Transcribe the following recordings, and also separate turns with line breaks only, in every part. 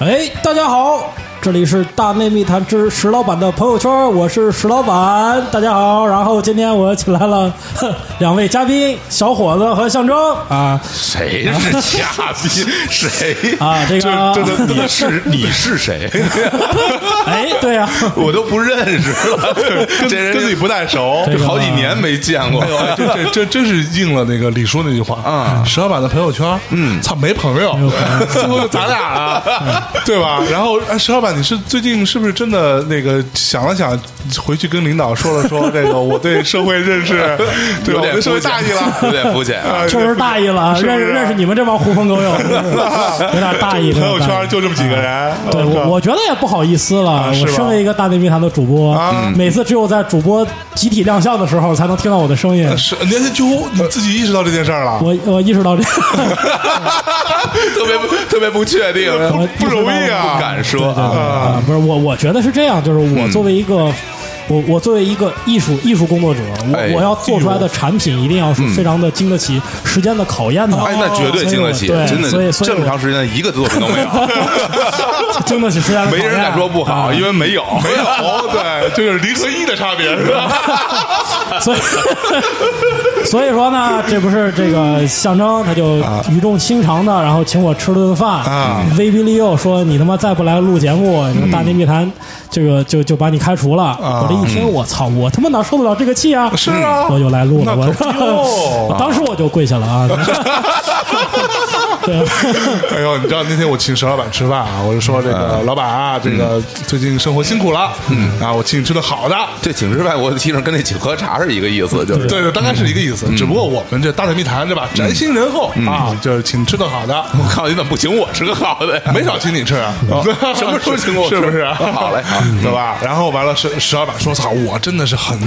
哎，大家好，这里是大内密谈之石老板的朋友圈，我是石老板，大家好。然后今天我请来了呵两位嘉宾，小伙子和象征啊，
谁是嘉 宾？谁
啊这个
这这这这 是你是谁？
哎，对 呀、
我都不认识了，这人啊
跟自己
不太熟
这个
好几年没见过。
这这这真是应了那个李叔那句话
啊
石老板的朋友圈，嗯，操没朋友，最 后就咱俩
嗯
啊，对吧？然后哎石老板，你是最近是不是真的那个想了想，回去跟领导说了说这个我对社会认 识，对
有
吧？我
点
对社
肤
会
浅
大意了，
有点肤浅啊
啊！
确实大意了啊，
是不
认识
是
认识 你们这帮狐朋狗友，真是有点大意，有
朋
点大
友
意啊
圈就这么几个人，
对
我
我，
靠
我觉得也不好意思了。
是
我
吧
身为一个大内密谈的主播，
啊
每次只有在主播集体亮相的时候，才能听到我的声音。
呃是你看就你自己意识到这件事儿了，
我我意识到这个，
特别不特别不确定，
我
不容易
不
啊，
敢说
对对
啊。嗯
啊，不是我，我觉得是这样，就是我作为一个。我我作为一个艺术艺术工作者，我、
哎嗯
我要做出来的产品一定要是非常的经得起时间的考验的。哦
哎，那绝对
所以
经
我
得起，
对
真的
所以所以
这么
我
长时间一个作品都没 有，
经得起时间的考
没
验。啊
人敢说不好，因为没有，啊 没有。
哦，对，这就是零和一的差别是吧？
所以所以说呢，这不是这个象征，他就语重心长的，然后请我吃顿饭
啊嗯
威逼利诱说：“你他妈再不来录节目，你们大内密谈这个就就把你开除了。我这一听，我操，我他妈哪受得了这个气啊！
啊是啊
我就来录了，
那可不
我我 当时我就跪下了啊！ 对，
哎呦，你知道那天我请石老板吃饭啊，我就说这个、
嗯
老板啊，这个最近生活辛苦了，嗯啊，我请你吃顿好的。
这请吃饭，我其实跟那请喝茶是一个意思，就是
对对，大概是一个意
嗯
思，只不过我们这大内密谈对吧？宅心仁厚、啊，就是请吃顿 好的，
我靠，你怎么不请我吃个好的呀？
没少请你吃啊，
哦 什么时候请我吃哦
是不是？
好 嘞好嗯
对吧？然后完了，石石老板说：“操，我真的是很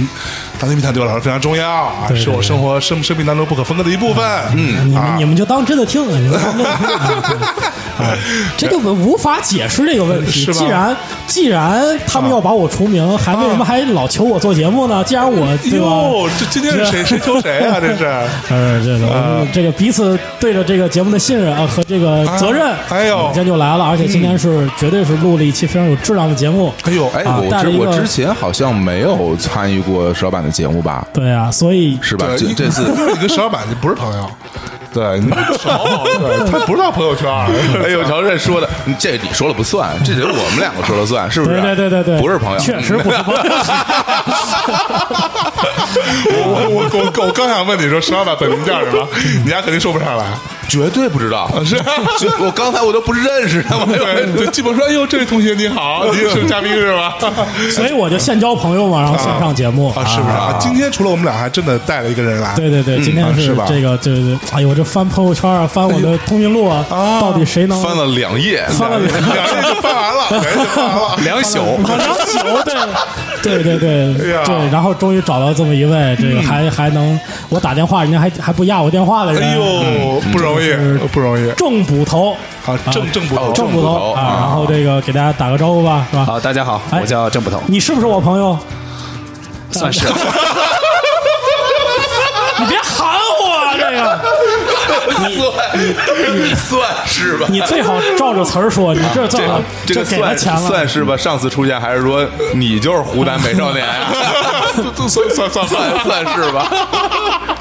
大内密谈对我来说非常重要啊，
对对
是我生活生生命当中不可分割的一部分。”嗯
你们你们就当真的听，你们当真的听啊，对 啊这就无法解释这个问题。
是吧
既然既然他们要把我除名，还为什么还老求我做节目呢？既然我
哎
对吧？
哟，这今天是谁谁求谁啊？这是。
呃，这个、
啊
这个彼此对着这个节目的信任啊和这个责任，
啊哎呦
今天就来了，而且今天是、绝对是录了一期非常有质量的节目。
哎呦，
哎，
啊
我
带了
之
一个
我之前好像没有参与过石老板的节目吧？
对啊，所以
是吧？这
对，
这次，
因为你跟石老板就不是朋友，对，你不熟，对 他不知道朋友圈。
哎呦，乔振说的，这你说了不算，这得我们两个说了算，是不是？
对对对对对，
不是朋友，
确实不是朋友。
我我我我刚想问你说石老板本名叫什 么，你丫肯定说不上来。
绝对不知道，
啊
啊
是，我刚才我都不认识他，我还以为
对，基本说，哎呦，这位同学你好，你也是嘉宾是 吧？
所以我就现交朋友嘛，然后线上节目
啊，是不是啊？今天除了我们俩，还真的带了一个人来。
对对对，今天
啊是吧
这个这这，哎呦，我这翻朋友圈啊，翻我的通讯录啊，
啊
到底谁能
翻了两页，
翻了
两 人哎就翻完了，两人就翻完 了。
两宿，
好两宿？对对对对
哎呀
对，然后终于找到这么一位，这个还还能我打电话，人家还还不压我电话的人，
哎呦，不容易，不容易
正捕头
啊！正正不
哦
头，
正捕
正捕
头
头
啊，
啊
然后这个给大家打个招呼吧，是吧？
好，大家好，
哎
我叫郑捕头，
你是不是我朋友？
算是
你别喊我啊，这个
算 算是吧？
你最好照着词儿说，你这
这
最好
这个
给了
算
钱了，
算是吧？上次出现还是说你就是湖南美少年 呀？
算算算算
算算是吧？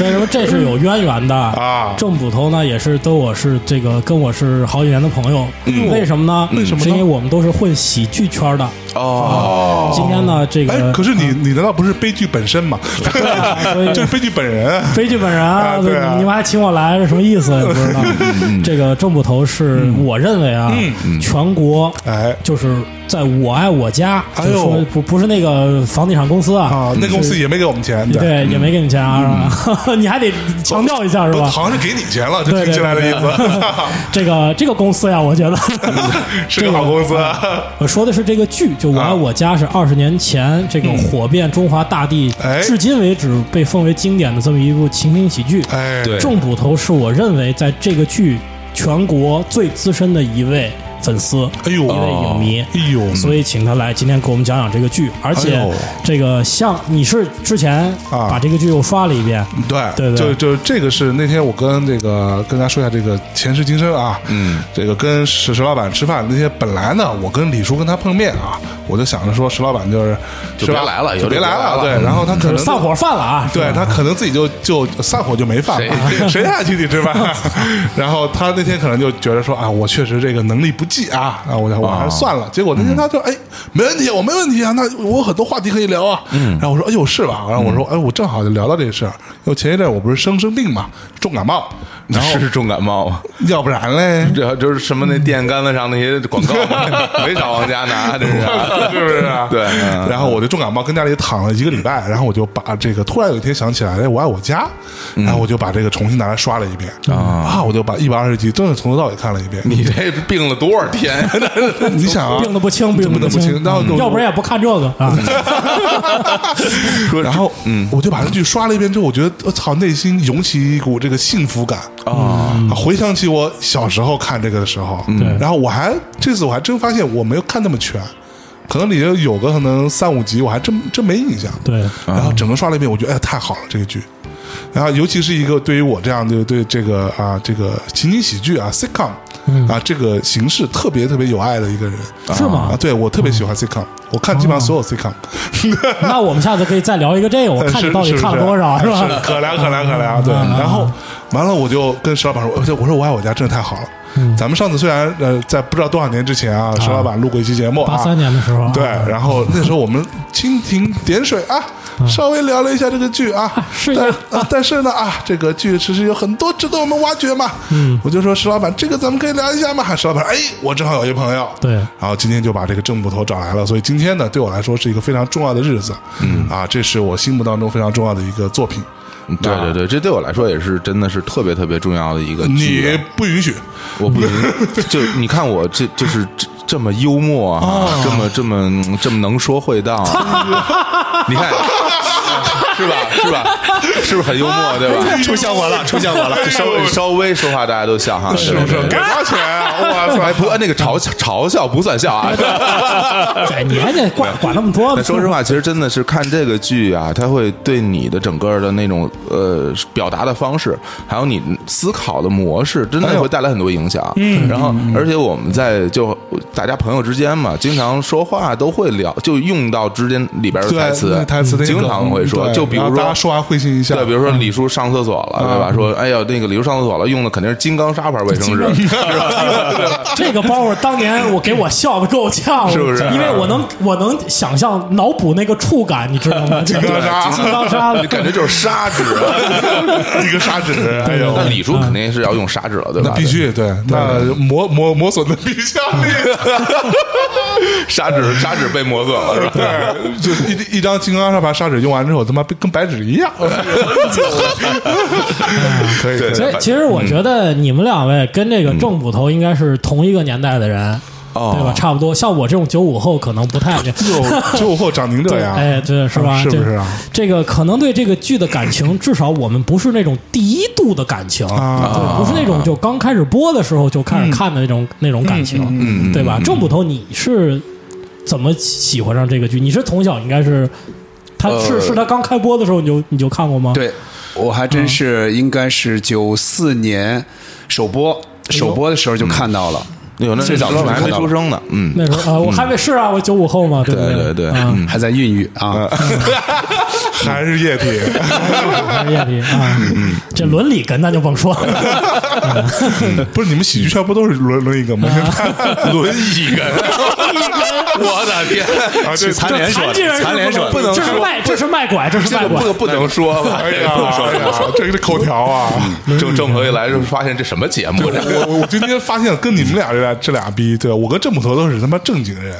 为什么这是有渊源的
啊
郑捕头呢，也是都我是这个跟我是好几年的朋友，为什么呢？为什么？是因为我们都是混喜剧圈的。
哦，
今天呢，这
哎
个，
可是你你难道不是悲剧本身吗？
所以
这是悲剧本人。
悲剧本人
啊对啊嗯
你们还请我来，是什么意思？也不 知道。这个郑捕头是我认为啊，
嗯
全国
哎
就是在我爱我家，就
哎
是
呦
说不不是那个房地产公司啊
啊，，那公司也没给我们钱，
对，也没给你钱啊，是吧 你还得强调一下是
都
吧？
好像是给你钱了，就
对
听
对
起来的
对
意思，
这个这个公司呀，我觉得
嗯
嗯
是个好公司。
我说的是这个剧，就就我爱
啊
我家是二十年前这个火遍中华大地，
哎
至今为止被奉为经典的这么一部情景喜剧。
哎，
对
重捕头是我认为在这个剧全国最资深的一位粉丝，
哎呦，
一位影迷。
哎呦，
所以请他来今天给我们讲讲这个剧，而且
哎呦
这个像你是之前
啊
把这个剧又刷了一遍，
对
对对
就就这个是那天我跟这个跟大家说一下这个前世今生啊，
嗯，
这个跟石石老板吃饭那天本来呢，我跟李叔跟他碰面啊，我就想着说石老板就是
就是
吧
别来了有
就别
就
来
别来了嗯
对，然后他可
就
能
是散伙饭了啊，
对他可能自己就就散伙就没饭了， 谁还请你吃饭？然后他那天可能就觉得说啊，我确实这个能力不济啊，啊，我我还是算了。结果那天他就哎，没问题，我没问题啊，那我有很多话题可以聊啊。然后我说哎呦是吧？然后我说哎，我正好就聊到这事儿，因为前一阵我不是生生病嘛，重感冒，然后
是重感冒吗？
要不然嘞，
这就是什么那电杆子上那些广告吗？没找往家拿，这是啊
是不是啊？
对嗯
然后我就重感冒，跟家里躺了一个礼拜，然后我就把这个突然有一天想起来，哎，我爱我家，然后我就把这个重新拿来刷了一遍嗯啊，我就把一百二十集真的从头到尾看了一遍。
你这病了多少天？
你想 啊，
病 得不轻，病
病得
不
不轻，然后就
要不然也不看这个 啊。
说
然后，嗯，我就把这剧刷了一遍之后，我觉得我操，内心涌起一股这个幸福感啊！回想起我小时候看这个的时候，嗯，然后我还这次我还真发现我没有看那么全，可能里头有个可能三五集，我还真真没印象。
对
然后整个刷了一遍，我觉得哎太好了这个剧。然后，尤其是一个对于我这样的对这个啊这个情景喜剧啊 sitcom 啊这个形式特别特别有爱的一个人，
嗯是吗嗯哦
啊，对我特别喜欢 sitcom，我看基本上所有 sitcom。
那我们下次可以再聊一个这个，我看你到底看了多少，
是
是
不是
吧？嗯
可聊可聊可聊，对。然后完了，我就跟石老板说，我说我说我爱我家真的太好了。
嗯
咱们上次虽然呃在不知道多少年之前啊，石老板录过一期节目啊，
八三年的时候啊，
对，然后那时候我们蜻蜓点水啊，稍微聊了一下这个剧啊，
嗯是呀
但啊但是呢啊，这个剧其实有很多值得我们挖掘嘛。嗯，我就说石老板，这个咱们可以聊一下嘛。石老板，哎，我正好有一朋友，
对
然后今天就把这个郑捕头找来了，所以今天呢，对我来说是一个非常重要的日子。嗯，啊，这是我心目当中非常重要的一个作品。
对对对，这对我来说也是真的是特别特别重要的一个剧啊。
你不允许，
我不能，就你看我这就是这这么幽默啊，这么这么这么能说会道啊， 你看 是吧是吧，是不是很幽 默对吧？
出现我了，出现我了，
稍微稍微说话大家都笑哈，是
是不是？给他钱啊，我操！
哎不，那个嘲笑嘲笑不算笑 啊。
对，你还得管管那么多
但。说实话，其实真的是看这个剧啊，它会对你的整个的那种呃表达的方式，还有你思考的模式，真
哎
的会带来很多影响。嗯，然后而且我们在就大家朋友之间嘛，经常说话都会聊，就用到之间里边的
对
台词
那，台词的一
经
种
常会说。
对
就比
然
如
后大
说
家说完会心一笑，嗯
对，比如说李叔上厕所了，对吧？说，哎呀，那个李叔上厕所了，用的肯定是金刚砂牌卫生纸，是吧？
这个包括当年我给我笑的够呛，
是不啊是
因为我能我能想象脑补那个触感，你知道 吗？金
刚砂
金刚砂，
你感觉就是砂纸 啊。
一个砂纸，哎呦，
那李叔肯定是要用砂纸了，对吧？
那必须对，那磨磨磨损的必须要力，啊
砂纸砂纸被磨损了，是吧？
对， 就一一张金刚砂把砂纸用完之后，他妈跟白纸一样， 可以，可以
其实，其实
嗯
我觉得你们两位跟这个郑捕头应该是同一个年代的人，
哦
对吧？差不多。像我这种九五后，可能 不太这。
就就后长您这
对，
样，
哎，对，是吧？
啊是不是啊
这？这个可能对这个剧的感情，至少我们不是那种第一度的感情，
啊
对，不是那种就刚开始播的时候就开始看的那种、那种感情，
嗯嗯
对吧？郑捕头，你是怎么喜欢上这个剧？你是从小应该是，他是、
呃
是他刚开播的时候你就你就看过吗？，
嗯
对，我还真是应该是九四年首
哎
播，首播的时候就看到了。
有那
最早的
老
时候
还
看
没
到
出
了，
生呢，嗯，
那时候啊、我还没是啊，我九五后嘛，对不
对对
对
对，
啊
嗯
还在孕育
嗯
啊。
还是液体，
还是夜里啊，这伦理跟咱就甭说了，
嗯不是你们喜剧圈不都是轮轮一个吗？
啊
轮椅根，我的天，
啊，这
残联说
残疾人
的，
是
残联说
不
的，
能
能
这是
说
卖这是卖拐，这是卖
这
拐，
不不能说吧？
哎
这
呀
个不能说，
哎
不能
呀
说。，
这个是口条啊！
郑郑回来是发现这什么节目？
我我我今天发现跟你们俩这俩这俩逼，对我跟郑捕头都是他妈正经人，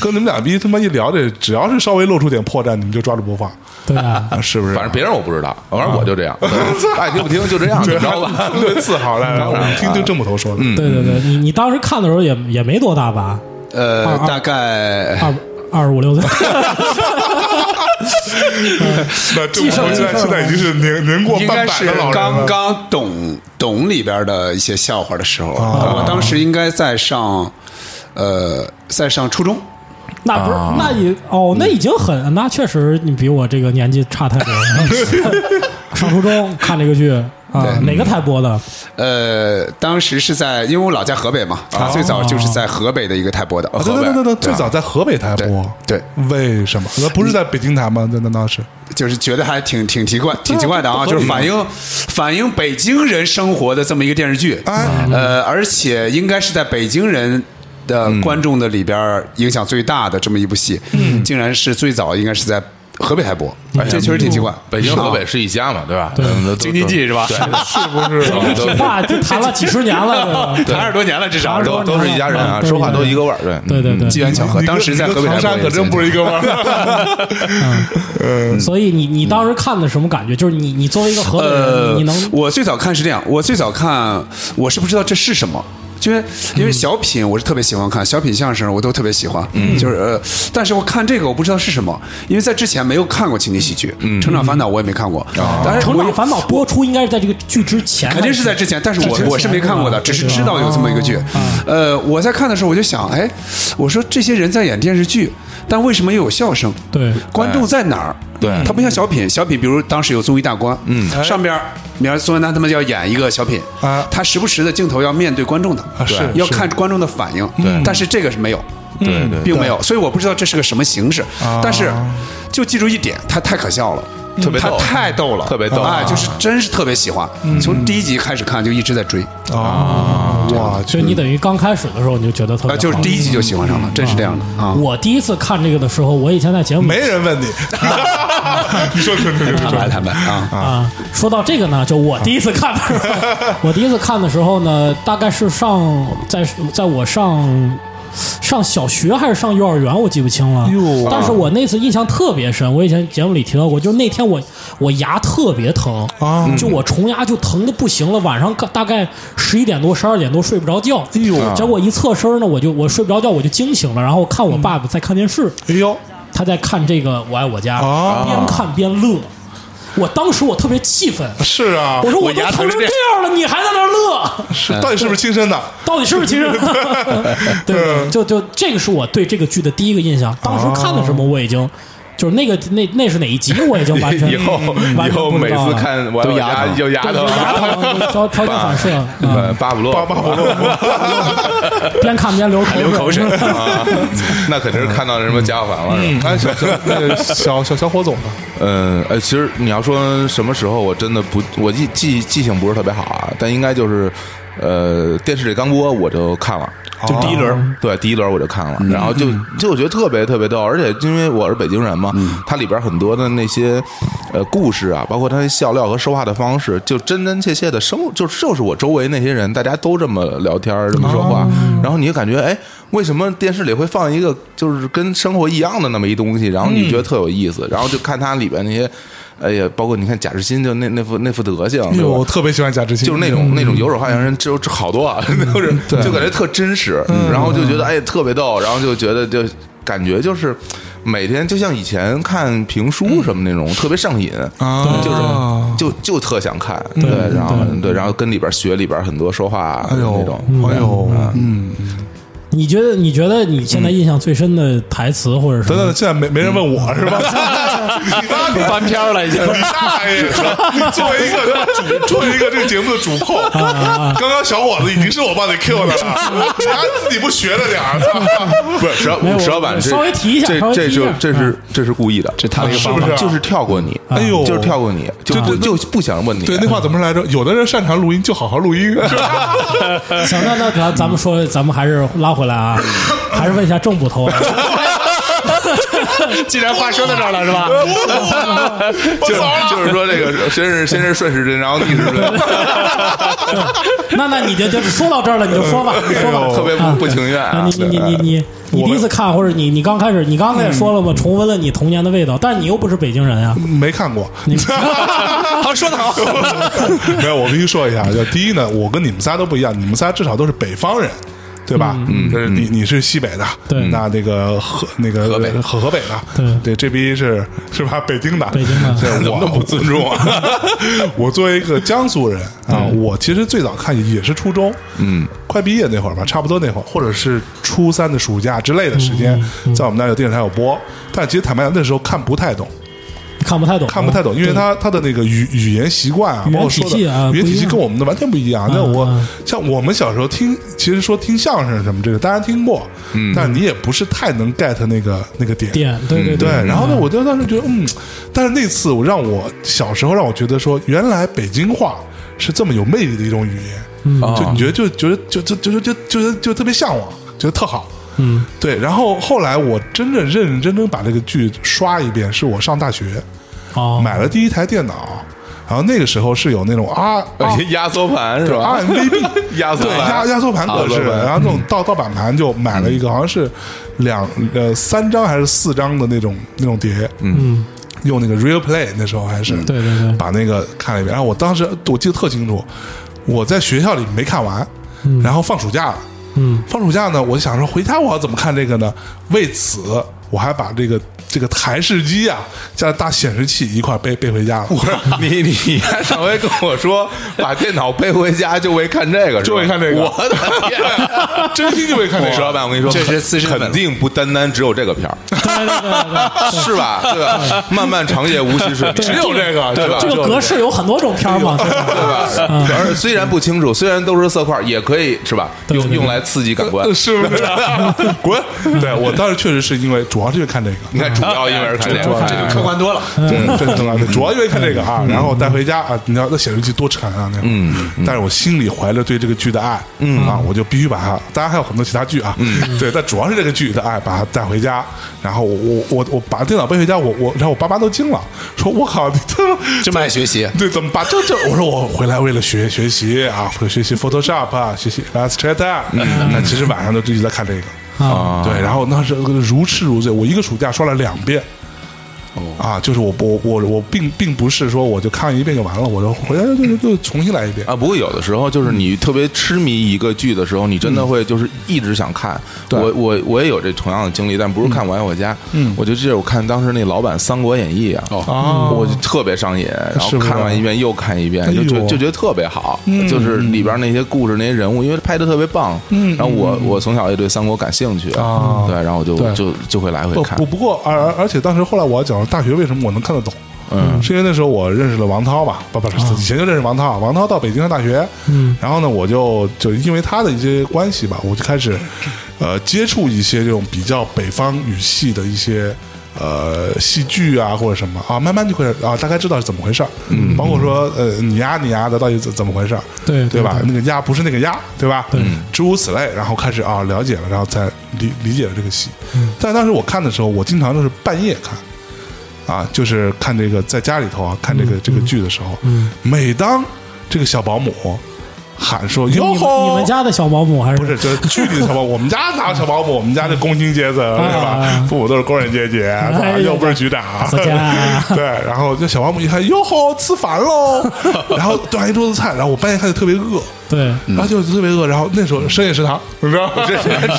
跟你们俩逼他妈一聊这，只要是稍微露出点破绽，你们就抓住不放
对吧？
啊，是不是？
反正别人我不知道，反正我就这样， 爱听不听就这样，你知道 吧？
特别自豪来来，我们听听郑捕头
嗯
嗯
说的，啊
对对对，你你当时看的时候也也没多大吧？
呃，大概
二二十五六岁，
那这我们现在现在已经是年年过
应
半
该
百
是
的老人啊
刚
了。
刚懂懂里边的一些笑话的时候，
啊
我当时应该在上，呃，在上初中，
那不是
啊
那也
嗯
哦，那已经很那确实你比我这个年纪差太多 了。上初中看这个剧啊，哪个台播的？
呃，当时是在，因为我老家河北嘛，啊，最早就是在河北的一个台播的，
啊对
河
对
北
对对对，最
啊
早在河北台播，
对
为什么？那不是在北京台吗？那那那是
就是觉得还挺挺奇怪，挺奇怪的啊，
这
就
不合理
是反映反映北京人生活的这么一个电视剧，呃，而且应该是在北京人。的观众的里边儿影响最大的这么一部戏，嗯，竟然是最早应该是在河北台播，这确实挺奇怪。
北京河北是一家嘛，对吧？对，京津冀是吧？
是不 是？
都
这话就谈了几十年了，这个
谈二十多年了，至少
谈
是
着
吧
都都是一家人啊，说话都一个味儿，对
对对对，
机缘巧合，
你跟
当时在
你
河
跟
北台
唐
播
山
也
可真不是一个味儿。
所以你你当时看的什么感觉？就是你你作为一个河北人，
呃，
你你能
我最早看是这样，我最早看我是不知道这是什么。因为因
嗯
为小品我是特别喜欢看小品相声，我都特别喜欢，
嗯
就是呃，但是我看这个我不知道是什么，因为在之前没有看过情景喜剧，成长烦恼》我也没看过，当然
嗯《成长烦恼》播出应该是在这个剧之前，
哎肯定是在之前，但是我我是没看过的，只是知道有这么一个剧。呃，我在看的时候我就想，哎，我说这些人在演电视剧，但为什么又有笑声？
对
观众在哪儿？
对
他不像小品，小品比如当时有综艺大观，嗯，
哎
上边儿，比方说宋丹丹他们要演一个小品
啊
他时不时的镜头要面对观众的，
是
要
是
看观众的反应，
对
但是这个是没有，
对对，
并没有，所以我不知道这是个什么形式，但是就记住一点，他太可笑了。
特别
他
逗
太逗了，嗯
特别逗
哎， 就是真是特别喜欢，从第一集开始看就一直在追，
啊，哇，
就你等于刚开始的时候你就觉得特别
啊，
好，
就是第一集就喜欢上了，真是这样的啊。
我第一次看这个的时候，我以前在节目
没人问你，你说对对对
坦
对，
白坦白啊，
啊，说到这个呢，就我第一次看的 时候，我第一次看的时候呢，大概是上在在我上上小学还是上幼儿园，我记不清了。
哟
但是我那次印象特别深，我以前节目里提到过，就那天我我牙特别疼
啊
就我虫牙就疼的不行了，晚上大概十一点多、十二点多睡不着觉。哎
呦
结果一侧身呢，我就我睡不着觉，我就惊醒了，然后看我爸爸在看电视。
哎呦，
他在看这个《我爱我家》
啊
边看边乐。我当时我特别气愤，
是啊
我，说我都
牙
疼
疼
成
成
这
这
样了，你还在那儿乐，
是到底是不是亲生的？
到底是不是亲生？对对，就就这个是我对这个剧的第一个印象。当时看的什么我已经。就是那个那那是哪一集我已经完全
以后
完全
以后
不知
每
道
次
了
看我牙有牙
对
疼
有，牙疼条条件反射，嗯
呃，巴甫洛
巴巴不 洛
边看边流
流口
口
水，
啊，那肯定是看到什么家伙反了，是吧？
哎，小小那小小小火总呢？
嗯，呃，其实你要说什么时候，我真的不，我记记记性不是特别好啊，但应该就是，呃，电视里刚播我就看了，就第一轮，嗯对，第一轮我就看了，然后就就我觉得特别特别逗，而且因为我是北京人嘛，它里边很多的那些呃故事啊，包括他笑料和说话的方式，就真真切切的生，就就是我周围那些人，大家都这么聊天儿，这么说
哦
话，然后你就感觉哎。为什么电视里会放一个就是跟生活一样的那么一东西？然后你觉得特有意思，
嗯
然后就看它里边那些，哎呀，包括你看贾志新就那那副那副德行，
哎
对
呦，
吧？
我特别喜欢贾志新，
就是那种那种游手好闲人，只有好多啊， 就是就感觉特真实，然后就觉得哎特别逗，然后就觉得就感觉就是每天就像以前看评书什么那种，特别上瘾
啊，
就是就就特想看，对，然后对，然后跟里边学里边很多说话啊
哎
那
呦
种，，
哎呦，嗯，
你觉得你觉得你现在印象最深的台词或者什
等
么？
等，现在没没人问我是 吧？
翻篇儿了已经。
你大爷！你作为一个主，作为一个这个节目的主控，刚刚小伙子已经是我帮你 Q 的了，你还自己不学着点儿 操，
不是石
没有
老
我
石老板这，
稍微提一下
这
稍微提
这
一
就
下
这是这是故意的，
这他的一个
是
方
不
法
是啊
就是跳过你，
哎呦
就是跳过你，就不就不想问你，啊
对，那话怎么来着？有的人擅长录音，就好好录 音。是吧
行，那那咱咱们说，咱们还是拉回来啊，还是问一下郑捕头啊。
既然话说到这儿了是吧？
就就是说这个先是先是顺时针，然后逆时针，
那那你就就说到这儿了，你就说吧，你说
哎
吧，
特别
啊
不不情愿
啊
啊！
你你你你你你第一次看，或者你你刚开始，你刚才也说了嘛，重温了你童年的味道，但是你又不是北京人呀，啊
没看过，
好，说的好。
没有，我必须说一下，就第一呢，我跟你们仨都不一样，你们仨至少都是北方人。对吧？嗯，这是你你是西北的，
对
那那个河那个河
北
河河北的，
对
对，这逼是是吧？北京的，
北京的
对
怎么
我
那么不尊重啊？
我作为一个江苏人啊，我其实最早看也是初中，
嗯，
快毕业那会儿吧，差不多那会儿，或者是初三的暑假之类的时间，在我们那儿有电视台有播，但其实坦白讲，那时候看不太懂，
看不太懂，嗯
看不太懂，因为他他的那个语语言习惯啊，
哦语言
包括说的
体系啊
语言体
不一
系
样
跟我们的完全不一样。啊那
嗯
我
嗯
像我们小时候听，其实说听相声什么这个，大家听过，但你也不是太能 get 那个那个点。
点，嗯对对
嗯对，然后呢，我就当时觉得，嗯，但是那次我让我小时候让我觉得说，原来北京话是这么有魅力的一种语言，
嗯
哦
哦
就你觉得就觉得就就就就就就就特别向往，觉得特好。
嗯，
对，然后后来我真正认认真真把这个剧刷一遍，是我上大学，
哦，
买了第一台电脑，然后那个时候是有那种啊呃 R
压缩盘是吧
RMVB
压缩
啊对
盘
压压缩
啊
盘格式，
压缩盘
然后那种盗盗版盘就买了一
嗯
个，好像是两呃三张还是四张的那种那种碟，
嗯，
用那个 Real Play 那时候还是
对对对
把那个看了一遍，哎然后我当时我记得特清楚，我在学校里没看完，然后放暑假了。
嗯，
放暑假呢，我想说回家我要怎么看这个呢？为此，我还把这个这个台式机啊加大显示器一块儿背背回 家了。
你你还上回跟我说把电脑背回家就为看这个，
就为看这
这
个
我的天啊！
真心就会看这
石老
个。
板，我 跟你说，
这是私生粉
肯定不单单只有这个片儿，
对对对对 对。
是吧？对吧？漫漫长夜无溪水，
对
只
有这个
对吧？
这个格式有很多种片儿嘛，
哎
对
对
吧？啊
吧？嗯而虽然不清楚，虽然都是色块，也可以是吧？
对
用
对
用来刺激感官。
是不是？啊滚！ 对我当时确实是因为主要是因为看这个，
你看，主要因为是看这
主要
个，
这个
客观多了。
对，这主要主要因为看这个啊，然后带回家啊，你知道那显示器多沉啊，那嗯，但是我心里怀着对这个剧的爱，嗯啊，我就必须把它，当然还有很多其他剧啊，嗯，对，但主要是这个剧的爱，把它带回家，然后我我我我把电脑背回家，我我然后我爸妈都惊了，说我靠，你他妈
这么爱学习，
对，怎么把这这？我说我回来为了学学习啊，会学习 Photoshop 啊，学习 Illustrator，但啊其实晚上都一直在看这个。
啊，
对，然后那是如痴如醉，我一个暑假刷了两遍。
哦
啊，就是我我我我并并不是说我就看一遍就完了，我就回来就就就重新来一遍。
啊，不过有的时候就是你特别痴迷一个剧的时候，你真的会就是一直想看。
嗯对
我我我也有这同样的经历，但不是看《我爱我家》，嗯，我就记得我看当时那老版《三国演义》啊，
哦
我就特别上瘾，然
是
后
不是
看完一遍又看一遍，就觉
哎呦
就觉得特别好，就是里边那些故事那些人物，因为拍的特别棒，
嗯
然后我我从小也对三国感兴趣
啊
对，然后我就
对
就就会来回
不
看
不，不过而而而且当时后来我要讲大学为什么我能看得懂，
嗯
是因为那时候我认识了王涛吧，不不，以前就认识王涛，王涛到北京上大学，
啊嗯，
然后呢，我就就因为他的一些关系吧，我就开始
嗯
呃接触一些这种比较北方语系的一些。呃，戏剧啊，或者什么啊，慢慢就会啊，大概知道是怎么回事儿。嗯，包括说呃，你呀、你呀、的到底怎怎么回事儿？
对
对吧？那个鸭不是那个鸭，对吧？
对，
诸如此类，然后开始啊了解了，然后再理理解了这个戏。
嗯
但当时我看的时候，我经常都是半夜看，啊，就是看这个在家里头啊看这个、这个剧的时候，每当这个小保姆喊说“
你
哟
们
吼”，
你们家的小保姆还是
不是，就是剧里的小保姆，我们家哪有小保姆？我们家这工薪阶层是吧
啊？
父母都是工人阶级，是吧
哎呀
又不是局长
死家。
对，然后这小保姆一看，哟吼，吃烦喽，然后端一桌子菜，然后我半夜看就特别饿，
对，
然后就特别饿，然后那时候深夜食堂，你知道吗？就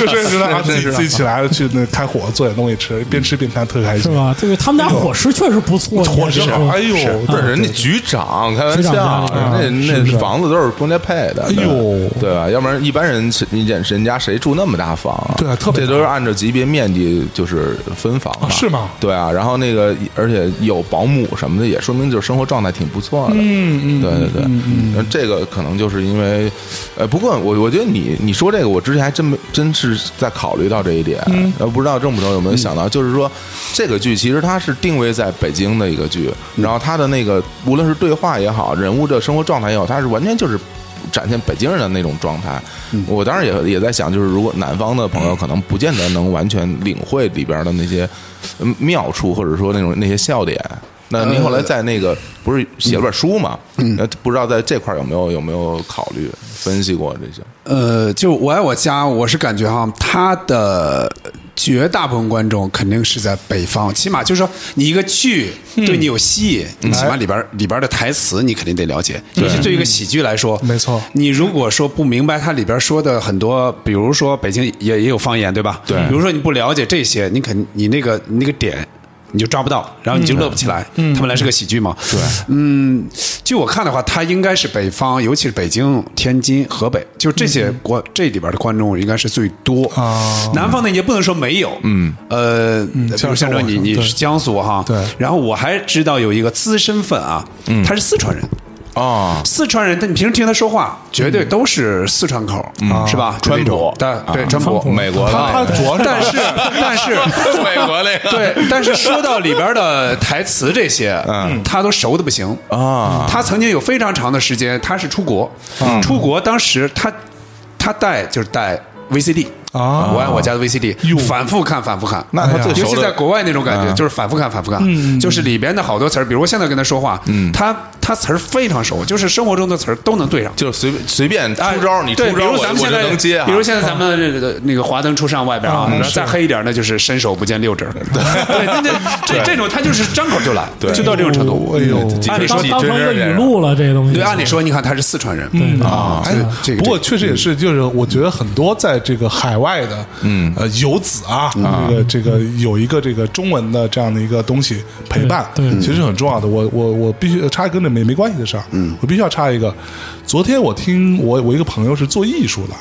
深夜食堂，然后自
深夜食堂
己自己起来了去那开火做点东西吃，边吃边看特开
是
心。
吧？这个他们家伙食确实不错，
哎伙食
你
好，
看
哎
这个
呦，
不是嗯
对
人家局长，开玩
局
笑，
长家
人家那房子都是公家配的，
嗯哎呦
对吧？要不然一般人谁人家人家谁住那么大房啊？
对啊特别大
这都是按照级别面积就是分房嘛
啊是吗
对啊，然后那个而且有保姆什么的，也说明就是生活状态挺不错的。嗯嗯，对对对，嗯，这个可能就是因为，呃，不过我我觉得你你说这个，我之前还真没真是在考虑到这一点，呃，不知道郑捕头有没有想到，就是说这个剧其实它是定位在北京的一个剧，然后它的那个无论是对话也好，人物的生活状态也好，它是完全就是。展现北京人的那种状态，
嗯
我当然也也在想，就是如果南方的朋友可能不见得能完全领会里边的那些嗯妙处，或者说那种那些笑点。
呃
那您后来在那个不是写了本书嘛？
嗯
呃不知道在这块儿有没有有没有考虑分析过这些？
呃，就我爱我家，我是感觉哈，它的绝大部分观众肯定是在北方，起码就是说你一个剧对你有吸引，你起码里边儿里边儿的台词你肯定得了解，尤其嗯对于一个喜剧来说，
没错
你如果说不明白它里边说的很多，比如说北京也也有方言，对吧？
对
比如说你不了解这些，你肯你那个你那个点。你就抓不到，然后你就乐不起来。嗯，他们来是个喜剧嘛。对，嗯，据我看的话，它应该是北方，尤其是北京、天津、河北，就这些观、这里边的观众应该是最多。
哦
南方呢也不能说没有。嗯，呃，比如
像
像说你
像我
你
对
是江苏哈，
对
然后我还知道有一个资身份啊，他是四川人。
啊，
四川人，但你平时听他说话，绝对都是四川口，是吧？
川普
但对
啊
川普，
美国的
他主要是
但是但是
美国那个
对，但是说到里边的台词这些，嗯，他都熟的不行。
啊，嗯
他曾经有非常长的时间，他是出国，出国当时他他带就是带 VCD
啊
我爱我家的 VCD，反复看，反复看。哎
那他最
尤
熟
其在
的嗯
国外那种感觉，就是反复看，反复看，就是里边的好多词儿，比如我现在跟他说话，
嗯
他他词儿非常熟，就是生活中的词儿都能对上。
就是随便随便
哎
出招，你出
对，比
招
如
我
咱
我
们
就
现在
能接啊。嗯
比如现在咱们这个那个华灯初上外边啊，然后再黑一点那就是伸手不见六指儿。对，那那这这种他就是张口就来，
对
就到这种程度。
哎呦，
按理说
当
你
当
真
成一个
是这样
语录了，这个东西。
对，按理说你看他是四川人，
嗯
啊，这个这个
不过确实也是，就是我觉得很多在这个海外的，嗯，呃，游子啊，这个这个有一个这个中文的这样的一个东西陪伴，
对对
其实很重要的。我我我必须插一个跟这没没关系的事儿，嗯，我必须要插一个。昨天我听我我一个朋友是做艺术的。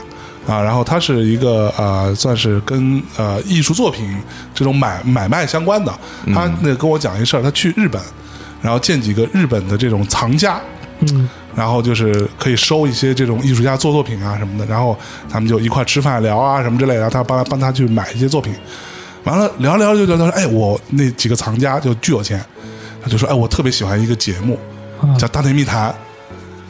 啊，然后他是一个呃，算是跟呃艺术作品这种买买卖相关的。他那个跟我讲一事儿，他去日本，然后见几个日本的这种藏家，
嗯，
然后就是可以收一些这种艺术家做作品啊什么的，然后他们就一块吃饭聊啊什么之类的，然后他帮帮他去买一些作品，完了聊着聊着就聊到说，哎，我那几个藏家就巨有钱，他就说，哎，我特别喜欢一个节目
啊
叫《大内密谈》，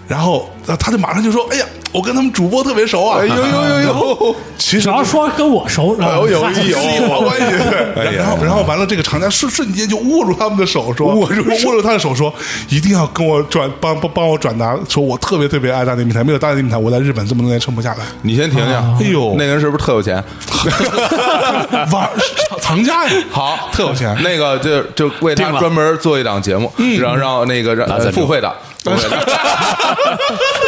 然后呃他就马上就说，哎呀，我跟他们主播特别熟啊，哎呦 呦呦呦，其实
只要说跟我熟，然后
有
嗨
有
有关系。然后，然后完了，这个厂家瞬瞬间就握住他们的手，说握住握住他的手，说一定要跟我转帮帮帮我转达，说我特别特别爱大内密谈，没有大内密谈，我在日本这么多年撑不下来。
你先停停，哎
呦
那个人是不是特有钱？
玩藏藏家呀，
好，嗯
特有钱
那个就就为他
定了
专门做一档节目，
嗯
让让那个让呃付 费的，付费的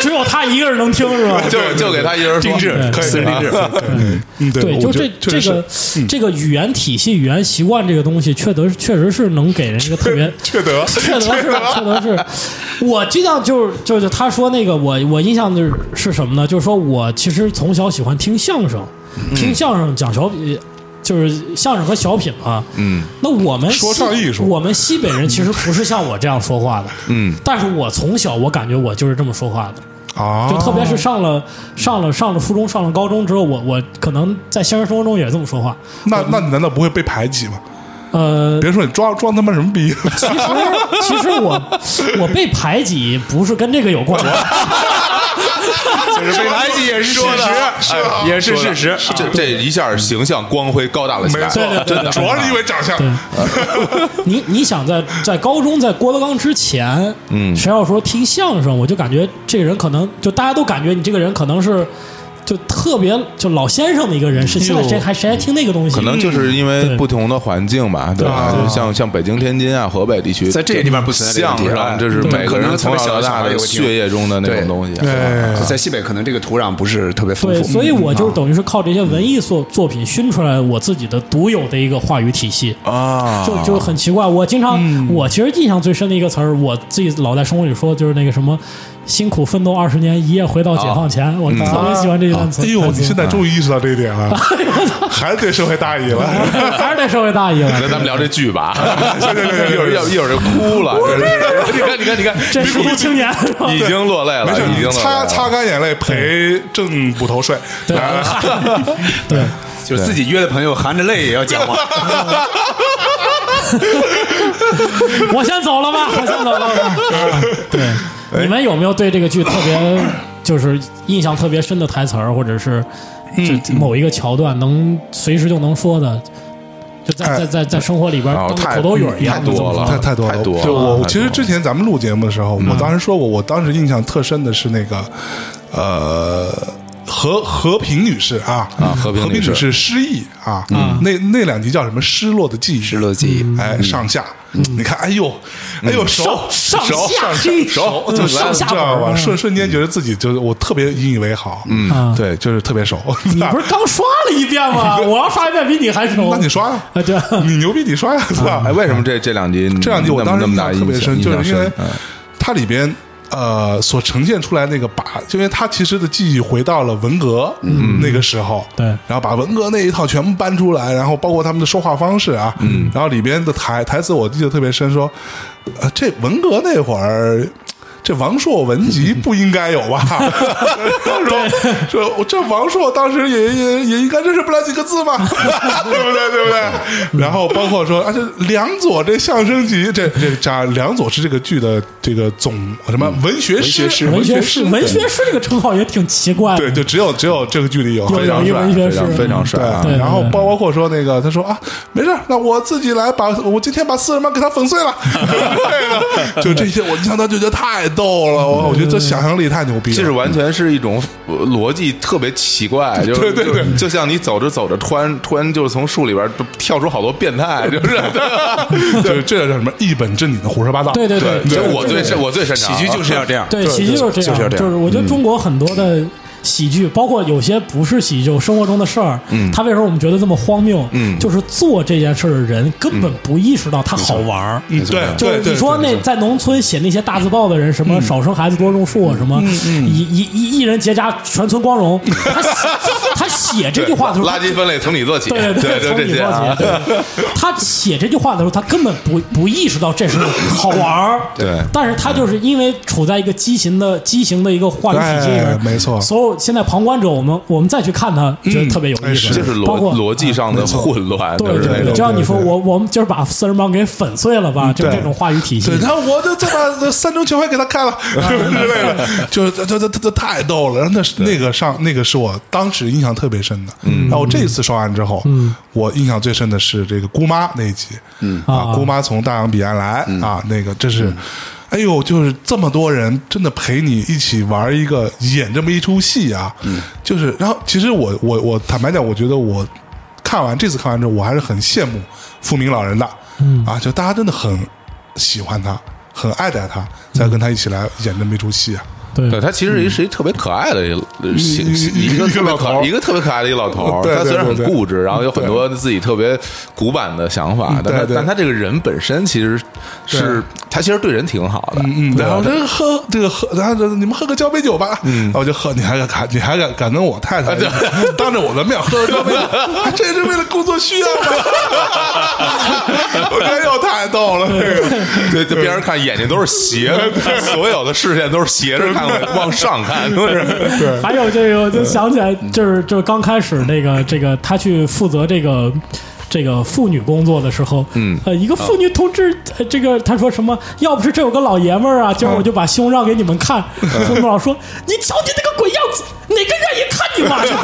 只有他一个人能听是吧？
就就给他一人说
定制
可以
私人定制，
嗯，
对，
我
就
觉
这
得确
这
实
个
是嗯
这个语言体系、语言习惯这个东西，确得确实是能给人一个特 别
缺德，
确得是，确得是。我就像就是就是他说那个，我我印象就是是什么呢？就是说我其实从小喜欢听相声，
嗯
听相声讲小品，就是相声和小品嘛。
嗯，
那我们
说
西
唱艺术
我们西北人其实不是像我这样说话的。
嗯，
但是我从小我感觉我就是这么说话的。
啊，
就特别
哦
是上了上了上了初中、上了高中之后，我我可能在现实生活中也这么说话。
那那你难道不会被排挤吗？
呃，
别说你装装他妈什么逼，
其实其实我我被排挤不是跟这个有关，
就是被排挤也是事
说的
啊
实，
哎
也是
说的
事实。
这这一下形象光辉高大了起来，嗯
对对对， 对
啊主要是因为长相。
你你想在在高中在郭德纲之前，
嗯
谁要说听相声，我就感觉这个人可能就大家都感觉你这个人可能是就特别就老先生的一个人，是现在谁还谁还听那个东西？
可能就是因
嗯对
为不同的环境吧，对吧？
啊
就像像北京、天津啊、河北地区，
在这些地方不存在这个
相
问题
声
哎
这是
嗯
对
每
可
个
能
人
特别
从小到
小的小
大
孩
的
也会听
血液中的那
对
种东西。
哎
在西北可能这个土壤不是特别
嗯
丰
对，
富，嗯
所以
嗯
我
啊
就是等于是靠这些文艺作作品熏出来我自己的独有的一个话语体系。
啊，嗯
就就很奇怪。我经常，我其实印象最深的一个词儿，我自己老在生活里说，就是那个什么“辛苦奋斗二十年，一夜回到解放前”
啊
我特别喜欢这一段词。
哎呦，你现
在
在终于意识到这一 点了，
哎
还是对社会大意
啊
了。
还是得社会大意
那咱
了。
们聊这剧 吧，一会儿要一会儿就哭了，真是你看你看你
这失孤青年是吧
看，已经落泪了，
没事
已经，落泪
擦
了
擦干眼泪，赔挣捕头税。
对对，
就是自己约的朋友含着泪也要讲话。
我先走 了吧，我先走了吧。
哎
对，你们有没有对这个剧特别就是印象特别深的台词儿，或者是
嗯
就某一个桥段能随时就能说的？就在在在在生活里边
哎哦
当
太
口头语儿一样
太
的
多了，
太太多
太
了，
多了。
就我
太
其实
多
之
了嗯
前咱们录节目的时候，我当时说过，我当时印象特深的是那个，呃，和和平女士啊
啊和平女士嗯
女士失忆啊，那那两集叫什么？失落的记忆，
失落的记忆
哎，上下，
嗯
你看，哎呦，哎呦，熟
上
熟
下
上
熟
嗯
就
上下
知道吧？
本
啊瞬瞬间觉得自己就是我特别引以为豪，嗯
啊
对，就是特别熟。
你不是刚刷了一遍吗？我要刷一遍比你还熟。
那你刷呀
啊？对，
你牛逼，你刷呀，是吧
哎，？为什么这这两集
这两集我
那么
当时
那
印
么大
象特别
印象
深，就
印
是
象
因为
嗯
它里边呃所呈现出来那个把，就因为它其实的记忆回到了文革
嗯
那个时候，
对
然后把文革那一套全部搬出来，然后包括他们的说话方式啊，嗯，然后里边的台台词我记得特别深，说呃这文革那会儿。这王朔文集不应该有吧？说 说我这王朔当时也也也应该认识不了几个字嘛， 对不对？对不对？然后包括说，而且梁左这相声集，这这这梁左是这个剧的这个总什么文学师？
文学 师
文学
师
师，文学师这个称号也挺奇怪的。
对，就只有只有这个剧里有。
有
非
有
常
一
帅，
文学
非
是
常非常帅啊
对！
然后包包括说那个，他说啊，没事儿，那我自己来把我今天把四人帮给他粉 碎了，对啊的就这些，我印象当就觉得太逗了，我我觉得这想象力太牛逼了，
就是完全是一种呃逻辑特别奇怪，就是
对对对
就，就像你走着走着，突然突然就是从树里边就跳出好多变态，就是
就是这叫什么一本正经的胡说八道，
对对对
这我
对
最擅我最擅
喜
长，
剧就是要这样，
对，喜剧就是这
就是要
样，
这样
就是我觉得中国很多的喜剧，包括有些不是喜剧，就生活中的事儿，嗯，他为什么我们觉得这么荒谬？嗯，就是做这件事儿的人根本不意识到它好玩儿。
嗯对，
就是
对
你说那在农村写那些大字报的人，什么少生孩子多种树啊，什么一一一一人结扎全村光荣，他写他写这句话的时候，
啊垃圾分类从你做起，
对
对，
对，
就
从
这
你
些啊
做起。对他写这句话的时候，他根本不不意识到这是好玩 儿。
对
但是他就是因为处在一个畸形的畸形的一个话语体系里
哎
边，
没错
所有现在旁观者，我们我们再去看他，觉得特别有
哎
意思，
是
就是
包
逻
括
逻辑上的混乱，
对
就是那
对
种
对，只要你说
对对
我我们今儿把四人帮给粉碎了吧，就
对
这种话语体系
对，，然后我就再把三中全会给他 开了，之类的，就是这这这这太逗了。然后那是那个上那个是我当时印象特别深的。嗯，然后我这一次刷完之后，嗯，我印象最深的是这个姑妈那一集，嗯啊，
啊
姑妈从大洋彼岸来啊，那个真是。哎呦，就是这么多人真的陪你一起玩一个演这么一出戏啊，嗯，就是，然后其实我我我坦白讲，我觉得我看完这次看完之后，我还是很羡慕富明老人的，嗯啊，就大家真的很喜欢他，很爱戴他，才跟他一起来演这么一出戏啊。
对
对，他其实是一特别可爱的一个形
一
一
嗯一
个特别
一个老
可
头儿
一个特别可爱的一个老头儿。
对对
他虽然
对
很
对嗯
固执，然后有很多自己特别古板的想法，但
对
他
对
但他这个人本身其实是他其实对人挺好的。
嗯，
对
然后
吧
这个喝这个喝，然后你们喝个交杯酒吧，嗯，啊我就喝，你还敢敢你还敢敢跟我太太当着我的面喝交 杯酒，啊这是为了工作需要啊吗？我觉得又哎太逗了，这 个。
对，这边人看眼睛都是斜 的，所有的视线都是斜着看，往上看都是。
还有这个，我就想起来，就是就是刚开始那个这个他去负责这个。这个妇女工作的时候，嗯，呃，一个妇女同志，呃这个他说什么？要不是这有个老爷们儿啊，今儿我就把胸让给你们看。冯木老说：“你瞧你那个鬼样子，哪个愿意看你妈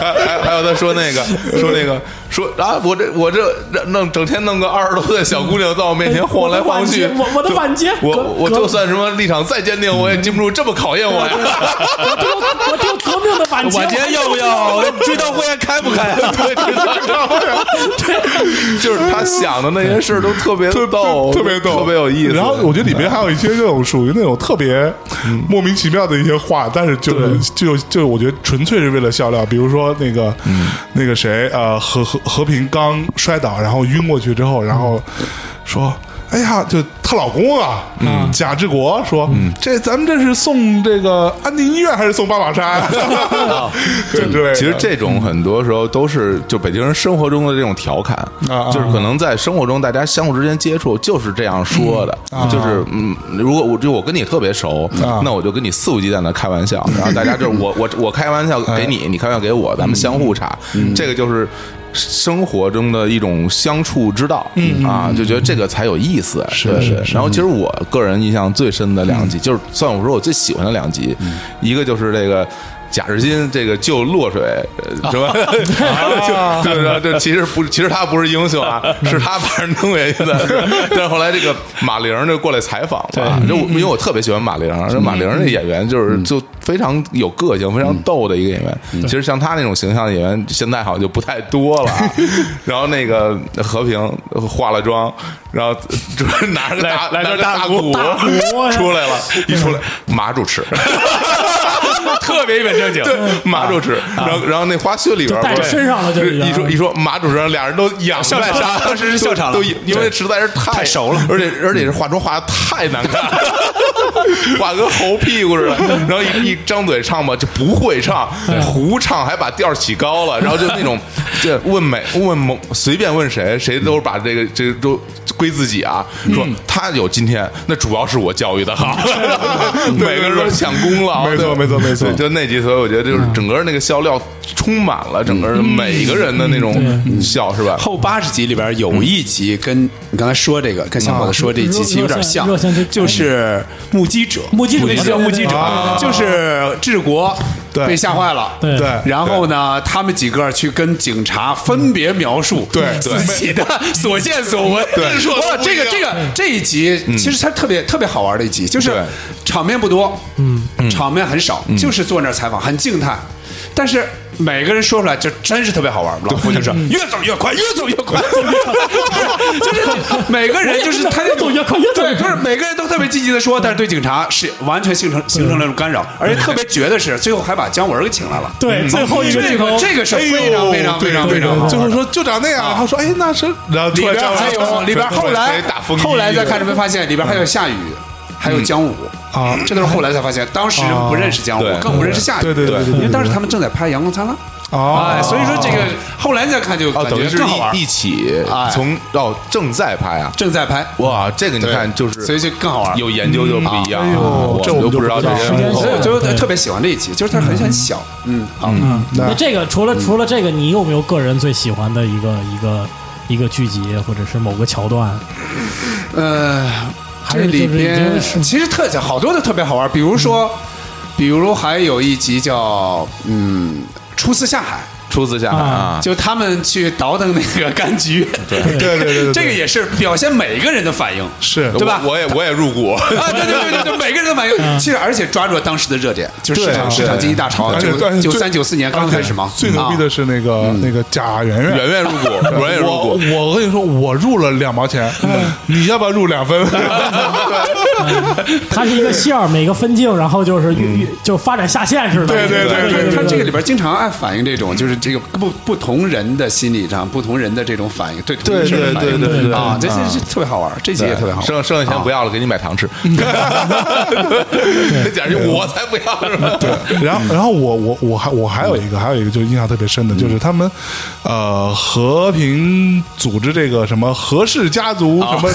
还还还有他说那个说那个说啊，我这我这弄整天弄个二十多岁的小姑娘在我面前晃来晃去，
我我的晚节
我
隔
我
隔
就算什么立场再坚定，我也经不住这么考验我 呀。
我这有我这有革命的晚节，
晚节要不要？追悼会还开不 开？
对，知道知道就是他想的那些事儿都特别逗，
特别逗，
特别有意思。
然后我觉得里面还有一些那种属于那种特别
嗯
莫名其妙的一些话，但是就是就就我觉得纯粹是为了笑料。比如说那个
嗯
那个谁呃和和和平刚摔倒，然后晕过去之后，然后说。哎呀，就她老公啊，
嗯
贾志国说：“这咱们这是送这个安定医院还是送八宝山？” 对之类的，
其实这种很多时候都是就北京人生活中的这种调侃，
啊
就是可能在生活中大家相互之间接触就是这样说的，就是嗯，如果我就我跟你特别熟，
啊
那我就跟你肆无忌惮的开玩笑，然后大家 就是我我我开玩笑给
哎
你，你开玩笑给我，咱们相互查，
嗯
这个就是。生活中的一种相处之道，啊，就觉得这个才有意思。对
嗯是嗯
对然后其实我个人印象最深的两集，就是算我说我最喜欢的两集，一个就是这个贾士金这个救落水
啊
呃 什么，就就是说这其实不，其实他不是英雄啊，
嗯
是他把人弄下 去的。但是后来这个马玲就过来采访嘛，就我
嗯
因为我特别喜欢马玲，这马玲这演员就是就非常有个性，非常
嗯
逗的一个演员。其实像他那种形象的演员，现在好像就不太多 了啊。然后那个和平呃化了妆，然后就是拿着大
来来
拿
根
着
大
大
鼓
鼓
大鼓呀
出来了， 一出来马主持。
特别一本正经。啊
对，马主持，然后然后那花絮里边
就带
不是
身上了就已经
一说一说马主持，俩人都仰在
笑场
沙
了当时是笑场了
都因因为实在是太熟了，而且而且是化妆化的太难看了，化跟猴屁股似的，然后一一张嘴唱吧就不会唱，胡唱还把调儿起高了，然后就那种这问每问某随便问谁，谁都是把这个这个都。归自己啊，说他有今天，那主要是我教育的好， 每个人都抢功劳，
没错
对吧
没错没错
对就那集，所以我觉得就是整个那个笑料充满了整个每一个人的那种笑，是吧？
后八十集里边有一集跟你刚才说这个，跟小伙子说这一集其实有点像
啊热热线热线，就哎
就是目击者，
目击者
那集叫
对对对
目击者
啊，
就是治国
对
被吓坏了，
对
对
然后呢，他们几个去跟警察分别描述
对对
自己的所见所闻。
对
说哇，这个这个这一集
嗯
其实它特别特别好玩的一集，就是
对
场面不多，嗯，场面很少，
嗯
就是坐那儿采访，很静态，但是。每个人说出来就真是特别好玩，老胡就
嗯
说越走越快，越走越 快，就是每个人就是他那种
越走越快越走越快
对，就是每个人都特别积极的说，但是对警察是完全形成形成了一种干扰，而且特别绝的是，最后还把姜文给请来了，
对，最后一个
这
镜头
个，这个是
哎呦
非常非常非常非常好
最
玩
后
的。啊
说就长那样，他说哎那是，然后
里
出来
边
张
哎
还有
张
里边
出来
后来
谁大风衣
后来再看，你们发现里边还有夏雨，还有姜武
啊
这都是后来才发现，当时不认识姜武
啊，对
更不认识夏雨，
对对对对对
因为当时他们正在拍《阳光灿烂》，啊
哦
啊
哎，所以说这个后来再看就
哦，
感
等于
觉
是
更好玩
一，一起
哎
从哦正在拍啊，
正在拍，
哇，这个你看就是
所以就更好玩。
有研究就不一样
嗯哎呦
啊，我
这
都
我们就
不知道
不知
这
道
些
时间
人啊
线
所以我就
对
特别喜欢这一集，就是它很很小，哦嗯，好，
那这个除了除了这个，你有没有个人最喜欢的一个一个一个剧集，或者是某个桥段？
呃，
还
这
是
里边
就是已经是
其实特好多都特别好玩，比如说，比如还有一集叫嗯初次下海，
初次下海啊，
就他们去倒腾那个柑橘，对
对对对对，
这个也是表现每个人的反应。
是
对吧
我我也我也入 股，
啊，对对对对对，每个人的反应，其实而且抓住了当时的热点，就是市场
对
市场经济大潮，
而且而
九
且
九
最
三九四年刚开始嘛，
最牛逼的
啊
是那个那个贾圆圆
圆圆入股，我也入
我
股，
我跟你说，我入了两毛钱，
嗯
你要不要入两 分？
它是一个线儿，每个分镜，然后就是越越就发展下线似的。
对对对对对
他这个里边经常爱反映这种，就是这个不不同人的心理上，不同人的这种反应，对同一
对
事儿的反应
对对对对
啊，这这这特别好玩儿，这集也特别好玩啊
剩
儿。
剩下钱不要了，给你买糖吃。 那假如我才不要是吧？
然后，然后我我我还我还有一个，还有一个就是印象特别深的，就是他们呃和平组织这个什么和氏家族什么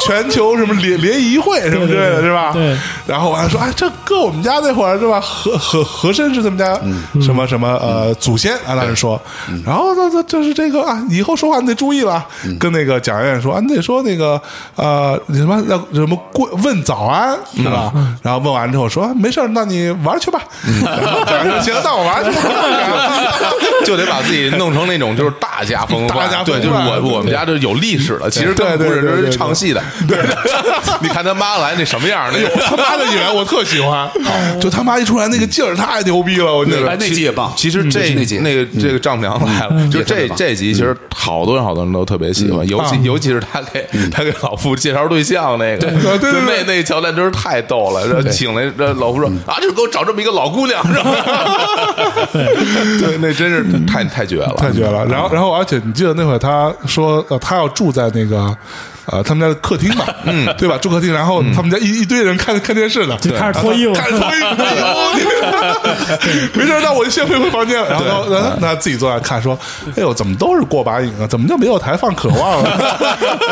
全球什么联联谊会什么之类的，
哦对对对
是吧？
对。
然后完了说，哎，这搁我们家那会儿是吧？和和和珅是他们家什么什么呃祖先啊，当时说，然后他他就是这个啊，以后说话你得注意了，跟那个蒋院说啊，你得说那个呃什么那什么过问早安是吧？然后问完之后说啊没事儿，那你玩儿去吧。然后蒋院说行，那我玩儿去吧。
就得把自己弄成那种就是大家风范，
大家风
对，
范
就是我我们家就有历史了，其实根本不
对
是
对对对
这
对哎
是唱戏的。对， 你看他妈来那什么样，那个
他妈的演员我特喜欢， 就他妈一出来那个劲儿太牛逼了，我觉得。
哎那集也棒
其实这
那集嗯
那个这个丈母娘来了，就这这集其实好多人好多人都特别喜欢，尤其
嗯
尤其是他给
嗯
他给老傅介绍对象那个，
对
就
对对
那那桥段真是太逗了。然后请来这老傅说
嗯
啊，就给我找这么一个老姑娘，是 吧？对，那真是太太绝了，
太绝了。然
嗯
后，然后，而且你记得那会儿他说，呃，他要住在那个。呃，他们家的客 厅吧，嗯，对吧？住客厅，然后他们家一一堆人看看电视呢，
就开始脱衣服
开始脱衣 服，哎呦你 没事儿，那我就先回回房间了。然后，然后那自己坐那看，说，哎呦，怎么都是过把瘾啊？怎么就没有台放《渴望》 了？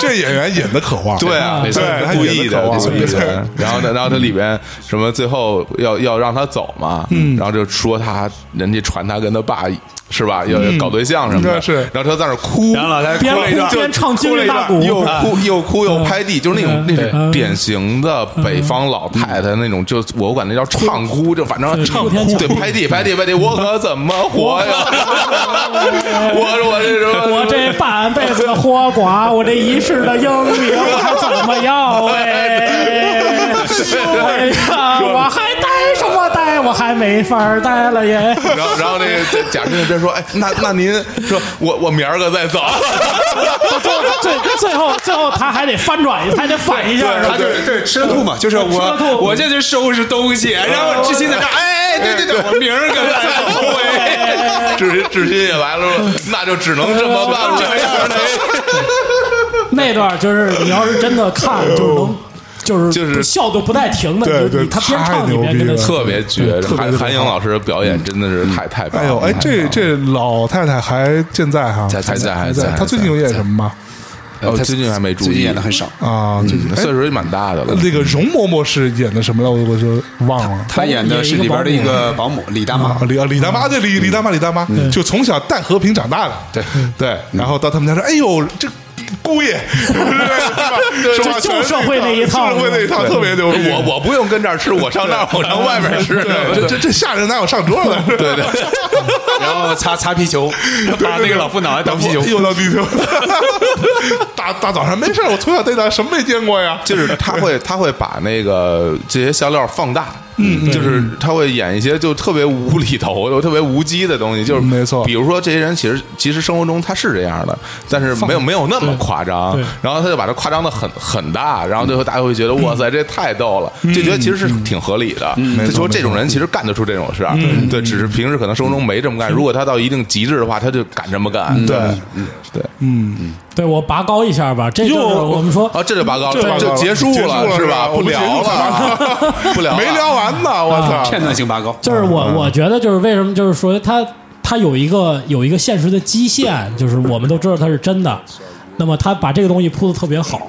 这演员演的《渴望》，
对啊，
对
对，
他
故
演
意
得
的，
可望
故意
对
的。然后呢，然后它里边什么最后要要让他走嘛，然后就说他人家传他跟他爸是吧，要要搞对象什么的，
嗯是
然后他在那儿哭，
然后老太太
边
哭了一
哭
段，
边唱
哭
今
了
日
一
大
段
鼓，
又哭又哭又拍地，就是那种那
啊嗯
种典型的北方老太太那种，就我管那叫唱哭，就反正
对
唱
哭天
哭，
抢
对，拍地拍地拍地，我可怎么活呀？ 我说我这什么？
我这半辈子的豁寡，我这一世的英名，我还怎么要哎？哎呀，我还待什么待？我还没法儿待了耶！
然后，然后那个贾春那边说：“哎，那那您说我我明儿个再走。
最最后最后他还得翻转一下，还得反一下，是吧
他？就是对吃了吐嘛，就是
了
我
吐
我这就收拾东西，然后志新在那，哎哎，对对对， 我明儿跟咱走哎。
志新志新也来了，说那就只能这么办这样的。
那段就是你要是真的看，就是能。就是
就是
笑都不带停的，
对
你
对
你他边
太
唱里
牛
边
逼
跟着
了
唱
特别绝，
特别
韩
特别
韩颖老师的表演真的是太太棒
哎
了。
呦，哎，
太
这
棒了
这老太太还健在哈，
在在在
还
在
她最近有演什么吗？
哦，最近还没注意，
最近演的很少，
啊，最近
嗯，岁数也蛮大的了。
那个容嬷嬷是演的什么来？我我就忘了。
他演的是里边的一个保姆李大妈
啊，，李啊李大妈对李李大妈李大妈，就从小带和平长大的，
对
嗯对，然后到他们家说，哎呦这。姑 爷，是吧
对
说话
就
全
社会那一套
社会那一套
对
特别牛逼。
我我不用跟这儿吃，我上那儿，我 上外边吃。
哎 对这这这下人哪有上桌的？
对 对，
然后擦擦皮球，把那个老妇脑袋当皮球。
又到地球，大大早上没事儿我从小到大什么没见过 呀？
就是他会他会把那个这些笑料放大。嗯，就是他会演一些就特别无厘头、 又特别无稽的东西，就是
没错
比如说这些人其实其实生活中他是这样的，但是没有没有那么夸张
对对，
然后他就把它夸张的很很大，然后最后大家会觉得哇塞，这太逗了，就觉得其实是挺合理的。他说这种人其实干得出这种事儿，对，只是平时可能生活中没这么干。如果他到一定极致的话，他就敢这么干。对对，
对我拔高一下吧，这就是
哟
我们说
啊，这就拔高
这
了，
拔高
就
了
结束
结束了
是吧？
是吧
不聊了，不聊了，
没聊完呢，我操！
片段性拔高，啊
就是
嗯
我我觉得就是为什么就是说它它有一个有一个现实的基 线，就是我们都知道它是真的。那么他把这个东西铺的特别好，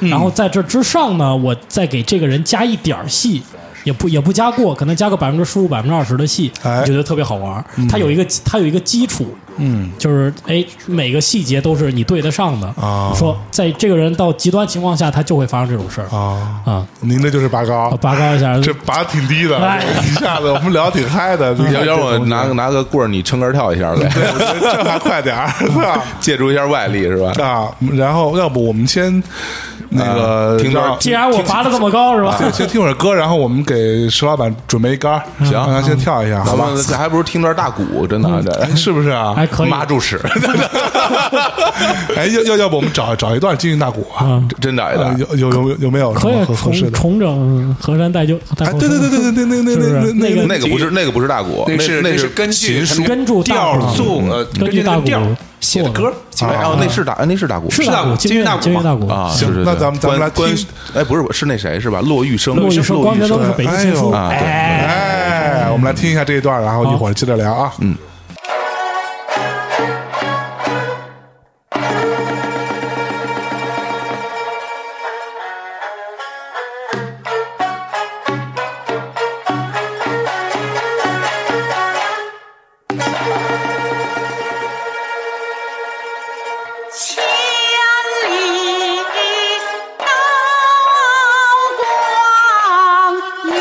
嗯
然后在这之上呢，我再给这个人加一点儿戏，也不也不加过，可能加个百分之十五、百分之二十的戏，
哎嗯
你觉得特别好玩儿。它有一个它有一个基础，嗯，就是哎，每个细节都是你对得上的
啊
说在这个人到极端情况下，他就会发生这种事儿
啊，
啊。
您这就是拔高
我，拔高一下，
这拔挺低的
哎，
一下子我们聊挺嗨的。
要要不我拿拿个棍儿，你撑杆跳一下呗，
这还快点儿，是吧？
借助一下外力是吧？
啊，然后要不我 们先那个
啊听歌
让
既然我拔的这么高是吧？
对，先听会儿歌，然后我们给石老板准备一杆儿，
行
让他先跳一下，好
咱
吧
们？这还不如听段大鼓，真的
哎
这
是不是啊？
还可以，
妈住屎，
哎，要要要不我们找找一段京韵大鼓啊
嗯？
真的
啊
的。
有有有有没有什
可以
么合合适
重
的？
重整河山带就带
哎，
猴
对对
山
对对对对对
是不
对
是
那
那
个
个
那个不是那个不是大鼓，那
是
那
是根据
琴书。
根据大
调
鼓
做呃
根据
那
大
个
鼓
调写的歌，基本
哎
上
哦，那是大，哎那是大鼓，
是
大鼓
金
金
金
韵
韵
大
大
鼓
鼓
啊。
行
是是
那
是
咱们咱们
关
来
关
听，
哎，不是是那谁是吧？骆玉生，
骆玉生、光
玉
全都是
生，
北京新书，
哎呦
啊对
哎，
哎，我们来听一下这一段，然后一会儿接着聊啊。嗯，
千里刀光影，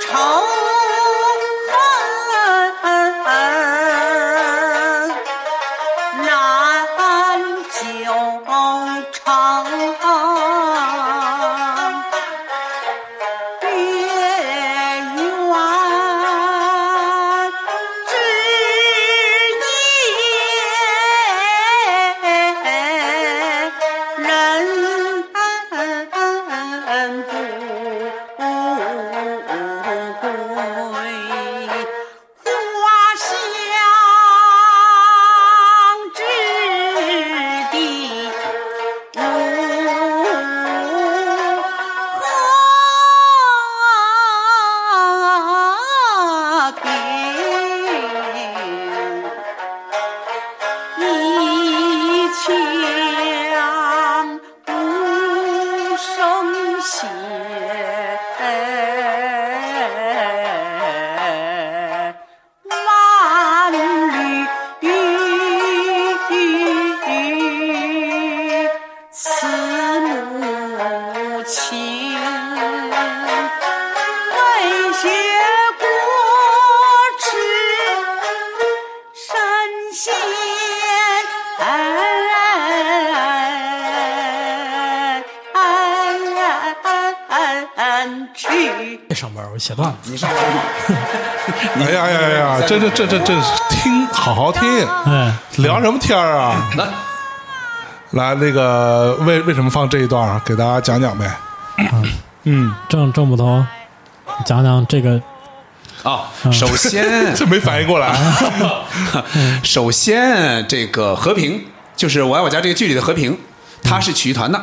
愁去。
上班我写段子，
哎呀呀呀！这这这这这，听好好听，
哎，
聊什么天儿啊？来，来，那个为为什么放这一段儿？啊给大家讲讲呗。嗯，
郑郑捕头，你讲讲这个
啊、首 先，
这没反应过来，
首先这个和平，就是我爱我家这个剧里的和平，他是曲艺团的。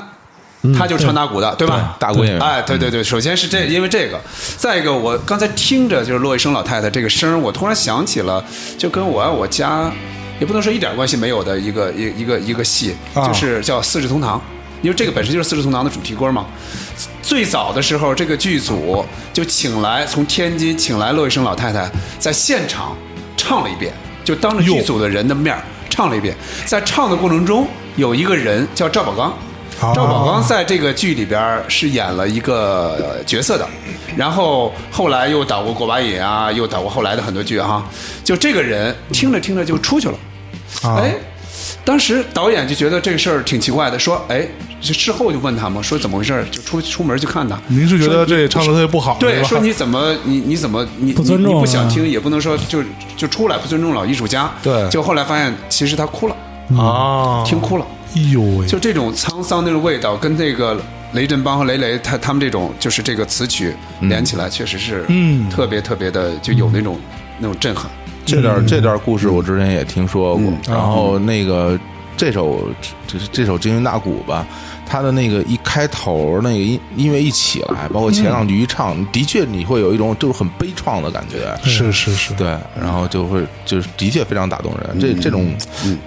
他就是唱大鼓嗯的，对吧？
大鼓演员
哎，对对对，首先是这，因为这个，再一个，我刚才听着就是骆医生老太太这个声儿，我突然想起了，就跟我爱我家，也不能说一点关系没有的一个一一个一个戏，
啊
就是叫《四世同堂》，因为这个本身就是《四世同堂》的主题歌嘛。最早的时候，这个剧组就请来从天津请来骆医生老太太，在现场唱了一遍，就当着剧组的人的面儿唱了一遍。在唱的过程中，有一个人叫赵宝刚，
哦
赵宝刚在这个剧里边儿是演了一个呃角色的，然后后来又导过《过把瘾》啊，又导过后来的很多剧啊哈、就这个人听着听着就出去了。
啊
哎，当时导演就觉得这个事儿挺奇怪的，说，哎，就事后就问他嘛，说怎么回事儿，就出出门去看他。
您是觉得这唱的特别不好，
对，
是吧
说你怎么你你怎么你
不尊重
你，你不
啊
想听，也不能说就就出来不尊重老艺术家。
对
就后来发现其实他哭了，
啊，
听哭了，
哎呦喂，
就这种沧桑那种味道，跟那个雷振邦和雷雷他他们这种就是这个词曲连起来，确实是
嗯
特别特别的就有那种那种震撼。
这段这段故事我之前也听说过，然后那个这首这这首《京韵大鼓》吧，它的那个一开头那个音音乐一起来，包括前两句一唱，的确你会有一种就是很悲怆的感觉。
是是是，
对，然后就会就是的确非常打动人。这这种，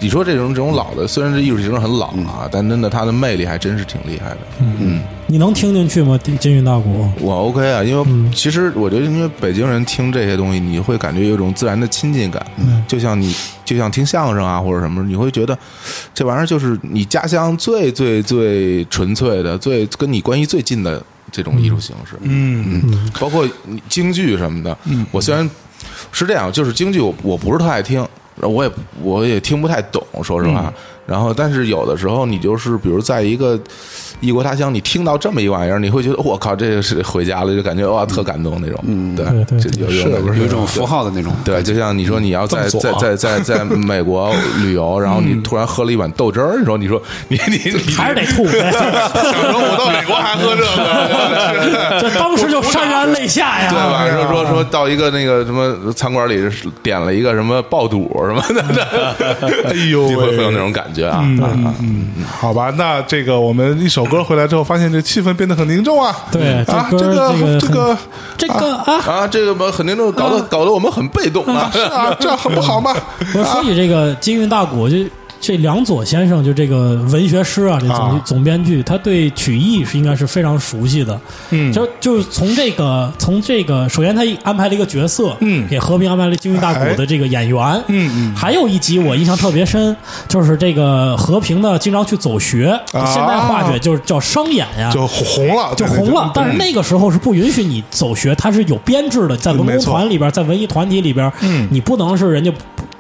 你说这种这种老的，虽然这艺术形式很老啊，但真的它的魅力还真是挺厉害的。嗯，
你能听进去吗？金韵大鼓，
我 OK 啊，因为其实我觉得，因为北京人听这些东西，你会感觉有一种自然的亲近感，就像你就像听相声啊或者什么，你会觉得这玩意儿就是你家乡最最最纯粹的、最跟你关系最近的这种艺术形式。
嗯
嗯，包括你京剧什么的，我虽然是这样，就是京剧我我不是特爱听，我也我也听不太懂，说实话。然后，但是有的时候你就是，比如在一个异国他乡，你听到这么一玩意儿，你会觉得我靠，这个是回家了，就感觉哇特感动那种。嗯，对
对
这有这种
有一种符号的那种，
对，就像你说你要在
动
在
作
在
啊
在在美国旅游，然后你突然喝了一碗豆汁儿，你说你说你你你
还是得吐。
想说我到美国还喝这个？
这当时就潸然泪下呀！
对吧？
对啊
说说说到一个那个什么餐馆里是点了一个什么爆肚什么 的，
哎呦
就会
喂，
会有那种感觉啊。
嗯嗯嗯，好吧，那这个我们一首歌回来之后，发现这气氛变得很凝重啊。
对
啊，
这歌
这个
这
这
个
个
这个啊，
啊，这个吧，肯定都搞得搞得我们很被动啊。
啊，这样很不 好嘛。
我说起这个金韵大鼓，就这梁左先生，就这个文学师啊，这总、
啊
总编剧，他对曲艺是应该是非常熟悉的。
嗯
就就是从这个从这个，首先他安排了一个角色，
嗯哎
给和平安排了金韵大鼓的这个演员，
嗯嗯
还有一集我印象特别深，就是这个和平呢经常去走学，
啊
现代化学就是叫商演呀、
就红了，
就
对
红了。但是那个时候是不允许你走学，它是有编制的，在文工
没错
团里边，在文艺团体里边，
嗯
你不能是人家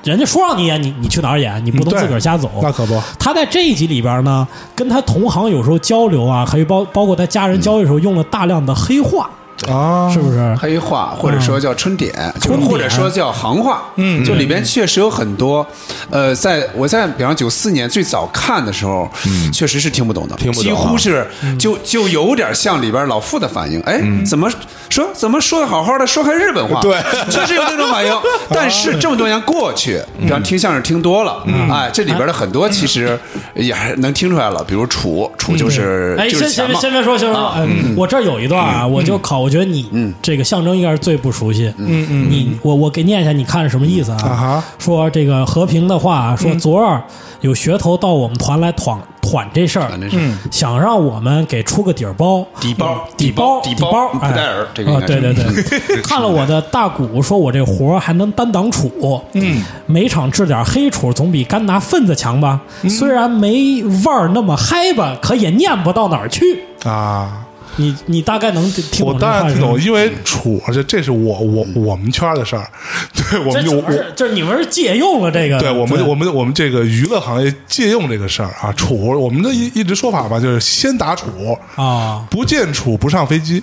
人家说让你演，你你去哪儿演，啊你不能
对
自个儿瞎走。
嗯那可不，
他在这一集里边呢，跟他同行有时候交流啊，还有包包括他家
嗯
人交流的时候，用了大量的黑话，
啊，
是不是？
黑话，或者说叫春点，就
嗯
是
春点
或者说叫行话，
嗯
就里边确实有很多，呃，在我在比方九四年最早看的时候，确实是听不懂的，
听不懂啊
几乎是就就有点像里边老傅的反应，哎，怎么说怎么说的好好的，说还日本话，对，确实有这种反应。但是这么多年过去，比方听相声听多了，哎，这里边的很多其实也还能听出来了，比如楚楚就是
哎，
就
先
是
先
钱
别
嘛，
先别说，先别说，哎，
嗯
我这儿有一段啊，我就考，我觉得你这个象征应该是最不熟悉。嗯嗯，你我我给念一下，你看是什么意思
啊
啊
哈？嗯
说这个和平的话，说昨儿有学头到我们团来团团这事儿，
反正是
嗯
想让我们给出个底儿包，
底包
底包，
底
嗯底
包
包，
布
哎
袋儿这个
啊
应该
对
是
对对， 看了我的大鼓，说我这活儿还能担当处，嗯，每场掷点黑杵，总比干拿份子强吧？
嗯
虽然没腕儿那么嗨吧，可也念不到哪儿去。
啊，
你你大概能听
我
懂这
当
话
然
是
听
吗
懂，因为楚，而且这是我我我们圈儿的事儿，对我
这
们就
主
我
要
我
是就是你们是借用了这个，
对，我们我们我们这个娱乐行业借用这个事儿啊，楚，我们的一一直说法吧，就是先打楚，
啊，
不见楚不上飞机，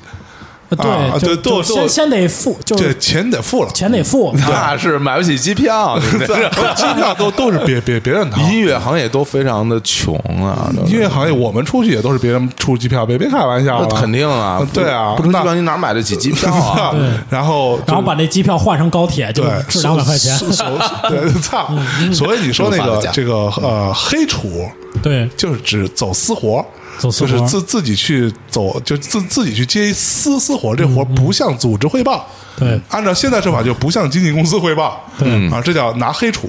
啊
对，就
对都
就
都
先先得付，就
这
是
钱得付了，
嗯钱得付，啊
那啊是买不起机 票，对不对？
呃机票都都是别别 别人掏。
音乐行业都非常的穷啊，都
音乐行业，我们出去也都是别人出机票，别别开玩笑
那
了，
肯定啊
嗯，对啊
不不出机
那
票你哪买得起机票啊？
对
然后就
然后把那机票换成高铁，就
对
是两百块钱，嗯
手手对，操！所以你说那
无法
个
的价
这个呃黑厨，
对，
就是指走私活，
走私活
就是自自己去走，就自自己去接私私活，这活不向组织汇报。
对
按照现在说法，就不向经纪公司汇报。对啊，这叫拿黑厨。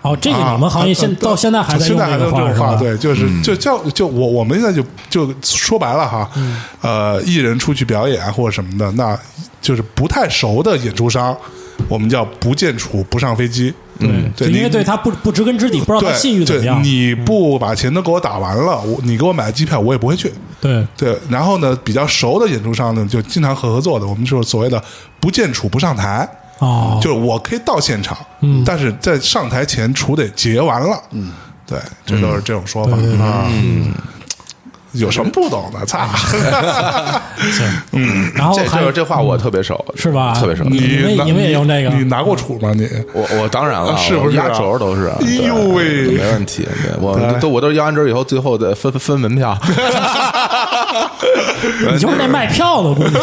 哦，这个你们行业现
啊
到现在还在
现
用
在还
这
在
个
用这
是
种话，
吧？
对，就是就叫就我我们现在就就说白了哈，
嗯
呃，艺人出去表演或者什么的，那就是不太熟的演出商，我们叫不见楚不上飞机，嗯，
就
对，
因
你
为对他不不知根知底，不知道他
对
信誉怎么
对，
样，嗯
你不把钱都给我打完了，我你给我买机票，我也不会去。
对
对，然后呢，比较熟的演出商呢，就经常合合作的，我们就是所谓的不见楚不上台。
哦，嗯
就是我可以到现场，但是在上台前楚得结完了，嗯，对，这都是这种说法啊，嗯，有什么不懂的？操，
啊 然后
这
还
这这话我特别熟，
是吧
特别熟。
你们
拿
你们也用这个嗯
你拿过楚吗？你
我我当然了，
啊是不是啊
压轴都是？
哎呦喂哎
对没问题。对我都我都是压完轴以后，最后的分分门 票，
你就是那卖票的，估计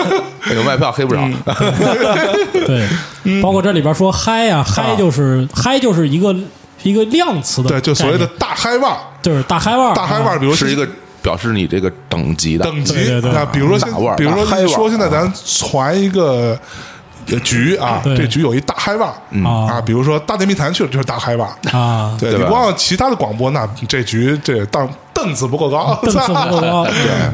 有哎卖票黑不少。
嗯
对，包括这里边说嗨呀，嗨就是嗨就是一个一个量词的概念，
啊对，就所谓的大嗨腕儿，
就是大嗨腕儿，
大嗨腕
啊
儿，比 如
是一个表示你这个等级的
等级
对对对
那比如说现
大腕儿
比如
大嗨腕儿
说说现在咱传一个。呃局啊，
对
这局有一大嗨腕儿啊，比如说大内密谈去了就是大嗨腕儿，
啊，
对
对
你
吧
光其他的广播，那这局这凳凳子不够高，
凳子不够高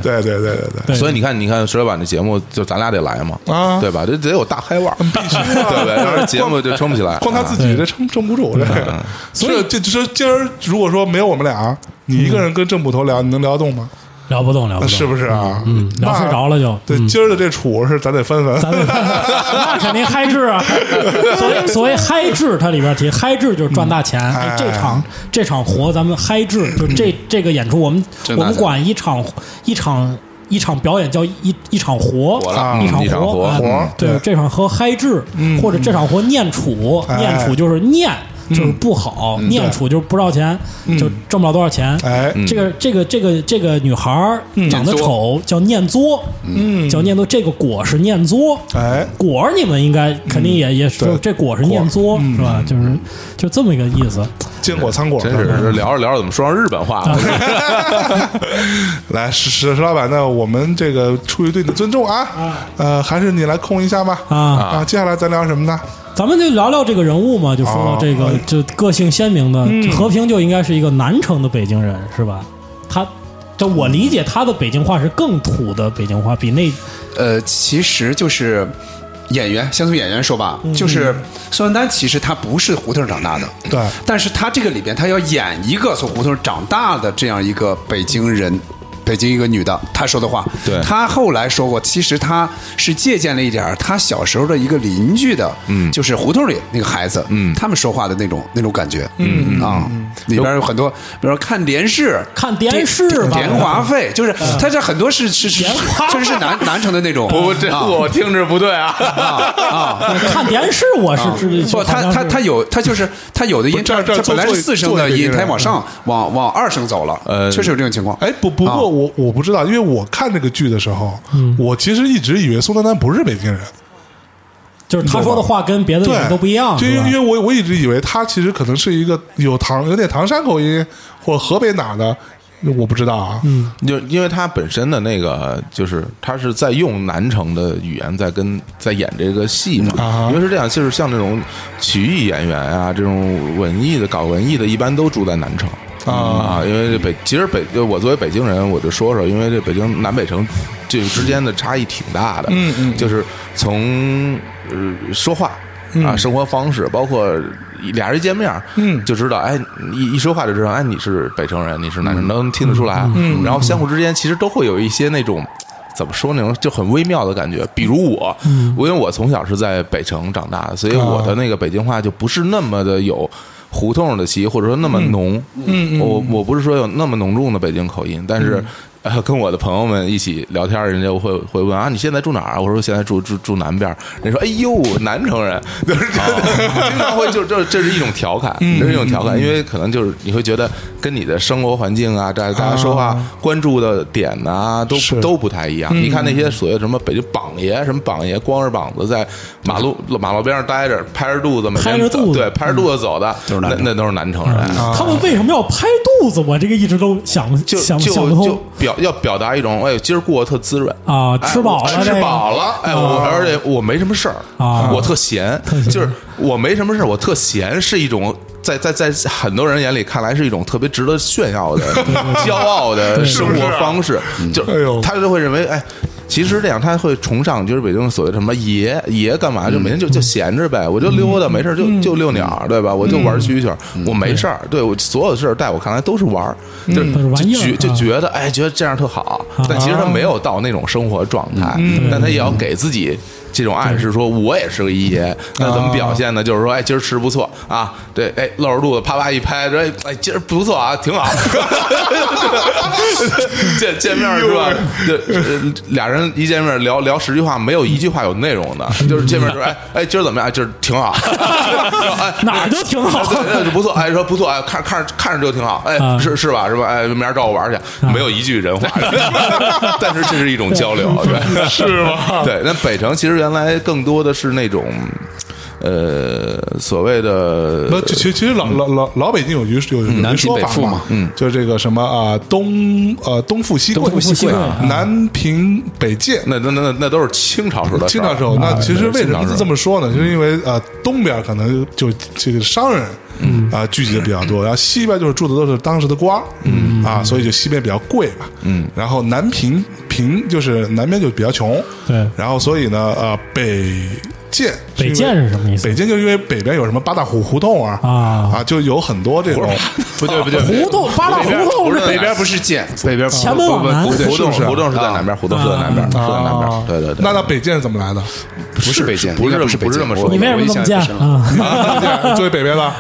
对对对对对对，
对
所以你看，你看石老板这节目，就咱俩得来嘛，
啊嗯
对吧？这得有大嗨腕儿，必须 对不对？要是节目就撑不起 来，
光他自
对
己这撑撑不住，这个
所以
这这这今儿如果说没有我们俩，你一个人跟郑捕头聊，你能聊动吗？
聊不动聊不动，
是不是啊？
嗯，聊睡着了就。
对，今儿的这处是咱得分分，
咱 们那肯定嗨制啊，所以所谓嗨制，它里边提嗨制就是赚大钱。哎
哎
这场这场活咱们嗨制，就这这个演出，我们
赚
我
大
们
钱
管一场一场一场表演叫一一场活，
火
啊
了，嗯
一
一场
活
活
啊
活
对
对
这场活嗨制，或者这场活念楚，
哎
念楚就是念。就是不好，念
对
楚就是不知道钱，就挣不了多少钱。
哎
这个这个这个这个女孩儿长得
念作
丑，叫念作，嗯，叫念作。这个果是念作，
哎
果儿你们应该肯定也也说
对
这果是念作是吧？就是就这么一个意思。
坚果餐果
真是这聊着聊着怎么说上日本话 了？
来石石石老板，那我们这个出于对你的尊重啊，呃，还是你来控一下吧
啊
接下来咱聊什么呢？
咱们就聊聊这个人物嘛，就说到这个
哦
就个性鲜明的和平，就应该是一个南城的北京人，是吧？他，这我理解他的北京话是更土的北京话，比那
呃，其实就是演员，先从演员说吧，就是宋丹丹，其实他不是胡同长大的，
对
但是他这个里边，他要演一个从胡同长大的这样一个北京人。北京一个女的，她说的话，
对
她后来说过，其实她是借鉴了一点儿她小时候的一个邻居的，嗯，就是胡同里那个孩子，嗯，他们说话的那种那种感觉，嗯啊，里边有很多，比如说看电视，
看电视吧
点
嗯
点华费，就是他这很多是是是，确实是南南城的那种，
不不，这我听着不对啊！
看电视，我是知
不，他他他有他就是他有的音，
这
他
儿这儿
他本来
做
是
做
四声
做
的
一个
音，
这个
他往上往往二声走了，
呃
确实有这种情况。
哎，不不
啊
过我我不知道，因为我看这个剧的时候，
嗯
我其实一直以为宋丹丹不是北京人，
就是他说的话跟别的
对
人都不一样，
就是因
吧
为因为我我一直以为他其实可能是一个有唐有点唐山口音或者河北哪的，我不知道啊。嗯，
就因为他本身的那个，就是他是在用南城的语言在跟在演这个戏嘛。
嗯啊
因为是这样，就是像这种曲艺演员啊，这种文艺的搞文艺的，一般都住在南城。啊，因为这北其实北我作为北京人，我就说说，因为这北京南北城这个之间的差异挺大的，嗯嗯，就是从呃说话啊生活方式，包括俩人一见面，嗯，就知道，哎，一一说话就知道，哎，嗯你是北城人，你是南城，能听得出来，嗯，然后相互之间其实都会有一些那种怎么说那种就很微妙的感觉。比如我，因为我从小是在北城长大的，所以我的那个北京话就不是那么的有。胡同的习，或者说那么浓，嗯，我我不是说有那么浓重的北京口音，但是、呃，跟我的朋友们一起聊天，人家会会问啊，你现在住哪儿啊？我说现在住住住南边儿。人家说，哎呦，南城人， 就是经常会就这这是一种调侃，这是一种调侃，因为可能就是你会觉得跟你的生活环境啊，大家大家说话
嗯
关注的点呐，都
是
都不太一样。你看那些所谓什么北京膀爷，什么膀爷，光着膀子在马路马路边上待着，拍着肚子，每
嗯拍
天
着
走
肚子嗯
对，拍着肚子走的，
都是南
那
城
那都是南城人。
他们为什么要拍肚子？我这个一直都想不
啊就
想
就
想不
就
通
表要表达一种，哎，今儿过得特滋润
啊
哎
吃饱了
我
这
吃
个
饱了，哎，我而且我没什么事儿
啊
我特闲
特，闲
就是我没什么事儿，我特闲是一种。在在在很多人眼里看来是一种特别值得炫耀的、 骄傲的生活方式，就
哎呦
他就会认为，哎，其实这样他会崇尚就是北京所谓什么爷爷干嘛，就每
嗯
天就就闲着呗，我就溜达，没事儿就就遛鸟儿，对吧？我就
嗯
玩蛐蛐儿，我没事儿，对我所有的事儿在我看来都是玩儿，就
嗯都是玩意
就
儿
觉就
啊
觉得哎，觉得这样特好，但其实他没有到那种生活状态，
嗯
但他也要给自己这种暗示，说我也是个一爷。那怎么表现呢？就是说，哎，今儿吃不错啊，对，哎，露着肚子啪啪一拍，说，哎哎，今儿不错啊，挺好。见见面是吧？这呃俩人一见面聊聊十句话，没有一句话有内容的，就是见面说，哎哎，今儿怎么样？今儿挺好。 哎
哪儿都挺 好
哎对那就不错，哎，说不错，哎，看看着看着就挺好，哎，
啊
是是吧？是吧？哎，明儿找我玩去，没有一句人 话，但是这是一种交流，对，是
啊
吗？对，那北城其实原来更多的是那种，呃，所谓的
那其实其实老老老老北京有句有有句
南
说
平北
法
赋嘛
嗯，就这个什么啊，东呃东富西贵，
东富西贵啊
南平北界。
那那那那都是清朝时候的事
清
儿
朝时候，那
啊
其实
对
为什
清朝
么
时候
这么说呢？就是因为呃，东边可能就这个商人，嗯啊聚集的比较多，然后西边就是住的都是当时的官，嗯啊，所以就西边比较贵吧，嗯，然后南平平就是南边就比较穷，
对
然后所以呢，呃，北界
北界是什么意思
北界就是因为北边有什么八大胡胡同啊
啊
啊，就有很多这种
不对不对，不对
胡同八大胡同哎是
北边不是界，北边不
前门往
不不
南
不对
胡同
是
胡同是在南边，胡同是在南边，是在南
啊
边，对对对。
那那北界是怎么来的？
不是北界，
不是
应该不是北
不是
界
这么说
我
你为什么这么
我印象
贱
很深了
啊？
作为北 边的，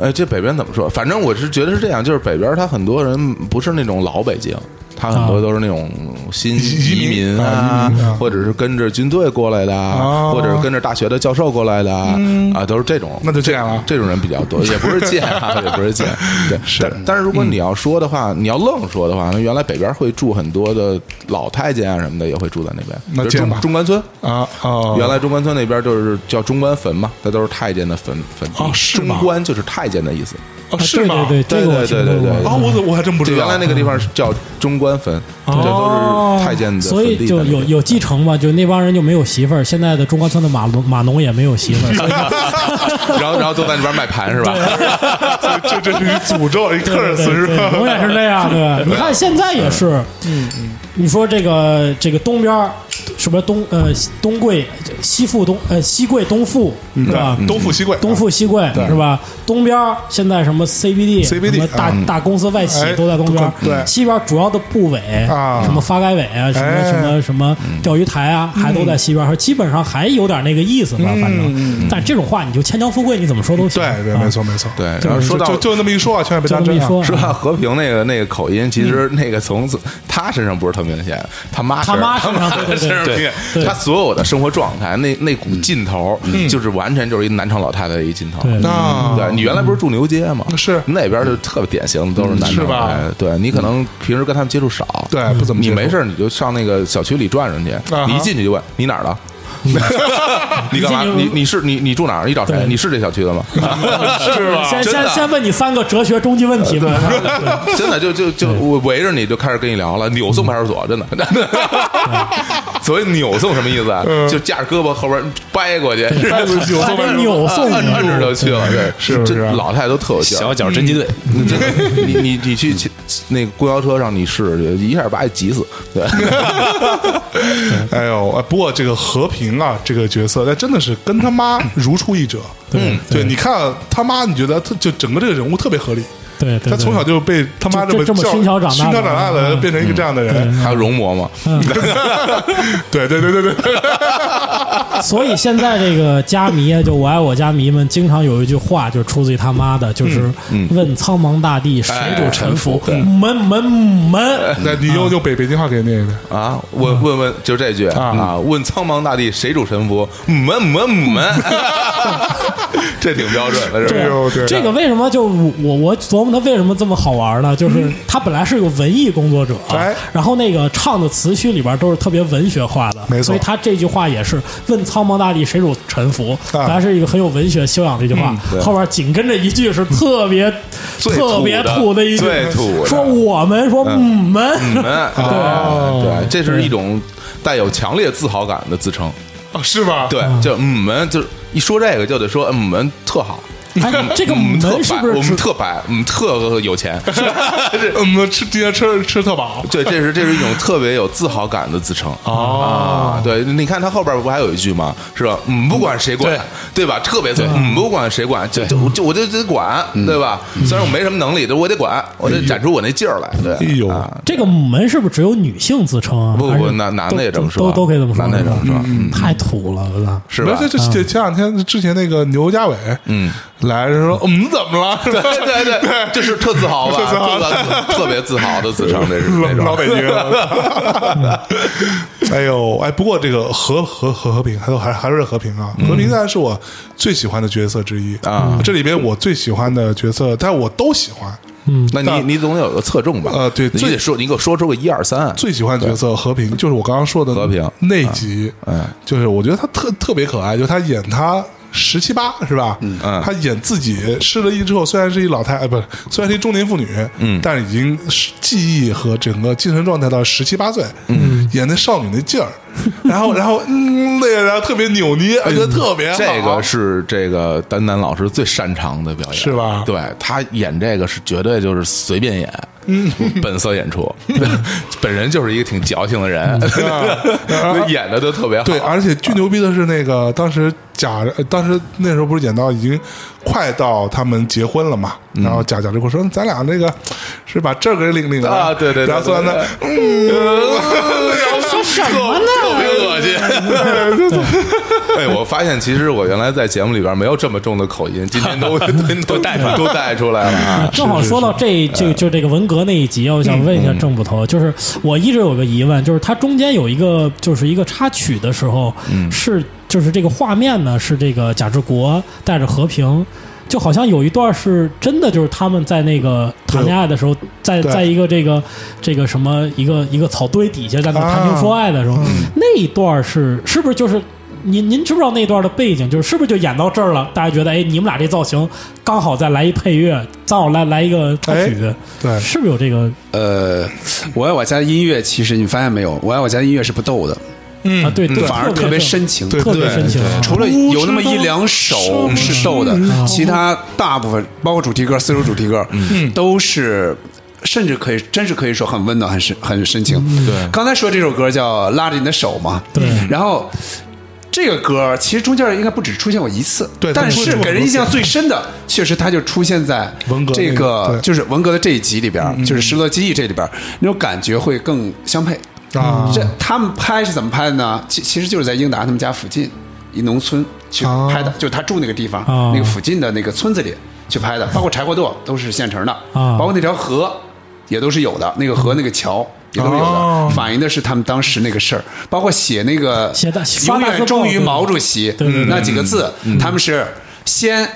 呃，这北边怎么说？反正我是觉得是这样，就是北边他很多人不是那种老北京，他很
啊
多都是那种新 移民啊，或者是跟着军队过来的啊，
哦嗯
或者是跟着大学的教授过来的啊，啊都是这种。
那就这样了。
这种人比较多，也不是贱啊，也不是 贱。对，是。但是如
嗯
果你要说的话，你要愣说的话，那原来北边会住很多的老太监啊什么的，也会住在那边。
那
比如
这样
中
吧
中关 村
啊哦，
原来中关村那边就是叫中关坟嘛，那都是太监的坟坟地。
哦是
中
吗
关就是太监的意思。
哦
啊
是 吗？
对对这个我
对对
听说
对对
过
啊，我怎我还真不
就
知道。哦
原来那个地方是叫中关坟，这都是太监的
所
坟
以
地在
就
那边。
有有继承嘛，就那帮人就没有媳妇儿，现在的中关村的码农码农也没有媳妇儿， 所以
然后然后都在那边卖盘是吧？
这这这是诅咒，一
对对
curse
对
是
对，永远
吧？
是那样， 对。你看现在也是，嗯，你说这个这个东边儿什么东呃东贵西富东呃西贵东富
嗯
是吧？
嗯东富西贵，
东富西贵是吧？东边儿现在什么 CBD、
CBD
什么大
嗯
大公司外企
哎
都在东边儿，
都对
西边儿主要的部委
啊
什么发改委啊，什么
哎嗯
什么什么钓鱼台啊，还都在西边儿，基本上还有点那个意思吧，反正。但这种话你就牵强附会，你怎么说都行。
对对，
啊
没错没错。
对，然后说
就
到
就就那么一说啊，千万别
就
当
这么
真
一
啊。
说啊，嗯
说到和平那个那个口音，其实那个从从他身上不是特明显，他妈
他妈
身
身上对对对
身上明显
对嗯
他所有的生活状态，那那股劲头，就是完全就是一南城老太太的一劲头。
对
那
对你原来不是住牛街吗？
啊是
那边就特别典型的都是南
是
城
吧
人，对你可能平时跟他们接触少，
对
嗯
不怎么
你
接触啊
没事儿你就上那个小区里转转去，
哈
你一进去就问你哪儿的。 你干嘛？
一进去
你你是你你住哪儿？你找谁
对？
你是这小区的吗？
嗯 是吧？啊先
真的
先先问你三个哲学终极问题吧。
真的就就就我围着你就开始跟你聊了，扭送派出所，真的。 所谓扭送什么意思啊？
嗯
就架着胳膊后边掰过去，是吧
还得扭送
按按着
你，
就去了，对，
是不是啊
这老太太都特有劲儿。
小脚侦缉队，
你真的，你你你去骑那个公交车上，你试试，一下把你急死。对，
哎呦，哎不过这个和平啊，这个角色，那真的是跟他妈如出一辙。嗯，对，你看他妈，你觉得他就整个这个人物特别合理。
对对
他从小就被他妈
就
么
就这么
教
熏陶长大的
熏陶长大的，
嗯
变成一个这样的 人。
还有容嬷嬷，
对对对对对，
所以现在这个家迷啊，就我爱我家迷们，经常有一句话就出自于他妈的，就是问苍茫大地谁主沉浮，门门门。
那你又用北北京话给念一遍。
啊，问问问，就这句
啊
啊，问苍茫大地谁主沉浮？嗯们们们，嗯 这挺标准的，是
啊
哎
吧？
呦，对，
这个为什么就我我我琢磨他为什么这么好玩呢？就是他本来是个文艺工作者啊
哎，
然后那个唱的词曲里边都是特别文学化的，
没错
所以他这句话也是“问苍茫大地谁主沉浮”，
啊
本来是一个很有文学修养的一句话，后边紧跟着一句是特别
最土的
特别土的一句
最土，的
说我们说
嗯
我们
你们，哦对对，这是一种带有强烈自豪感的自称。
哦是吧？
对，
嗯
就嗯你们，就是一说这个就得说嗯你们特好，
哎，这个
我们
门
特
是
白，
不
我
是
们
指
特白，我们特有钱。
我们嗯吃今天吃吃特饱。
对，这是这是一种特别有自豪感的自称。
哦
啊，对，你看他后边不还有一句吗？是吧？嗯，不管谁管，对吧？特别对，嗯，不管谁管，就就就我就得管，
嗯
对吧？虽然我没什么能力，但我得管，我得展出我那劲儿来。对，
哎呦
啊
这个门是不是只有女性自称啊？
不
还
不，
是
男男
都
的也这么说，啊
都都可以这么说，
男的也这么
是吧
说，嗯，
太土了，我操！
是
没
吧
事，？
嗯
这这前两天之前那个牛家伟，嗯，来是说我们怎么 了？
对对对，这是特自豪吧？
啊自豪
特特别自豪的自称，这是
老
那种
老北京了。 哎呦，哎，不过这个和和和和平，还有还还是和平啊，和平当然是我最喜欢的角色之一
啊
这里边我最喜欢的角色，但我都喜欢。
那你你总得有个侧重吧？
呃对
你
最
得说，你给我说出个一二三。
最喜欢的角色和平，就是我刚刚说的
和平
那集，
嗯，
就是我觉得他特特别可爱，就是他演他。十七八是吧？嗯
嗯
他演自己失了忆之后，虽然是一老太，呃，不是，虽然是一中年妇女，嗯，但是已经是记忆和整个精神状态到十七八岁，嗯，演那少女那劲儿，然后，然后，嗯，那个，然后特别扭捏，我觉得特别好，
哎这个是这个丹丹老师最擅长的表演，
是吧
对他演这个是绝对就是随便演，
嗯
本色演 出，本人就是一个挺矫情的人， 演的都特别好。
嗯啊对，而且巨牛逼的是那个当时贾，呃当时那时候不是演到已经快到他们结婚了嘛，
嗯
然后贾贾志国说嗯咱俩那个是把这儿给领领了
啊对对对
然后苏兰丹
对
说什么
特别
呢？
恶心。 哎，我发现其实我原来在节目里边没有这么重的口音，今天 都都带出来，都带出来了啊。
正好说到这就就这个文革那一集，我想问一下郑捕头，就是我一直有个疑问，就是它中间有一个就是一个插曲的时候，是就是这个画面呢是这个贾志国带着和平。就好像有一段是真的，就是他们在那个谈恋爱的时候，在
对
在一个这个这个什么一个一个草堆底下在那谈情说爱的时候，那一段是是不是就是您您知不知道那段的背景？就是是不是就演到这儿了？大家觉得哎，你们俩这造型刚好再来一配乐，正好来来一个插曲，
对
是不是有这个、
呃，我爱我家的音乐，其实你发现没有，我爱我家的音乐是不逗的，
啊？对，对
反而特
特
别
别
深情。
特别深情啊。
除了有那么一两首是逗的，其他大部分包括主题歌、四首主题歌，
嗯
都是。甚至可以，真是可以说很温暖、很深、很深情。
嗯
对，刚才说这首歌叫《拉着你的手》嘛。嗯
对
然后这个歌其实中间应该不止出现过一次，
对
但
它出
是
现过
给人印象最 深的，确实它就出现在
文革那
这
个
个
对嗯
就是文革的这一集里边儿，就是《失落记忆》这里边儿那种感觉会更相配。
嗯
啊，
这他们拍是怎么拍的呢？其其实就是在英达他们家附近一农村去
哦
拍的，就是他住那个地方、
哦
那个附近的那个村子里去拍的，包括柴火垛都是现成的，
哦
包括那条河也都是有的，那个河那个桥。也都是有的，
哦
反映的是他们当时那个事儿，包括写那个
写的发
永
大字报
远忠于
对
毛主席
对对对嗯
那几个字，他们是先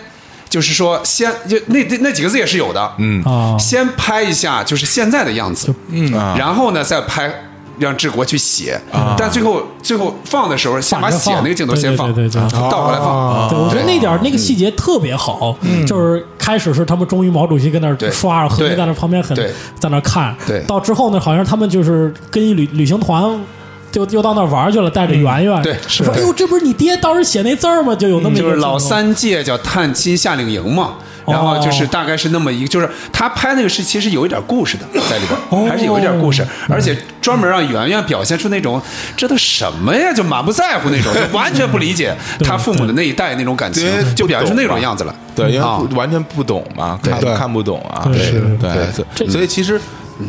就是说先就那那那几个字也是有的，嗯
哦
先拍一下就是现在的样子，嗯，
啊
啊
然后呢再拍让治国去写，但最后最后放的时候先把
反着
写那个镜头先放，
对对对对对
倒过
哦啊
来放。
啊
对，我觉得那点儿那个细节特别好，就是开始是他们忠于毛主席跟那
对
儿刷，何
对
冰在那旁边很
对
在那儿看，
对
到之后呢，好像他们就是跟一旅旅行团。就又到那儿玩儿去了，带着圆圆、
对是
说：“哎呦，这不是你爹当时写那字儿吗？”就有那么一个
就是
镜头
老三届叫探亲夏令营嘛，
哦
然后就是大概是那么一个，就是他拍那个是其实有一点故 事的在里
哦
边，还是有一点故事，而且专门让圆圆表现出那种这都什么呀，就满不在乎那种，就完全不理解他父母的那一代那种感情
因为，
就表现出那
不懂
种
嘛
样子来。
对，因为
啊
不完全不懂嘛，看
对
看不懂啊，
对嗯
对
是
对所以，所以其实，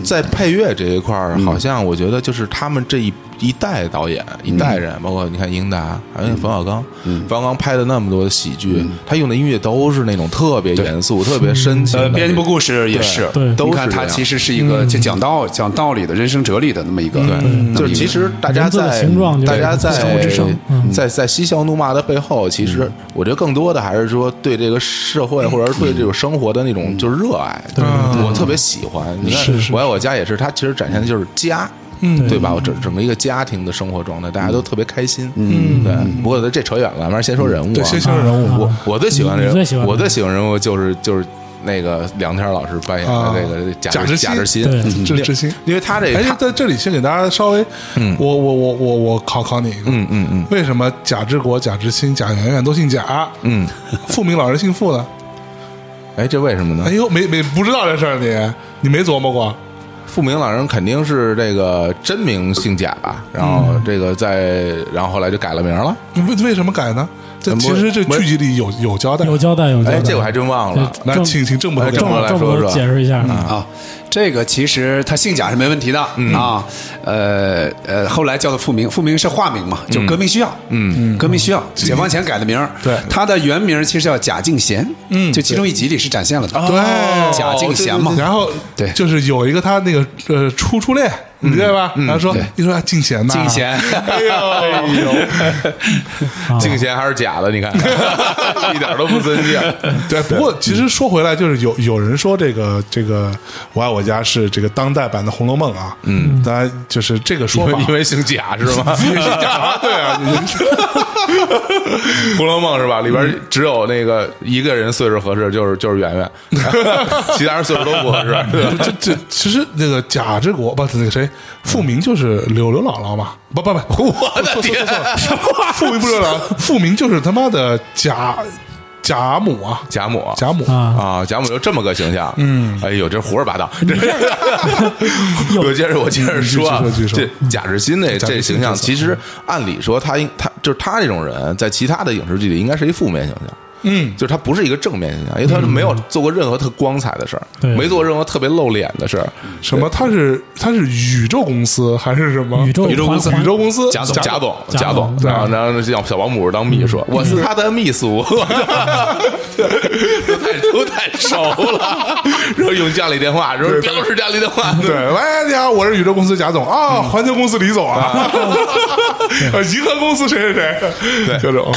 在配乐这一块儿，好像我觉得就是他们这一一代导演
嗯
一代人，包括你看英达，还有冯小刚，冯小刚拍的那么多喜剧，
嗯
他用的音乐都是那种特别严肃、特别深情
呃，
的那种，
编辑部故事也
对
是，
对
都
你
是
看
这
他
样
其实是一个就讲道讲道理的人生哲理嗯的那么一个，
对，嗯就是其实大家
人字的
在
形状就是
大家在
相互之声嗯
在在嬉笑怒骂的背后，其实我觉得更多的还是说对这个社会或者是对这种生活的那种就是热爱，
嗯
我特别喜欢。你看
是，是
我爱我家也是，它其实展现的就是家。
嗯
对吧？我整整个一个家庭的生活状态，大家都特别开心。嗯，对。不过这扯远了，咱们先说人物啊。
对先说人物
啊
我我最喜欢的
你
人，
最喜欢的
我最喜欢人物就是就是那个梁天老师扮演的
啊
那个
贾
贾
志
贾
新
志新，
对
嗯
这是志新
因为他这
哎，
他
在这里先给大家稍微，我我我我我考考你一个，
嗯嗯嗯
为什么贾志国、贾志新、贾圆圆都姓贾？
嗯，
富明老师姓傅呢？
哎，这为什么呢
哎？呦，没没不知道这事儿，你你没琢磨过？
傅明老人肯定是这个真名姓贾吧，然后这个在，然后后来就改了名了。
为为什么改呢？这
嗯
其实这
不是
剧集里有有交代。
有交代有交
哎，
代。
这我还真忘了。
对
来，
郑
请请郑捕头
哎
给
郑
郑
我
伯
某
来
郑
说
某
说
解释一下，
啊，这个其实他姓贾是没问题的、啊，呃呃，后来叫的复明，复明是化名嘛，就革命需要，嗯，革命需要，解放前改的名儿，
对
他的原名其实叫贾敬贤，嗯，就其中一集里是展现了的，
对
贾敬贤嘛，
然后
对
就是有一个他那个呃初初恋，你知道吧？然后说
嗯对
一说啊敬贤呐，
敬贤，
哎呦，哎呦，
啊
敬贤还是假的，你看， 一点都不尊敬。
对。不过其实说回来，就是有有人说这个这个“我爱我家”是这个当代版的《红楼梦》啊，嗯，当然就是这个说
因
法
为，因为姓贾是吗？
因为是假，对啊，
《红楼梦》是吧？里边只有那个一个人岁数合适，就是就是圆 圆，其他人岁数都不合适。对吧
这这其实那个贾志国不那个谁，傅明就是柳柳姥姥嘛，不不不，我的天，
啊
傅明不是柳姥姥，傅明就是他妈的贾贾母啊，
贾母，
贾母
啊，
啊，贾母就这么个形象，嗯，哎呦，这胡说八 道， 这我接着我接着说啊
嗯继续，说
这
继续
贾志新那
贾
这
志新
形象，
这次
其实按理说他应他就是他这种人，在其他的影视剧里应该是一负面形象。
嗯，
就是他不是一个正面形象，因为他没有做过任何特光彩的事儿，
对
没做过任何特别露脸的事儿。
什么？他是他是宇宙公司还是什么？
宇宙宇宙公司
宇宙公司
贾总，贾总，贾
贾
总啊
总，
对嗯
然后然后叫小保姆当秘书，我是他的秘 书， 都太都太熟了。 然后用家里电话，说张老师家里电话，
对，喂，你好，我是宇宙公司贾总啊，
嗯
环球公司李总啊，啊， 银河公司谁谁谁，
对嗯
这种，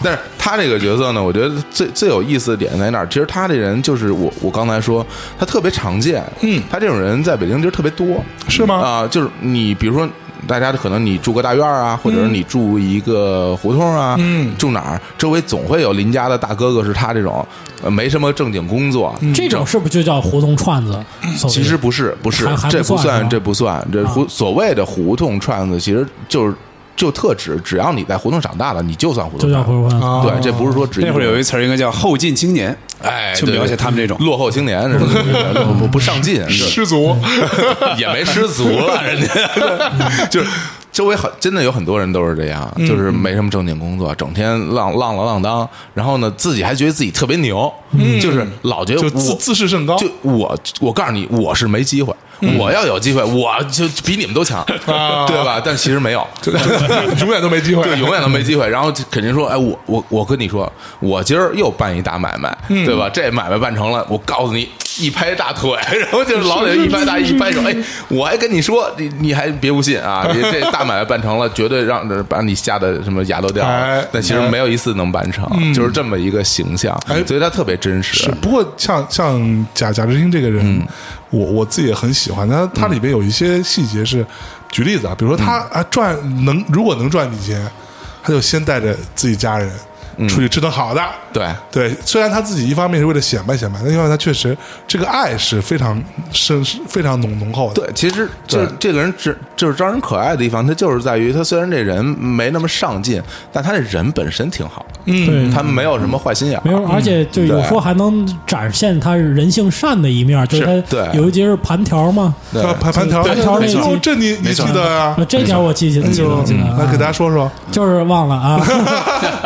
但是他这个角色呢，我觉得最最有意思的点在哪儿？其实他这人就是我我刚才说，他特别常见，嗯，他这种人在北京其实特别多，
是吗
啊、就是你比如说。大家可能你住个大院儿啊，或者是你住一个胡同啊，
嗯
住哪儿，周围总会有邻家的大哥哥是他这种，呃没什么正经工作，
这种是不是就叫胡同串子？所谓
其实不是，不是
还还，不
这不
算是
算，
吧
这不算，这胡所谓的胡同串子，其实就是就特指，只要你在胡同长大了，你就算胡同
就叫
串子
胡。同串子。
啊
对，这不是说只
那会儿有一词儿应该叫后进青年，
哎，
就
对
描写他们这种嗯
落后青年似 的，不不上 进，
失足，
对也没失足了，人家就是。周围很真的有很多人都是这样，
嗯
就是没什么正经工作，整天浪浪了浪当，然后呢，自己还觉得自己特别牛，就是老觉得
嗯就
我
自自视甚高，嗯
就我，我告诉你，我是没机会。我要有机会，我就比你们都强，
啊
对吧？但其实 没有，
就 永远都没机会，
对，永远都没机会。然后就肯定说，哎，我我我跟你说，我今儿又办一大买卖，
嗯
对吧？这买卖办成了，我告诉你，一拍大腿，然后就是老得一拍大一拍手，哎，我还跟你说，你你还别不信啊，你这大买卖办成了，绝对让把你吓得什么牙都掉了
哎。嗯
但其实没有一次能办成，就是这么一个形象，
哎
所以他特别真实。
是，不过像像贾贾志新这个人，
嗯
我我自己也很喜欢他。他里边有一些细节是，举例子啊，比如说
嗯
他啊赚能如果能赚笔钱，他就先带着自己家人
嗯
出去吃顿好的。
对
对，虽然他自己一方面是为了显摆显摆，但另外他确实这个爱是非常深是非常浓浓厚的。
对，其实这
对
这个人只就是招人可爱的地方，他就是在于他虽然这人没那么上进，但他这人本身挺好的。
对，
他们没有什么坏心眼儿，
没
嗯
有，而且就有
对
时候还能展现他人性善的一面，就是
是
他
对
有一节是盘条嘛，
对
啊盘盘条，
对
条
没错
这你你
没错
记得啊？嗯
呃这条我记记得记得记得，
来给大家
啊
说说，
就是忘了 啊，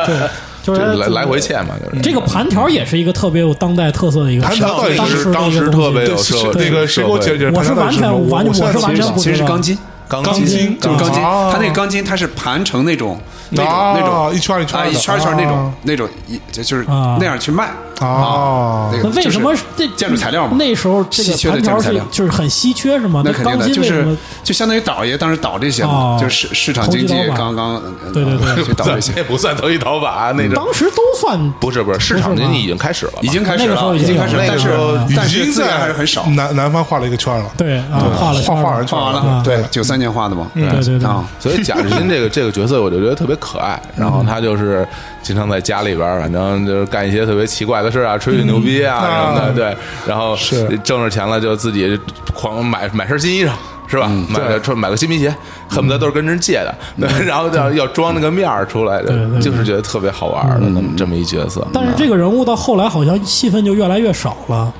对，就
就是是来
他
来回欠嘛，就是
这个盘条也是一个特别有当代特色的一个，
盘条到底
当
是
的
当
一
时
个
特
东西
别有
是
社会
那个谁给我解释？
我是
盘条到
完
底是什
全完我是
么我我现在
完全
其实
不知
其实是
道
钢筋，
钢
钢筋
就是钢筋，
啊
它那个钢筋它是盘成那种那种
啊
那种
一圈一圈
啊
的
一圈一圈那种
啊
那种一就就是
啊
那样去卖
啊
那
那
个
为什么这
建筑材料嘛
那时候这
稀缺
个
的
盘条
建筑材
是
料
就是很稀缺，是吗？
那肯
钢
定的，
筋
就
为什
是
么？
就相当于倒爷当时倒这些嘛
哦，
就是市市场经济
投机倒把
刚刚
对对对
去倒这些
这，不算投机倒把啊那种，
当时都算
不是不是，市场经济已经开始了吧，
已经开始
那个时候
了，
已
已
经
经开始了，
有
但是
那
已
但是
经
资源
在嗯
还是很少，
南南方画了一个圈了，
对啊，画了圈
画
儿
画完圈
画完
啊
了，对，九三年画的嘛，对
对对对，
啊，
所以贾志新这个这个角色，我就觉得特别可爱。然后他就是经常在家里边儿，反正就是干一些特别奇怪的事啊，吹吹牛逼啊
嗯
什么
啊
的。对，然后
是
挣着钱了就自己狂买买身新衣裳。是吧？买个穿买个新皮鞋，恨不得都是跟人借的，对， 然后要要装那个面儿出来
对对
的，
对
就是觉得特别好玩儿的那么这么一角色。嗯
但是这个人物到后来好像戏份就越来越少了。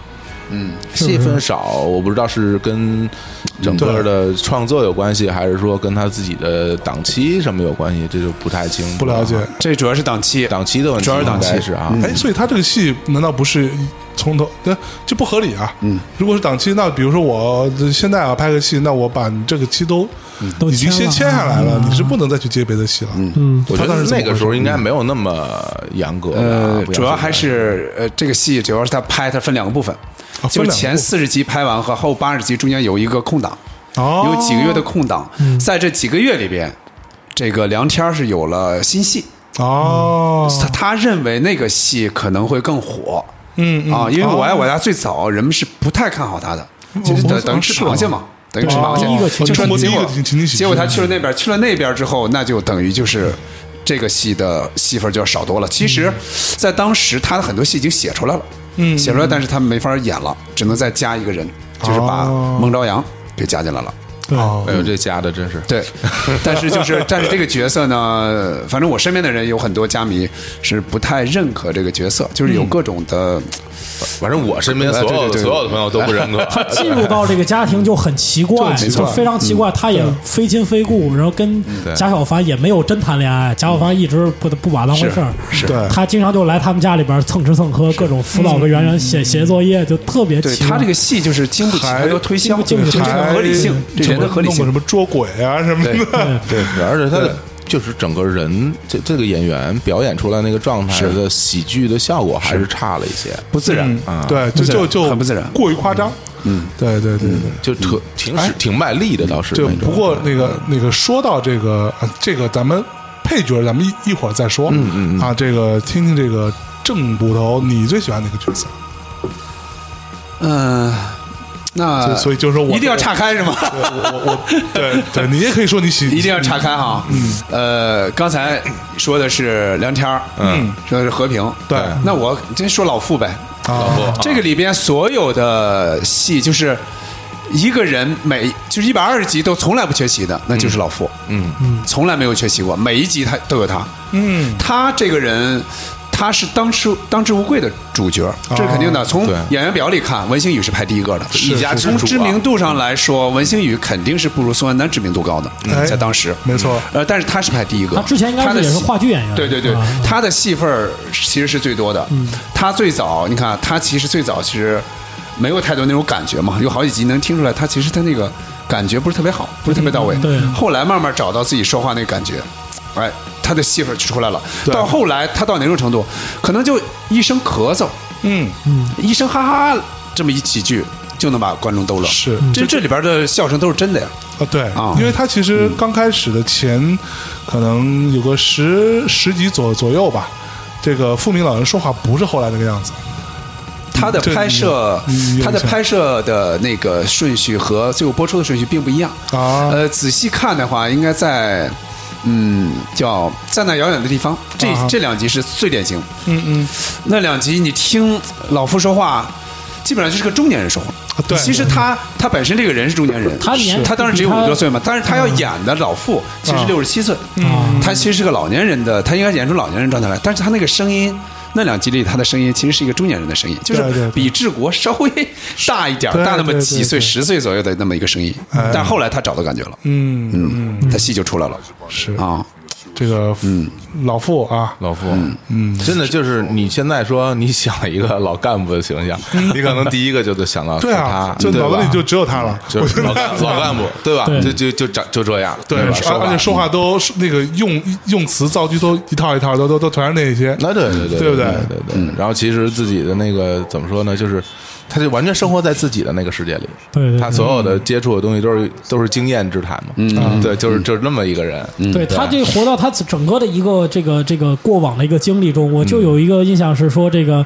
是不
戏
是
份少，我不知道是跟整个的创作有关系，还是说跟他自己的档期什么有关系，这就不太清楚。
不了解。
这主要是档期，
档期的问题，
主要是档期
是啊，
哎，所以他这个戏难道不是从头？对，就不合理啊！嗯，如果是档期，那比如说我现在啊拍个戏，那我把你这个期都
嗯
都
已经先
签
签
了
下来了
啊，
你是不能再去接别的戏了。嗯，
嗯，
我觉
他当
得
时怎么
那个时候应该没有那么严格的
呃
啊，，不
主要
严格
还是呃，这个戏主要是他拍，它分两个部分，
哦分
就是
两个
前
部分
四十集拍完和后八十集中间有一个空档，
哦，嗯
有几个月的空档，在这几个月里边，这个梁天儿是有了新戏，
哦，
他他认为那个戏可能会更火，
嗯嗯
啊，因为我爱
哦
我家最早人们是不太看好他的，就是
我
等
我
等于吃
是吗
螃蟹嘛，等于吃螃蟹
第一个。
就
就是
中国第
结
一
果
个情景喜剧，
结果他去了那边，去了那边之后，那就等于就是这个戏的戏份就要少多了。其
嗯
实，在当时他的很多戏已经写出来了，嗯，写出来，但是他没法演了，只能再加一个人，就是把
哦
孟朝阳给加进来了。
对，
哦
哎呦，这加的真是
对，但是就是，但是这个角色呢，反正我身边的人有很多家迷是不太认可这个角色，就是有各种的，
嗯
反正我身边
哎对
所有的
对对
所有的朋友都不认可。
他进入到这个家庭就很奇怪，
就很奇
就
怪嗯
非常奇怪。他也非亲非故，然后跟贾小凡也没有真谈恋爱，贾小凡一直不不把他当回事儿。
是
对
他经常就来他们家里边蹭吃蹭喝，各种辅导个圆圆写写作业，就特别
嗯对
奇
他
怪
这。个戏就是经不起
还
太多推销，
经不起
就是
还
合理性，这
什
人
哎么
的合理
弄个
性
什。么捉鬼啊什么
对
的，
对，而且他的就是整个人这这个演员表演出来那个状态的喜剧的效果还是差了一些，
不自然
啊
对，就
自然
就就
很不自然
过于夸张。嗯，对对对对。
就特挺使
哎
挺卖力的倒是
就
那种。
不过那个那个说到这个呃这个咱们配角，咱们一一会儿再说。嗯嗯啊，这个听听这个郑捕头，你最喜欢哪个角色？
嗯，那
就所以就是说我嗯
一定要岔开是 吗？
对我我我对对，你也可以说你喜
一定要岔开哈。
嗯
呃，刚才说的是梁天儿，嗯，说的是和平，
对
那我真说老傅呗。
啊，
这个里边所有的戏就是。一个人每就是一百二十集都从来不缺席的，那就是老傅，嗯嗯，从来没有缺席过，每一集他都有他，
嗯
他这个人，他是当之当之无愧的主角，这是肯定的。从
对
演员表里看，文星宇是排第一个的，
一家之主啊
从知名度上来说，文星宇肯定是不如宋丹丹知名度高的
哎，
在当时。
没错
呃，但是他是排第一个。
他之前应该
他
是
的
也是
戏
话剧演员，
对对对
啊，
他的戏份儿其实是最多的。他最早，你看，他其实最早其实没有太多那种感觉嘛，有好几集能听出来，他其实他那个感觉不是特别好，不是特别到位。
对
后来慢慢找到自己说话那个感觉，哎，他的戏份儿就出来了。到后来，他到哪种程度，可能就一声咳嗽，
嗯，
一声哈哈这么一几句，就能把观众逗乐。
是
这这里边的笑声都是真的呀。
啊，对
啊，
因为他其实刚开始的前可能有个十十集左左右吧，这个付明老人说话不是后来那个样子，
他的
这你
拍摄
你有印，象
他的拍摄的那个顺序和最后播出的顺序并不一样
啊
呃，仔细看的话，应该在嗯叫站在遥远的地方，这、
啊
这两集是最典型。
嗯嗯，
那两集你听老夫说话，基本上就是个中年人说话。
啊对
其实他他本身这个人是中年人，
他年嗯
他当时只有
比
五
他
十多岁嘛，但是他要演的老妇其实六十七岁，
嗯
他其实是个老年人的，他应该演出老年人状态来，但是他那个声音。那两集里，他的声音其实是一个中年人的声音，就
对对
是
对
比治国稍微大一点儿，
对
大那么
对对
几岁、
对哎
十岁左右的那么一个声音。但后来他找到感觉了，
嗯嗯，
嗯，他戏就出来了
是哦
啊。
这个嗯老傅啊，
老傅，嗯，真的就是你现在说你想一个老干部的形象，你可能第一个就得想到是
对
他
啊，，就
对
脑
吧
子里就只有他了，
就是老干老干部，对吧？
对
就就就长就这样，
对，
吧？
而而
法
且说话嗯都那个用用词造句都一套一套，都都都全是那些，
那对对对
对不嗯
对
对
对对。然后其实自己的那个怎么说呢，就是他就完全生活在自己的那个世界里，
对对
他所有的接触的东西都是都是经验之谈嘛，嗯，对，就是就是那么一个人，嗯
对他这个活到他整个的一个这个这个过往的一个经历中，
嗯
我就有一个印象是说这个，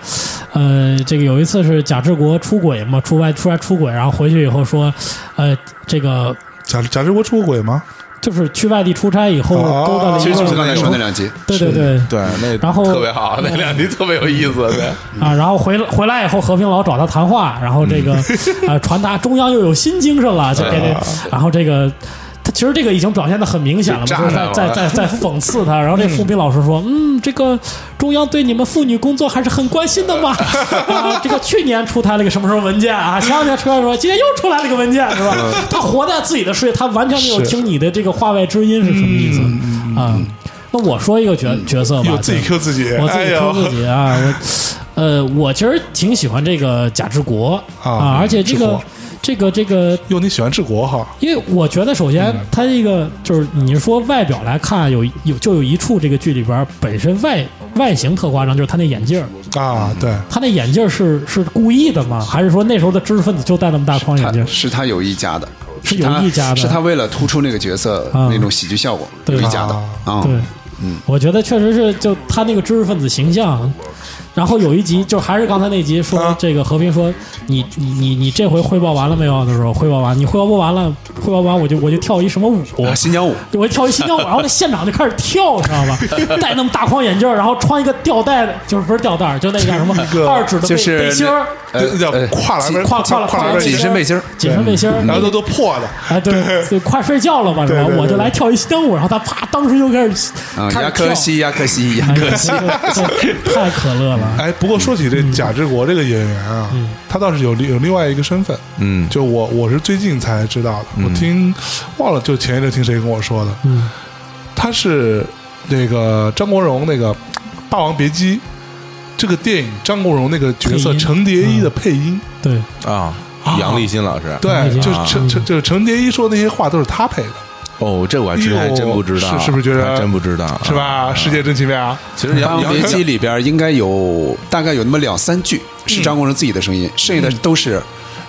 呃，这个有一次是贾志国出轨嘛，出外出来出轨，然后回去以后说，呃，这个
贾贾志国出过轨吗？
就是去外地出差以后
哦
勾搭了一
其
个，
实就是刚才说那两集，
对对对
对，那
然后
特别好，那两集特别有意思，
嗯
对，
啊，然后回回来以后，和平老找他谈话，然后这个
嗯
呃传达中央又有新精神了，就给
啊
这，然后这个。他其实这个已经表现的很明显了嘛，
就
就是
炸
在
了
在在在讽刺他。然后这傅斌老师说：“嗯，这个中央对你们妇女工作还是很关心的 嘛。啊这个去年出台了一个什么什么文件啊，前两天出来说，今天又出来了一个文件，是吧？他活在自己的世界，他完全没有
嗯是嗯
听你的这个话外之音是什么意思啊。那我说一个角角色吧，
有哎自己
就
Q 自己，
我自
哎
己
呦
说自己啊，我呃，我其实挺喜欢这个贾志国
啊
而且这
志
个
国
这个这个，
哟，你喜欢治国哈？
因为我觉得首先
嗯
他这个就是你说外表来看，有有就有一处这个剧里边本身外外形特夸张，就是他那眼镜儿
啊，对，
他那眼镜儿是是故意的吗？还是说那时候的知识分子就戴那么大框眼镜
他
儿？
是他有意加的，
是有意加的
是他为了突出那个角色
啊
那种喜剧效果
对
有意加的啊。
对，嗯，我觉得确实是就他那个知识分子形象。然后有一集，就还是刚才那集说
啊
这个和平说你你你你这回汇报完了没有？的时候汇报完，你汇报不完了，汇报完我就我就跳一什么舞，
啊新疆舞，
我一跳一新疆舞，然后那现场就开始跳，知道吧？戴那么大框眼镜儿，然后穿一个吊带的，就是不是吊带儿，就那叫什么
个
二指的背
就是
背心儿，
这叫
呃
跨嗯栏
紧
背，
跨跨
跨
栏
栏
背
紧身背心儿，
紧身背心儿，
然后都都破的，
哎，对，就快睡觉了吧，是吧？
对对对
我就来跳一新疆舞，然后他啪，当时就开始
啊，
开始
亚
跳
克，西，亚克西，亚
哎
克
呀
西。
这太可乐了。
哎，不过说起这
嗯
贾志国这个演员啊，他倒是有另有另外一个身份，
嗯
就我我是最近才知道的，我听忘了，就前一阵听谁跟我说的，
嗯，
他是那个张国荣那个《霸王别姬》这个电影张国荣那个角色
配音
程蝶衣的配音，
对，
啊，杨立新老师，
配
对，
音
就是
啊
程程就是程蝶衣说那些话都是他配的，
哦，这我还真
哎
还
呦
真不知道，
是是不是觉得
还真不知道，啊
是？
啊
吧？世界真奇妙，
其实
《霸
杨
王
杨
别姬》里边应该有大概有那么两三句是张国荣自己的声音，剩下的都是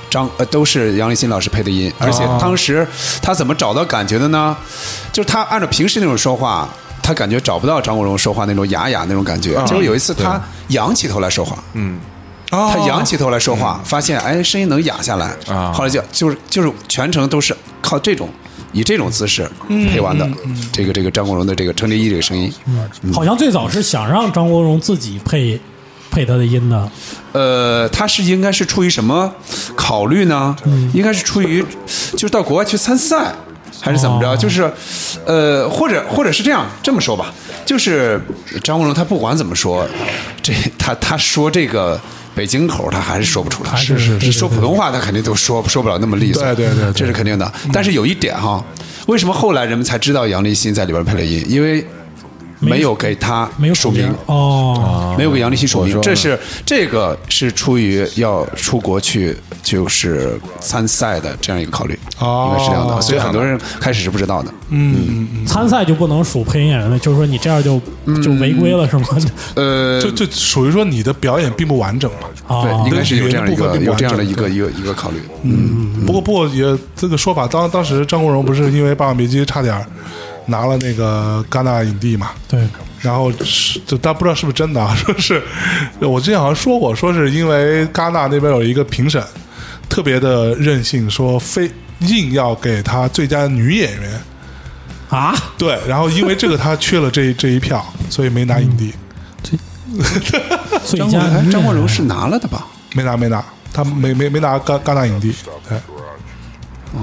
张呃都是杨立新老师配的音。而且当时他怎么找到感觉的呢？就是他按照平时那种说话，他感觉找不到张国荣说话那种哑哑那种感觉。结果有一次他仰起头来说话，
他
他仰起头来说话，发现哎声音能哑下来，
啊
后来就就是就是全程都是靠这种以这种姿势配完的。这个这个张国荣的这个程蝶衣这个声音，
好像最早是想让张国荣自己配配他的音的，
呃，他是应该是出于什么考虑呢？应该是出于就是到国外去参赛，还是怎么着？
哦
就是，呃，或者或者是这样这么说吧，就是张国荣他不管怎么说，这他他说这个。北京口他还是说不出来，
是是是
说普通话他肯定都说说不了那么利索，
对对对对
这是肯定的。但是有一点哈，为什么后来人们才知道杨立新在里边配了音？因为没有给他
没有
署
口音
名，
哦，
啊
没有给杨立新署名，
我说呢
这是这个是出于要出国去就是参赛的这样一个考虑，
哦
应该是这样的，所以很多人开始是不知道的。
参赛就不能数配音演员了，就是说你这样就 就违规了是吗？
呃，
就就属于说你的表演并不完整嘛。
哦
对，应该是有这样一
语
个
言部分
有这样的
并
一
不
个
完嗯
一个一个考虑。嗯
不过不过也这个说法，当当时张国荣不是因为《霸王别姬》差点儿拿了那个戛纳影帝嘛？
对，
然后是，就但不知道是不是真的啊， 说是我之前好像说过，说是因为戛纳那边有一个评审特别的任性，说非硬要给她最佳女演员，
啊，
对，然后因为这个她缺了这这一票，所以没拿影帝，
最
张国
佳
哦哎
嗯
荣张国荣是拿了的吧？
没拿没拿，他没没没拿戛戛纳影帝，对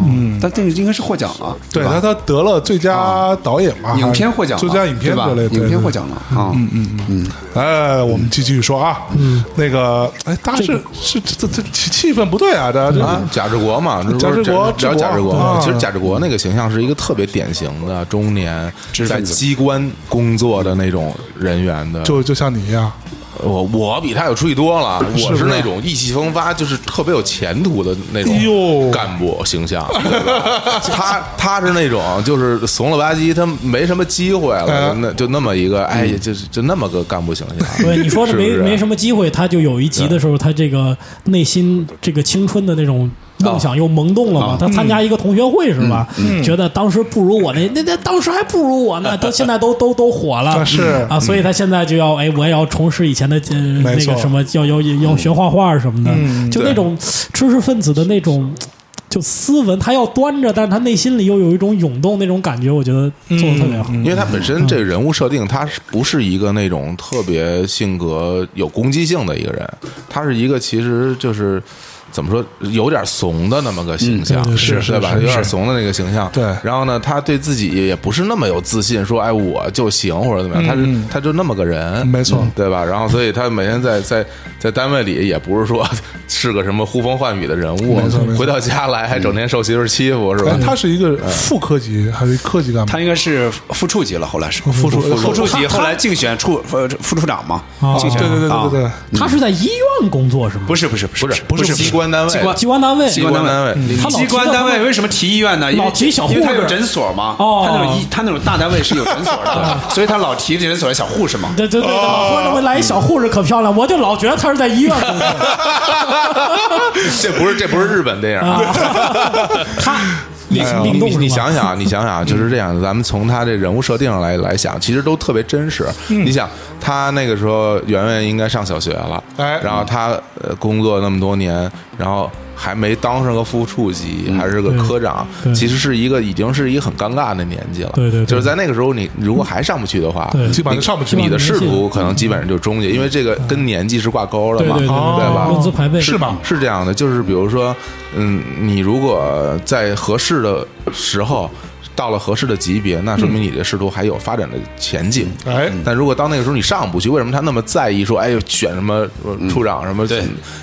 嗯
但这个应该是获奖了，
对，
吧
他他得了最佳导演吧，
啊影片获奖了，
最佳啊影片
对吧
之类的，？对
影片获。奖了啊，嗯嗯
对哎，我们继续说啊，嗯，那个，哎，大家
这
是是这这这气气氛不对啊，大家这
啊，贾志国嘛，
贾志国
聊
志国
贾志国嘛
啊。
其实贾志国那个形象是一个特别典型的中年
知识
在
分子
机关工作的那种人员的。
就就像你一样，
我我比他有出息多了，
是
我
不
是
是
那种意气风发，就是特别有前途的那
哎呦
种干部形 象。对吧他他是那种就是怂了吧唧，他没什么机会了，
嗯
那就那么一个，哎，就是就那么个干部形象。
对你说的没
是不是
没什么机会，他就有一集的时候，他这个内心这个青春的那种梦想又萌动了嘛。他参加一个同学会是吧？觉得当时不如我那那那当时还不如我呢，都现在都都都火了
啊是
啊，所以他现在就要哎，我也要重拾以前的呃那
没错
个什么，要要要学画画什么的，就那种知识分子的那种。就斯文，他要端着，但是他内心里又有一种涌动那种感觉，我觉得做的特别好。
因为他本身这个人物设定，他是不是一个那种特别性格有攻击性的一个人，他是一个其实就是怎么说有点怂的那么个形
嗯
象，
对对
是是
对吧？
是
有点
是
怂的那个形象。
对
然后呢，他对自己也不是那么有自信，说哎我就行或者怎么样，他
嗯
是他就那么个人，
没错
嗯对吧？然后所以他每天在在在单位里也不是说 是个什么呼风唤雨的人物
错没错，
回到家来还整天受媳妇儿欺负，是吧
哎，？他是一
嗯
个副科级还是科级干部
他？应该是副处级了，后来是
副处
副处
他
级，
他哦
后来竞选处呃副处长嘛，
啊
竞选
对对对
啊
对对对，
他是在医院工作是吗？
不是不是不是
不是不
不是
机关单位，
机关
机关单位，
机关单位，
嗯
他老
机关
提到
单
他
位
们
为什么提医院呢？因为
老提小
因为
护
他有
士
诊所嘛。
哦
他那种医，他那种大单位是有诊所的， 所以他老提诊所的小护士嘛。
对对对，老说认为来一小护士可漂亮，我就老觉得她是在医院工作。
这不是这不是日本电影啊！
她哎
你你
灵动是
你
吧嗯
你想想啊，你想想啊，就是这样。咱们从他这人物设定上来来想，其实都特别真实。
嗯
你想，他那个时候圆圆应该上小学了，
哎
然后他呃工作那么多年，然后还没当上个副处级，还是个科长
嗯对，对
其实是一个已经是一个很尴尬的年纪了。
对对对
就是在那个时候，你如果还上不去的话，
对
基本上就上不去了
你的仕途可能基本上就终结，因为这个跟年纪是挂钩了
嗯对
嘛，
对对
对
吧？
论资排辈
是吧？
是这样的，就是比如说，嗯，你如果在合适的时候到了合适的级别，那说
嗯
明你的仕途还有发展的前景。
哎，
但如果到那个时候你上不去，为什么他那么在意说，哎呦，选什么呃处长什么？
对，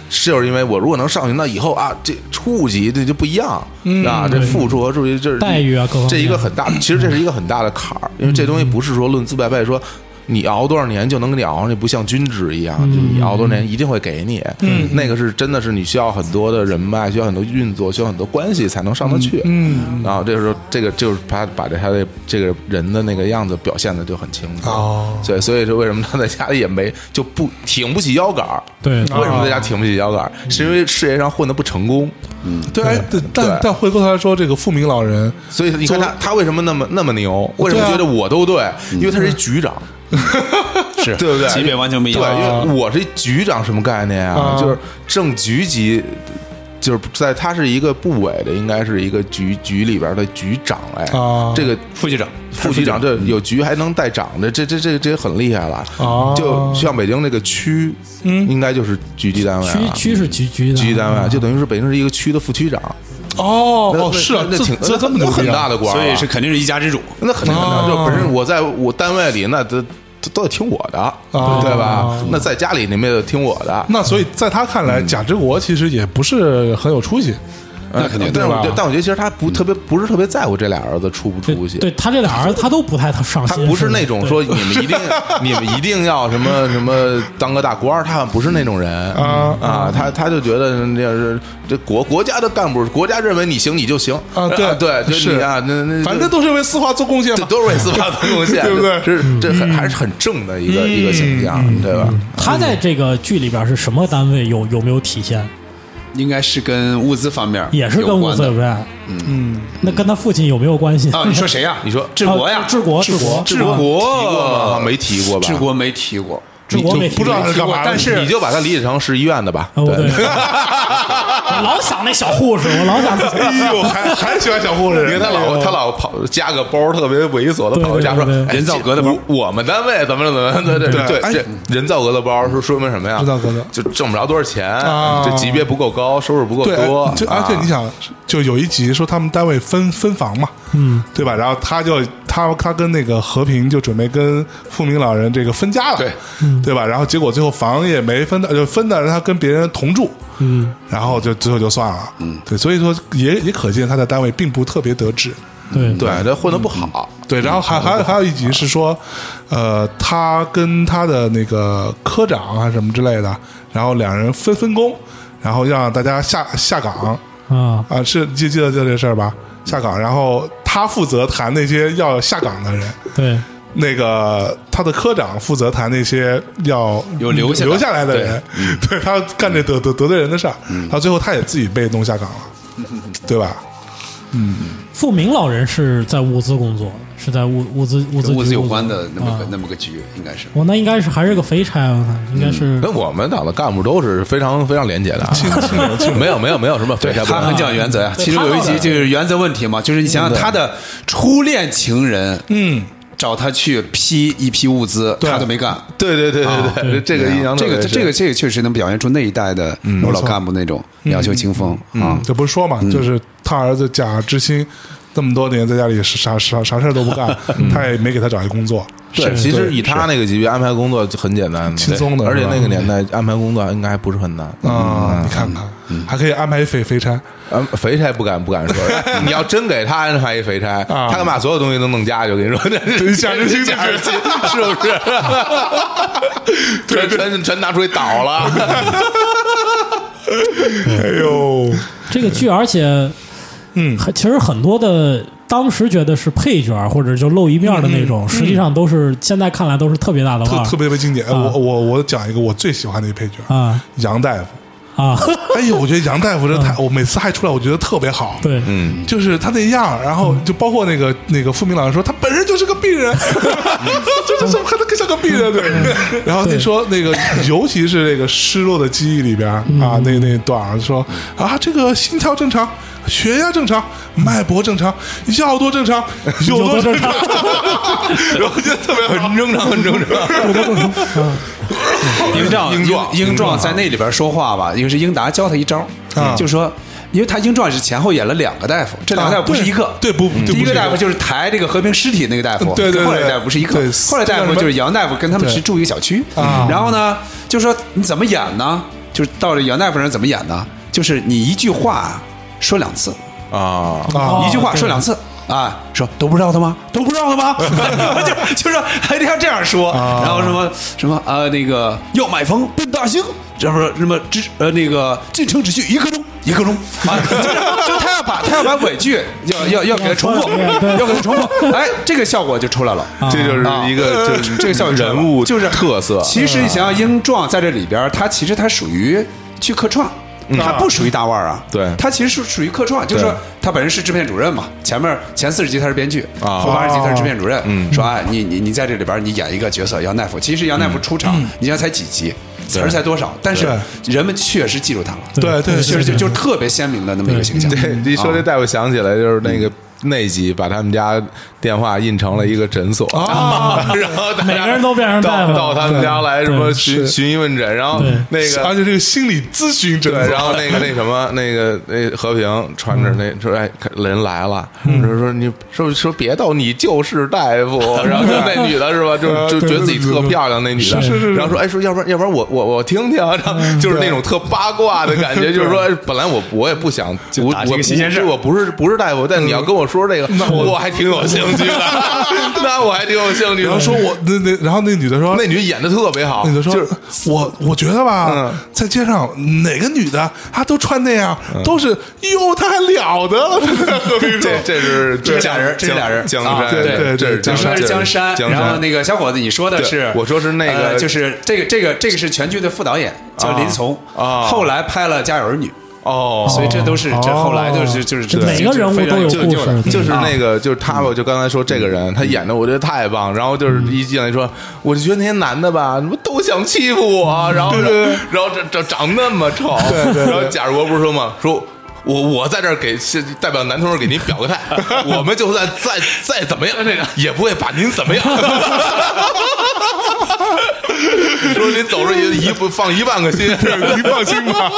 就是因为我如果能上去，那以后啊，这处级这就不一样啊，这
嗯对
副处和处级这是
待遇啊各方面
这一个很大，其实这是一个很大的坎儿，因为这东西不是说论资排辈说。你熬多少年就能给你熬上去，不像军职一样，就你熬多少年一定会给你。嗯，那个是真的是你需要很多的人脉，需要很多运作，需要很多关系才能上得去。嗯，然后这个时候这个就是他把这他的这个人的那个样子表现的就很清楚。
哦
对，所以说为什么他在家里也没就不挺不起腰杆儿？
对
为什么在家挺不起腰杆儿？是因为事业上混的不成功。嗯
对，哎，但但
对
但回过头来说，这个富民老人，
所以你看他，他为什么那么那么牛？为什么
对啊嗯
觉得我都对？因为他是一局 长，
是
对不对？
级别完全不一
对，
样。
因为我是一局长，什么概念啊
啊？
就是正局级，就是在他是一个部委的，应该是一个局局里边的局长。哎
啊，
这个
副局长，
副局长
嗯
这有局还能带长的，这这这这很厉害了。
哦嗯
就像北京那个区，应该就是局级单位
区
啊。
区是局局的，
局级单位就等于是北京是一个区的副区长，
啊哦
那
哦是啊，
那那挺
这这么
那
牛逼啊
很大的官儿啊，
所以是肯定是一家之主。
那肯定
哦
的，就本身我在我单位里，那都都都得听我的，
哦
对吧？那在家里你们也得听我的。
那所以在他看来，贾之国其实也不是很有出息。
嗯那肯定，但是我觉得，但我觉得其实他不
嗯
特别，不是特别在乎这俩儿子出不
对
出息。
对他这俩儿子他都不太上心，
他不是那种
对
说你们一定 你们一定要什么什么当个大官儿，他不是那种人
啊
啊，他他就觉得那是这国国家的干部，国家认为你行你就行
啊对
对，就是你啊，那那
反正都是为丝袜做贡献
这
嘛。
都是为司法做贡献，
对不嗯对
这这很还是很正的一个一个形象，
嗯
对吧？
他在这个剧里边是什么单位有有没有体现？
应该是跟物资方面
也是跟
有
物
关
色
的
有关，嗯，那跟他父亲有没有关系
啊。 你说谁呀？
你说
治国呀？
哦啊治国治国
治国
哦
提过吗？没提过吧？
治国没提过，
这我没
不知道
听
是干嘛的，
但是
你就把它理解成是医院的吧。
过啊我对， 我老想那小护士，我老想那小护士
哎呦，还还喜欢小护士，哎
因为他老他老跑加个包，特别猥琐的
对
跑回家说
对对：“
哎
人造革的包
这我我们单位怎么怎么对对对
哎
这人造革的包是说明什么呀？
人造革的
就挣不着多少钱
啊，
这级别不够高，收入不够
对，
多
哎。就
啊
而且你想，就有一集说他们单位分分房嘛，嗯，对吧？然后他就他他跟那个和平就准备跟富明老人这个分家了，
对，
对吧？然后结果最后房也没分到，就分的让他跟别人同住，嗯，然后就最后就算了，嗯，对，所以说也也可见他在单位并不特别得志，
对
对，这混的不好，
嗯对，然后还还有还有一集是说，呃，他跟他的那个科长啊什么之类的，然后两人分分工，然后让大家下下岗
啊，
啊，是记记得这件事儿吧？下岗，然后他负责谈那些要下岗的人，
对
那个他的科长负责谈那些要
有留下的
留下来的人，对他干这得得得罪人的事儿，到最后他也自己被弄下岗了，对吧？
富明老人是在物资工作，是在物物资物资
跟物资
局
有
工作
关的那么个
啊
那么个局，应该是。
我那应该是还是个肥差，啊我看应该是
那我们党的干部都是非常非常廉洁的啊，没有没有没有什么非常
他很讲原则呀。
对
其实有一
他到
集
了嗯
就是原则问题嘛，就是你想想他的初恋情人，嗯，找他去批一批物资，他都没干。
对对对
啊
对对，这个印象
这
特
个
别
这
深
这个这个确实能表现出那一代的
嗯
我老干部那种两袖清风啊。
这不是说嘛，就是他儿子贾志新这么多年在家里啥啥啥事儿都不干， 他也没给他找一工作，
对，其实以他那个级别安排工作就很简单，
轻松的
对而且
是吧
那个年代安排工作应该还不是很难
啊，你看看，还可以安排一肥肥差，
啊，肥差不敢不敢说，你要真给他安排一肥差，
啊
他敢把所有东西都弄家去。我跟你说，这是
贾 志新
贾志新是不是？对，全全拿出去倒了。
哎呦，
这个剧，而且
嗯
还其实很多的当时觉得是配角儿或者就露一面的那种，实际上都是现在看来都是特别大的腕
特
儿
特别特别经典。哎
啊
我我我讲一个我最喜欢的一配角，
啊
杨大夫。
啊，
哎呦，我觉得杨大夫这太，我每次还出来，我觉得特别好。。
对，嗯
嗯，
就是他那样儿，然后就包括那个那个付明老师说，他本人就是个病人， 就是什么还能更像个病人
嗯
对。然后你说那个，尤其是那个失落的记忆里边儿
嗯
啊，那那段儿说啊，这个心跳正常，血压正常，脉搏正常，药多正常，有
有
多
多
正
正
常
常，
然后我觉得特别好
很正常，很正常。
英壮
英壮
英壮在那里边说话吧，因为是英达教他一招
啊，
就说。因为他英壮是前后演了两个大夫，这两个大夫不是一个，
对对不对
第一
不是
个
一个
大夫就是抬这个和平尸体那个大夫，
对对对
跟后来大夫不是一个
对，
后来大夫就是杨大夫，跟他们
对
是住一个小区，
啊
然后呢，就说你怎么演呢？就是到了杨大夫那儿怎么演呢？就是你一句话说两次，
啊，
啊
一句
哦
话
对
说两次。啊，说都不知道的吗？都不知道 的吗？就就说还得要这样说，
啊
然后什么什么呃那个要买房奔大兴，这不是什么只呃那个进城只需一刻钟，一刻钟啊， 就是就他要把他要把尾句要要要给他重复，
对对
要给他重复，哎，这个效果就出来了。
这就是一个就是
这个效果出来了
人物
就是
特色。
其实你想想，英壮在这里边儿，他其实他属于去客串。他不属于大腕儿啊，
嗯对
他其实是属于客串，就是说
对
他本人是制片主任嘛，前面前四十集他是编剧，
啊嗯
后八十集他是制片主任，说哎你你你在这里边儿你演一个角色杨大夫，其实杨大夫出场，
嗯
你想才几集，词儿才多少，但是人们确实记住他了，
对对
确实
对
就
对
就特别鲜明的那么一个形象，
对，你
啊
说这大夫想起来就是那个内急把他们家电话印成了一个诊所啊， 然后大
哦
家
每个人都变成大夫
到到他们家来什么
对
询
是
询医问诊，然后
对
那个。
而且这个心理咨询诊
对，
所，
然后那个那什么，那个那和平穿着
嗯
那说哎，人来了，说说你说说别逗，你就是大 夫。然后就那女的是吧，
啊
就就
对
觉得自己
对对
特
对
漂亮，那女的
是是嗯是
然后说哎说要不然要不然我我我听听啊，然后就是那种特八卦的 感觉，就是说哎本来我我也不想我
打
我
这个
不
新鲜事儿
我我不是不是大夫，但你
嗯
要跟我说这个，我还挺有兴趣 的，那我还挺有兴趣的。
然后 说 我那那，然后那女的说
那女演的特别好，
那就说，
就是嗯
我我觉得吧，在街上哪个女的她都穿那样，
嗯
都是哟，她还了得了， 和平说
这这是
这是俩人，这是俩人，
江
啊
山，
对
这
对对
江
你说
山
的是江山，
江
然后
山
那个小伙子，你说的
对
是
我说是那个
呃就是这个这个这个是全剧的副导演叫林从
啊
后来拍了《家有儿女》
哦，
所以这都是这后来就是就是知道
每个人物都有
就
故
就
事，
就是嗯那个就是他吧，就刚才说这个人，他演的我觉得太棒。然后就是一进来说，我就觉得那些男的吧，你们都想欺负我，然后然后这这长那么丑，然后贾国不是说嘛，说。我我在这儿给是代表男同志给您表个 态，我们就算再再怎么样，也不会把您怎 么样。说您走着一一步放一万个心， 您放心吧。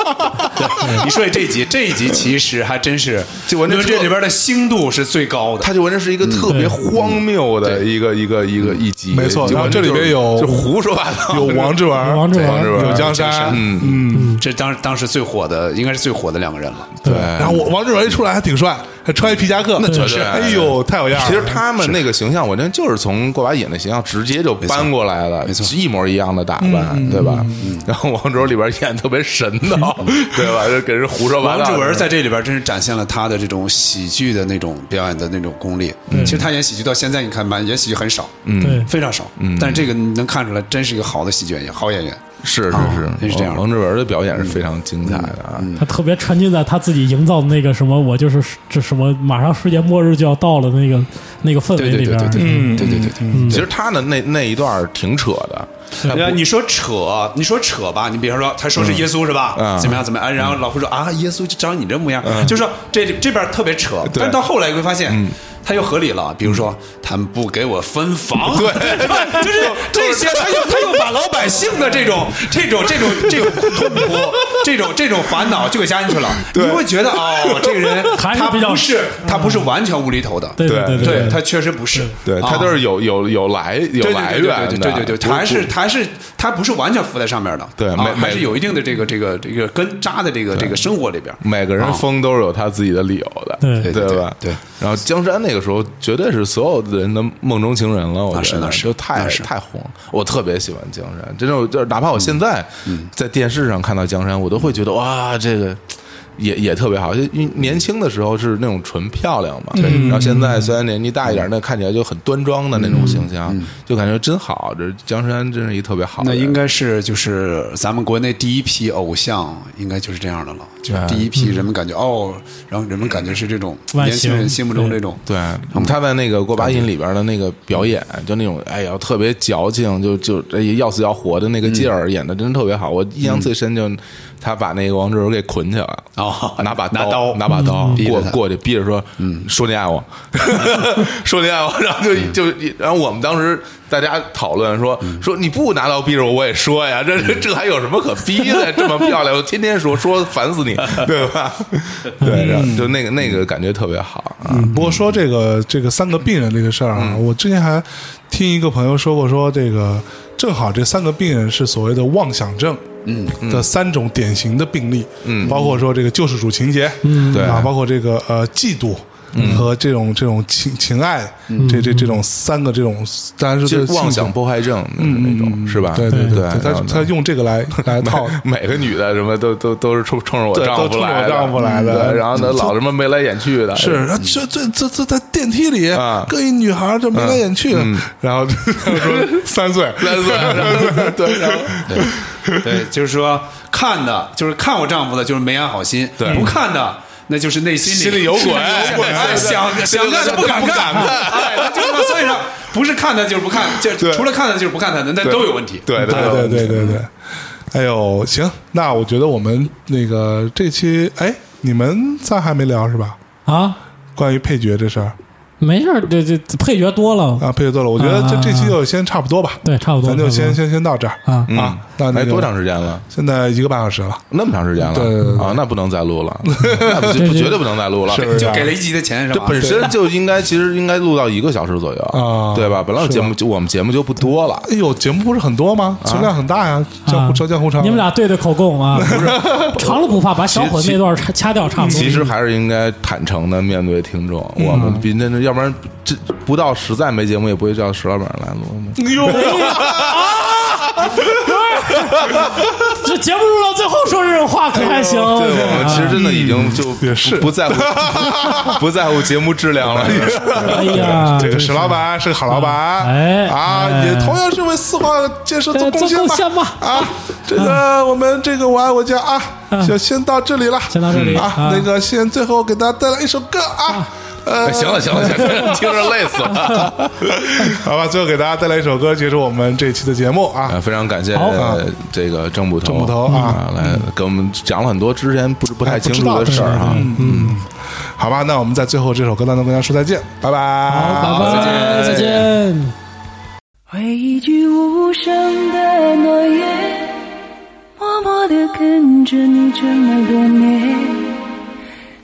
你说起这一集，这一集其实还真是，
就我那
你说这
车
里边的星度是最高的。
他就完全是一个特别荒谬的一个一个一个一集，
没错
就
然后这里边有
就胡说八道，
有王志文，
王志文
王志文
有江山，嗯嗯，
这当当时最火的，应该是最火的两个人了。
对，
然后我王志文一出来还挺帅，还穿一皮夹克，那
绝对
哎呦，太有样了。
其实他们那个形象，我觉得就是从郭把野那形象直接就搬过来了，
没错
一模一样的打扮，对吧？然后王志文里边演得特别神道，对吧？就给人胡说八
王
道。
志文在这里边真是展现了他的这种喜剧的那种表演的那种功力。
嗯
其实他演喜剧到现在，你看吧，演喜剧很少，
对
非常少。
嗯
但是这个你能看出来，真是一个好的喜剧演员，好演员。
是
啊
是
是这样的
王志文的表演是非常精彩的啊。
他特别沉浸在他自己营造的那个什么，我就是这什么，马上世界末日就要到了那个那个氛
对
围
对
里
对
边
对
儿，嗯
对对对对对对。
其实他的那那一段儿挺扯的，
嗯
呃，你说扯，你说扯吧，你比方说，他说是耶稣是吧？
嗯
怎么样怎么样？哎然后老夫说啊，耶稣就长你这模样，就说这这边特别扯，但是到后来你会发现，
嗯
他又合理了。比如说，他们不给我分房，对， 就是这些，他又他又把老百姓的这种这种这种这种痛苦、这种这种烦恼就给加进去了。你会觉得哦，这个人
还是
他
比较嗯
不是他不是完全无厘头的，
对
对
对
对
对，
他确实不是，
对他
啊
都是有有有来有
对
来
对
源的，
对对对对对，他还
不
是他还是他不是完全浮在上面的，
对
啊
每
还
每
是有一定的这个这个这个根扎在这个这个生活里边。
每个人疯都是有他自己的理由的，
对
对对
吧？
对。
然后江山那个时候绝对是所有的人的梦中情人了，我
那是
觉得
那是
就太
那是
太红了。我特别喜欢江山，真的，就是哪怕我现在
嗯
在电视上看到江山，我都会觉得哇，这个。也也特别好，就因为年轻的时候是那种纯漂亮嘛，对。然后现在虽然年纪大一
嗯
点，那看起来就很端庄的那种形象，就感觉真好。这江山真是一特别好的
那
人，
应该是就是咱们国内第一批偶像，应该就是这样的了，就是第一批
嗯
人们感觉哦，然后人们感觉是这种
外
年轻人
形
心目中这种
对，他在那个《过把瘾》里边的那个表演，
嗯
就那种哎呀特别矫情，就就哎要死要活的那个劲儿，演的真特别好。我印象最深就他把那个王志文给捆起来了，
哦
拿把
拿刀嗯
拿把刀
逼着
过
他嗯
过去，逼着说说你爱 我，说你爱我，然后就就然后我们当时大家讨论说
嗯
说你不拿刀逼着我，我也说呀，这这这还有什么可逼的？这么漂亮，我天天说说烦死 你，对吧？
嗯
对，然后就那个那个感觉特别好啊。
嗯，不过说这个这个三个病人这个事儿啊，我之前还听一个朋友说过，说这个正好这三个病人是所谓的妄想症。嗯，的三种典型的病例，嗯，包括说这个救世主情节，嗯，
对
啊，包括这个呃嫉妒和这种这种情情爱，这这这种三个这种，当然是
就
对
是妄想
性格，
迫害症那种，是吧？
嗯对对
对
对，他他用这个来来 套，
每个女的什么都都都是冲冲着我
对
丈
都
夫
冲着我
来的，
丈夫来的
对然后呢
嗯
老什么眉来眼去的，
是，然后这这这这在电梯里
啊
跟一女孩这眉来眼去的
嗯，
然后他说三岁，
对 对对，然后
对，就是说看的，就是看我丈夫的，就是没安好心；
对
不看的，那就是内心里
心里有鬼哎
有鬼哎
对对对
想想干的不敢
不敢
干，哎，他就是说所以说不是看的就是不看，就除了看的就是不看他的，那都有问题。
对嗯
对对对对对。哎呦，行，那我觉得我们那个这期，哎，你们仨还没聊是吧？
啊，
关于配角这事儿
没事儿，这这配角多了，
啊，配角做了，我觉得这
啊
这期就先差不多吧。
对，差不多，
咱就先
差
先先到这儿
啊
啊。那那
哎，
个
多长时间了？
现在一个半小时了，
那么长时间了
对对对对
啊，那不能再录了，那不
对对
绝对不能再录了，
是不啊是
就给了一集的钱是
这
吧？
本身就应该，其实应该录到一个小时左右
啊
对吧？本来我
是吧
节目就我们节目就不多了，
哎呦，节目不是很多吗？
啊
存量很大呀，
不多
江湖
啊
长江湖长。
你们俩对对口供啊，长了不怕，把小
其
混
其
那段掐掐掉，差不多。
其实还是应该坦诚的面对听众，我们比那那要不然这不到实在没节目，也不会叫石老板来录。
哎呦，
这这节目录到最后说这种话可还行？啊
对我们其实真的已经就
也是
不在乎 不在乎节目质量了。
哎呀，
这个
真
史老板是个好老板，
哎
啊，
哎
也同样是为四化建设做贡
呃做贡
献
献
吧
吧，
啊，这个我们这个我爱我家啊，就先到这里了，
嗯先到这里
啊
啊，
那个先最后给大家带来一首歌啊，呃
哎，行了行了行了， 听着累死了。
好吧，最后给大家带来一首歌，结束我们这期的节目啊
啊，。非常感谢
好
呃这个郑捕头，
郑捕头啊，
来给我们讲了很多之前不不太清楚
哎不
的
知
事
道
儿啊。
好吧，那我们在最后这首歌当中跟大家说再见，拜拜，
好，拜拜，再见。
回一句无声的诺言，默默地跟着你这么多年。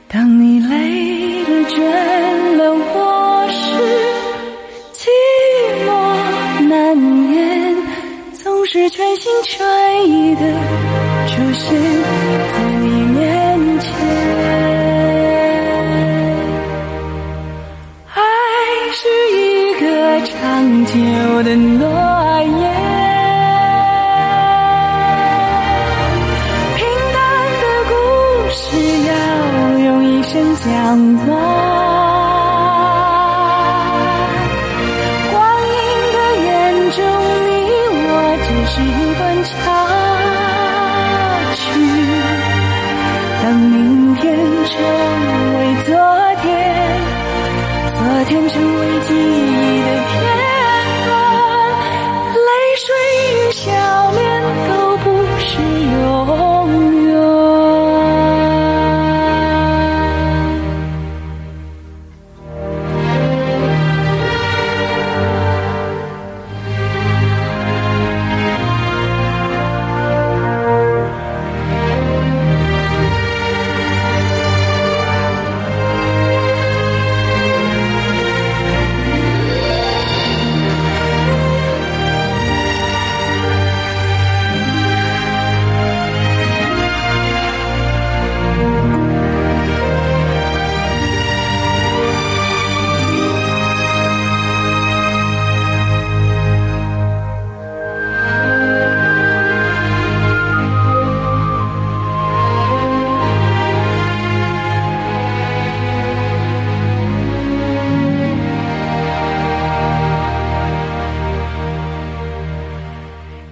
当你累了倦了，我是寂寞难言，总是全心全意的出现在你面前。爱是一个长久的诺言，平淡的故事要用一生讲完。光阴的眼中，你我只是一段插曲。当明天成为昨天，昨天成为记忆的片段，泪水与笑脸都不是永远。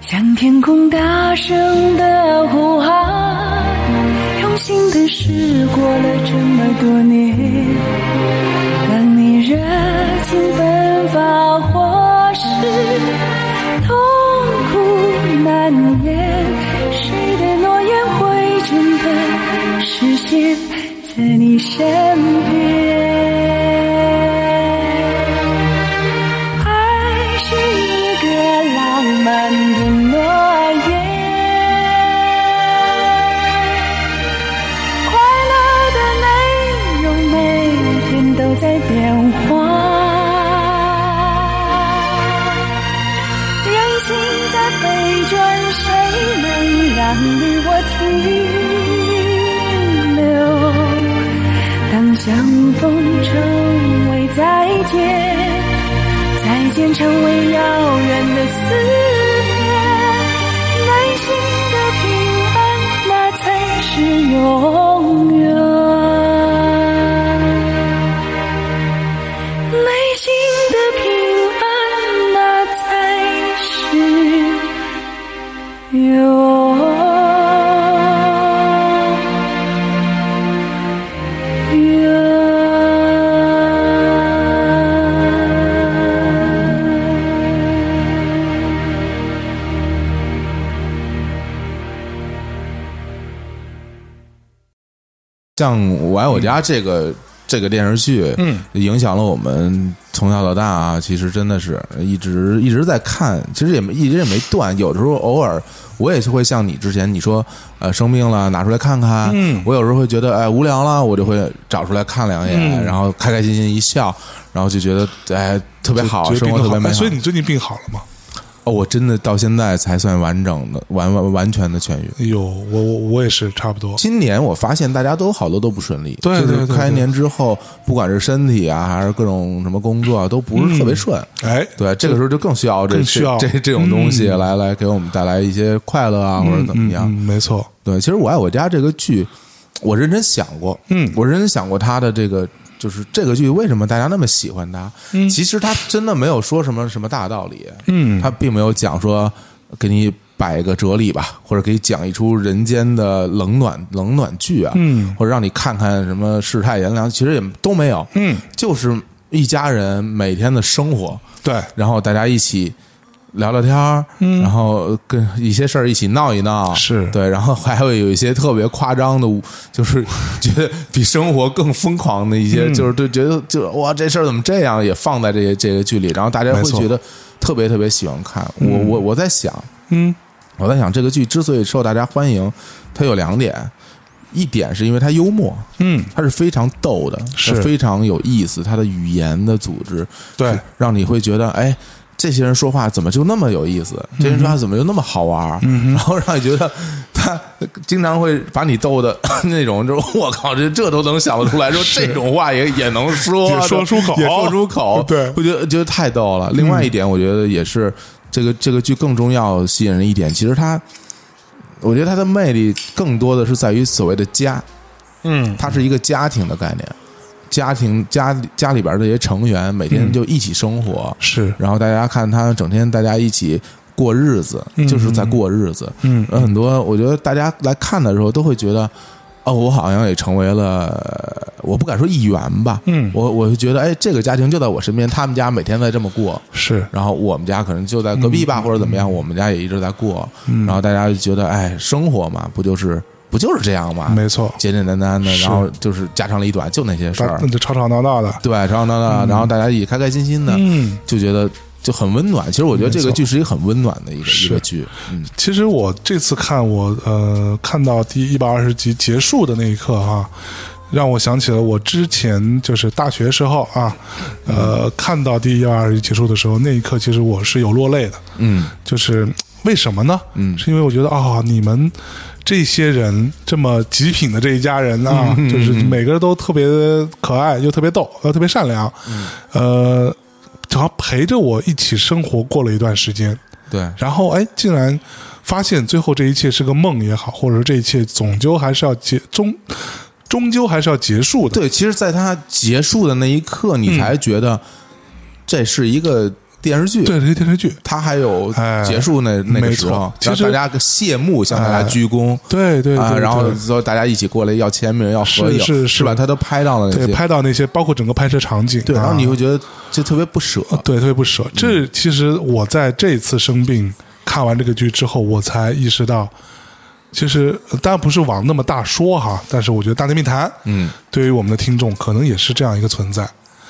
向天空大声的呼喊，用心的事过了这么多年。当你热情奔发或是痛苦难言，谁的诺言会真的实现在你身边？爱是一个浪漫的诺言，快乐的内容每天都在变化，人心在飞转，谁能让你我停留？当相逢成为再见。再见成为遥远的思念，内心的平安，那才是永远。内心的平安，那才是永远。
像《我爱我家》这个、这个电视剧，嗯，影响了我们从小到大啊。其实真的是一直一直在看，其实也没一直也没断。有时候偶尔我也是会像你之前你说，呃，生病了拿出来看看。嗯，我有时候会觉得哎无聊了，我就会找出来看两眼，然后开开心心一笑，然后就觉得哎特别好，
觉得
生
病
活特
得
别
好，
美
哎
好
所以。你最近病好了吗？
哦，我真的到现在才算完整的、完完完全的痊愈。
哎呦，我我我也是差不多。
今年我发现大家都好多都不顺利，
对对
就
对
是
对
开年之后，不管是身体啊，还是各种什么工作啊，都不是特别顺。
哎，
对，这个时候就更需要这
更需要
这这这种东西来来给我们带来一些快乐啊，或者怎么样
嗯，。没错，
对，其实《我爱我家》这个剧，我认真想过，
嗯
我认真想过它的这个，就是这个剧为什么大家那么喜欢它？嗯，其实它真的没有说什么什么大道理，
嗯
它并没有讲说给你摆个哲理吧，或者给你讲一出人间的冷暖冷暖剧啊，
嗯
或者让你看看什么世态炎凉，其实也都没有，
嗯，
就是一家人每天的生活，
对，
然后大家一起聊聊天儿，嗯，然后跟一些事儿一起闹一闹，
是
对，然后还会有一些特别夸张的， 就是觉得比生活更疯狂的一些，
嗯
就是对，觉得就哇这事儿怎么这样，也放在这些这个剧里，然后大家
没
会
错
觉得特别特别喜欢看。我我我在想，
嗯
我在想这个剧之所以受大家欢迎，它有两点。一点是因为它幽默，
嗯，
它是非常逗的，
是
它非常有意思，它的语言的组织，
对
是，让你会觉得，哎，这些人说话怎么就那么有意思？
嗯
这些人说话怎么就那么好玩儿？然后让你觉得他经常会把你逗的 那种，就是我靠，这这都能想得出来，说这种话也也能说，
也说出口
也说出口，
对
我觉得觉得太逗了。另外一点，我觉得也是这个这个剧更重要吸引人一点，其实它。我觉得它的魅力更多的是在于所谓的家，
嗯，
它是一个家庭的概念，家庭家家里边儿这些成员每
嗯
天就一起生活，
是，
然后大家看他整天大家一起过日子，就是在过日子。
嗯
呃很多我觉得大家来看的时候都会觉得，哦，我好像也成为了，我不敢说一员吧，
嗯
我我就觉得，哎，这个家庭就在我身边，他们家每天在这么过。
是，
然后我们家可能就在隔壁吧，或者怎么
嗯
样，我们家也一直在过。然后大家就觉得，哎，生活嘛，不就是不就是这样嘛，
没错，
简简单单的，
是嗯
然后就是家长里短，就那些事
大
儿
那。就吵吵闹闹的，
对，吵吵闹闹，然后大家也开开心心的，
嗯，
就觉得就很温暖。其实我觉得这个剧是一个很温暖的一个一个剧，嗯，
其实我这次看我呃看到第一百二十集结束的那一刻哈、让我想起了我之前就是大学时候啊，呃，看到第一百二十集结束的时候，那一刻其实我是有落泪的，
嗯，
就是嗯为什么呢？
嗯
是因为我觉得啊、你们这些人这么极品的这一家人啊，就是每个人都特别可爱，又特别逗，又特别善良，呃，好像陪着我一起生活过了一段时间，
对，
然后哎，竟然发现最后这一切是个梦也好，或者说这一切终究还是要结终，终究还是要结束的。
对。其实，在它结束的那一刻，你才觉得这是一个电视剧，
对，这个电视剧，
它还有
哎
结束那那个
没
时
错
候，
其
然后
实
大家谢幕，向大家
哎
鞠躬。
对对对
啊，
对
然后之后大家一起过来要签名、要合
是
影，
是
是
是
吧？他都拍到了那
对
些，
拍到那些，包括整个拍摄场景，
对，然后
啊
你会觉嗯得就特别不舍，
对特别不舍。这其实我在这次生病看完这个剧之后，我才意识到。其实，呃当然不是往那么大说哈，但是我觉得《大内密谈》，
嗯，
对于我们的听众，可能也是这样一个存在。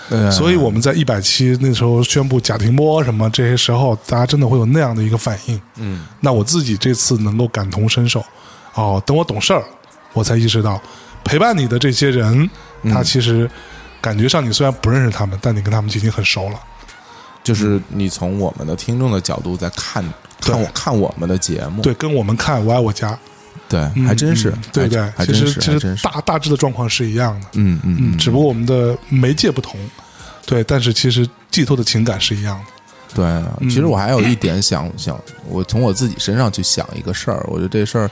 对
所以我们在一百期那时候宣布贾停播什么这些时候，大家真的会有那样的一个反应。嗯，那我自己这次能够感同身受，哦，等我懂事儿，我才意识到陪伴你的这些人，
嗯
他其实感觉上你虽然不认识他们，但你跟他们已经很熟了。
就是你从我们的听众的角度在看看我看我们的节目，
对，跟我们看《我爱我家》
对，
嗯，
还真是
嗯，对不对？
还还
其
真
实
是，还
其
真
实
是，
大大致的状况是一样的，
嗯嗯
嗯，只不过我们的媒介不同，对，但是其实寄托的情感是一样的。
对。
嗯
其实我还有一点想想，我从我自己身上去想一个事儿，我觉得这事儿，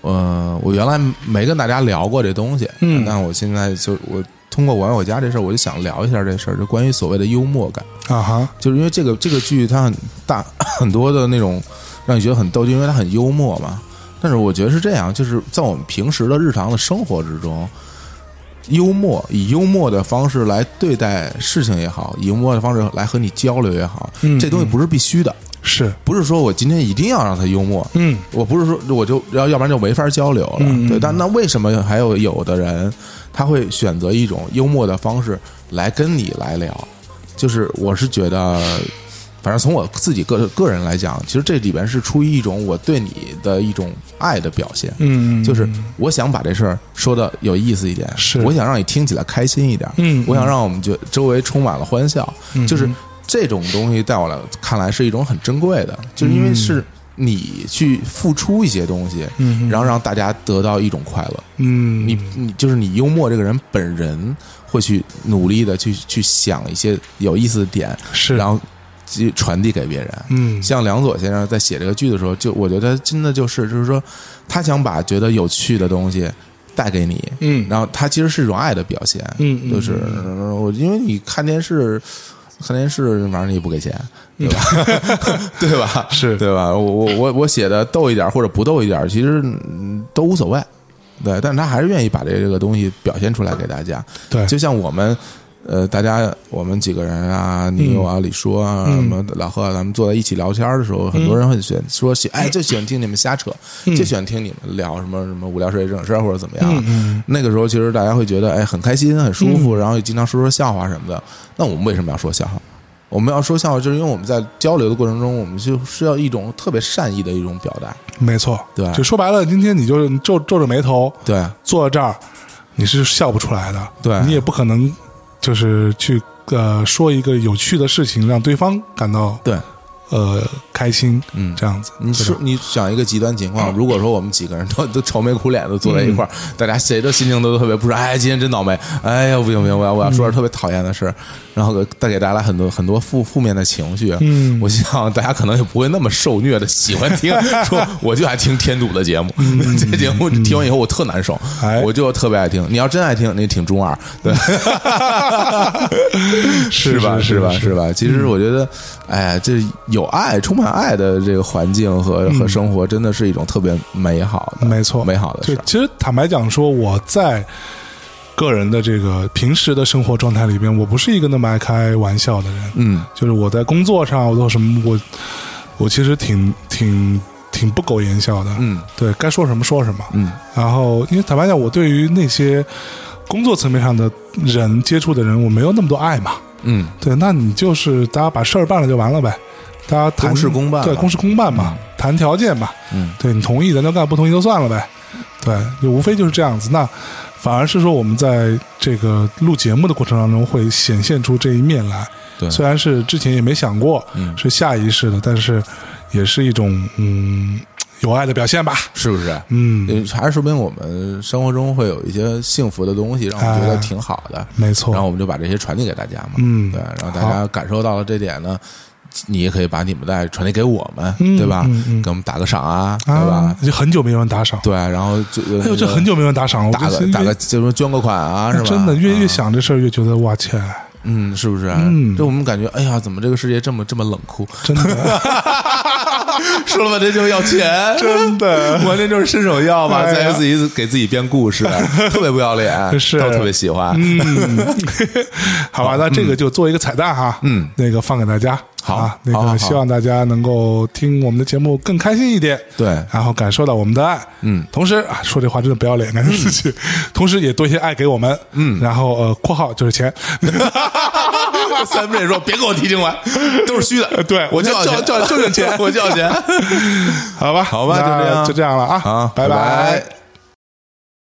呃，我原来没跟大家聊过这东西，
嗯
但我现在就我通过《我爱我家》这事儿，我就想聊一下这事儿，就关于所谓的幽默感。
啊哈，
就是因为这个这个剧它很大 很多的那种让你觉得很逗，就因为它很幽默嘛。但是我觉得是这样，就是在我们平时的日常的生活之中，幽默以幽默的方式来对待事情也好，以幽默的方式来和你交流也好，
嗯
这东西不是必须的，
是，
不是说我今天一定要让他幽默，
嗯，
我不是说我就要要不然就没法交流了，
嗯嗯
对。
嗯
但那为什么还有有的人他会选择一种幽默的方式来跟你来聊？就是我是觉得，反正从我自己个个人来讲，其实这里边是出于一种我对你的一种爱的表现，
嗯，
就是我想把这事儿说的有意思一点，
是
我想让你听起来开心一点，
嗯
我想让我们觉周围充满了欢笑，
嗯
就是。这种东西在我来看来是一种很珍贵的，就是因为
嗯
是你去付出一些东西，然后让大家得到一种快乐。
嗯，
你你就是你幽默这个人本人会去努力的去去想一些有意思的点，
是
然后去传递给别人。
嗯
像梁左先生在写这个剧的时候，就我觉得真的就是就是说，他想把觉得有趣的东西。带给你，
嗯
然后他其实是一种爱的表现，
嗯嗯
就是我因为你看电视，看电视反正你也不给钱，对 吧？对吧？
嗯是
对吧？我我我我写的逗一点或者不逗一点，其实嗯都无所谓，对，但他还是愿意把这个东西表现出来给大家。
对
就像我们，呃，大家我们几个人啊，你我啊，李叔啊，什么老贺啊，咱们坐在一起聊天的时候，很多人会选说喜，哎，就喜欢听你们瞎扯，就喜欢听你们聊什么什么无聊水这种事儿或者怎么样。那个时候其实大家会觉得哎很开心很舒服，然后也经常说说笑话什么的。那我们为什么要说笑话？我们要说笑话，就是因为我们在交流的过程中，我们就是要一种特别善意的一种表达。
没错，
对
就说白了，今天你就皱皱着眉头
对
坐在这儿，你是笑不出来的，
对
你也不可能就是去呃说一个有趣的事情，让对方感到
对，
呃开心，
嗯
这样子，
你
对
说
吧
你想一个极端情
嗯
况，如果说我们几个人都 都愁眉苦脸的坐在一块儿，大家谁的心情都特别不是，哎，今天真倒霉，哎呀，不行不行，我要我要说点特别讨厌的
嗯
事，然后给带给大家很多很多负负面的情绪。
嗯
我想大家可能也不会那么受虐的喜欢听， 说我就爱听添堵的节目，这节目听完以后我特难受
嗯哎，
我就特别爱听。你要真爱听，你挺中二，对，
是
吧？
是
吧？
是嗯
是吧？其实我觉得，哎，这有爱、充满爱的这个环境和和生活，真的是一种特别美好的，
没错
美好的
对
事儿，。
其实坦白讲说，我在个人的这个平时的生活状态里边，我不是一个那么爱开玩笑的人。
嗯，
就是我在工作上，我做什么，我我其实挺挺挺不苟言笑的。
嗯，
对该说什么说什么。
嗯，
然后，因为坦白讲，我对于那些工作层面上的人接触的人，我没有那么多爱嘛。
嗯，
对，那你就是大家把事儿办了就完了呗，大家谈
公事公办
对，
嘛
公事公办嘛，谈条件嘛，
嗯，
对你同意咱就干，不同意就算了呗，对，就无非就是这样子。那反而是说我们在这个录节目的过程当中会显现出这一面来，
对
虽然是之前也没想过，
嗯
是下意识的，但是也是一种嗯有爱的表现吧，
是不是？
嗯，
呃还是说明我们生活中会有一些幸福的东西，让我们觉得
哎
挺好的。
没错，
然后我们就把这些传递给大家嘛，
嗯
对，然后大家感受到了这点呢，你也可以把你们再传递给我们，
嗯
对吧？
嗯嗯
给我们打个赏啊，对
啊
吧？，
就很久没有人打赏，
对，然后就
哎呦，这很久没有人打赏了，我
打
就
个
是
打个就是捐个款啊，是吧？
真的越越
啊
想这事儿越觉得哇切，
嗯，是不是？
嗯
就我们感觉，哎呀，怎么这个世界这么这么冷酷？
真的
说了半天就要钱，真的，完全就是伸手要嘛，
哎
再
呀
自己给自己编故事，特别不要脸，
是嗯
但我特别喜欢。
好吧，那这个就做一个彩蛋哈，
嗯
那个放给大家，
好
啊，那
好好
个希望大家能够听我们的节目更开心一点，
对
然后感受到我们的爱，
嗯
同时啊，说这话真的不要脸，感觉自己， 同时也多一些爱给我们，嗯，然后呃，括号就是钱，
三妹说：“别给我提情怀，都是虚的。
对
我就要
我就
钱， 就要就要钱，我就要钱。
好 吧，
好吧
那
就这样
就这样了啊，
好
拜
拜拜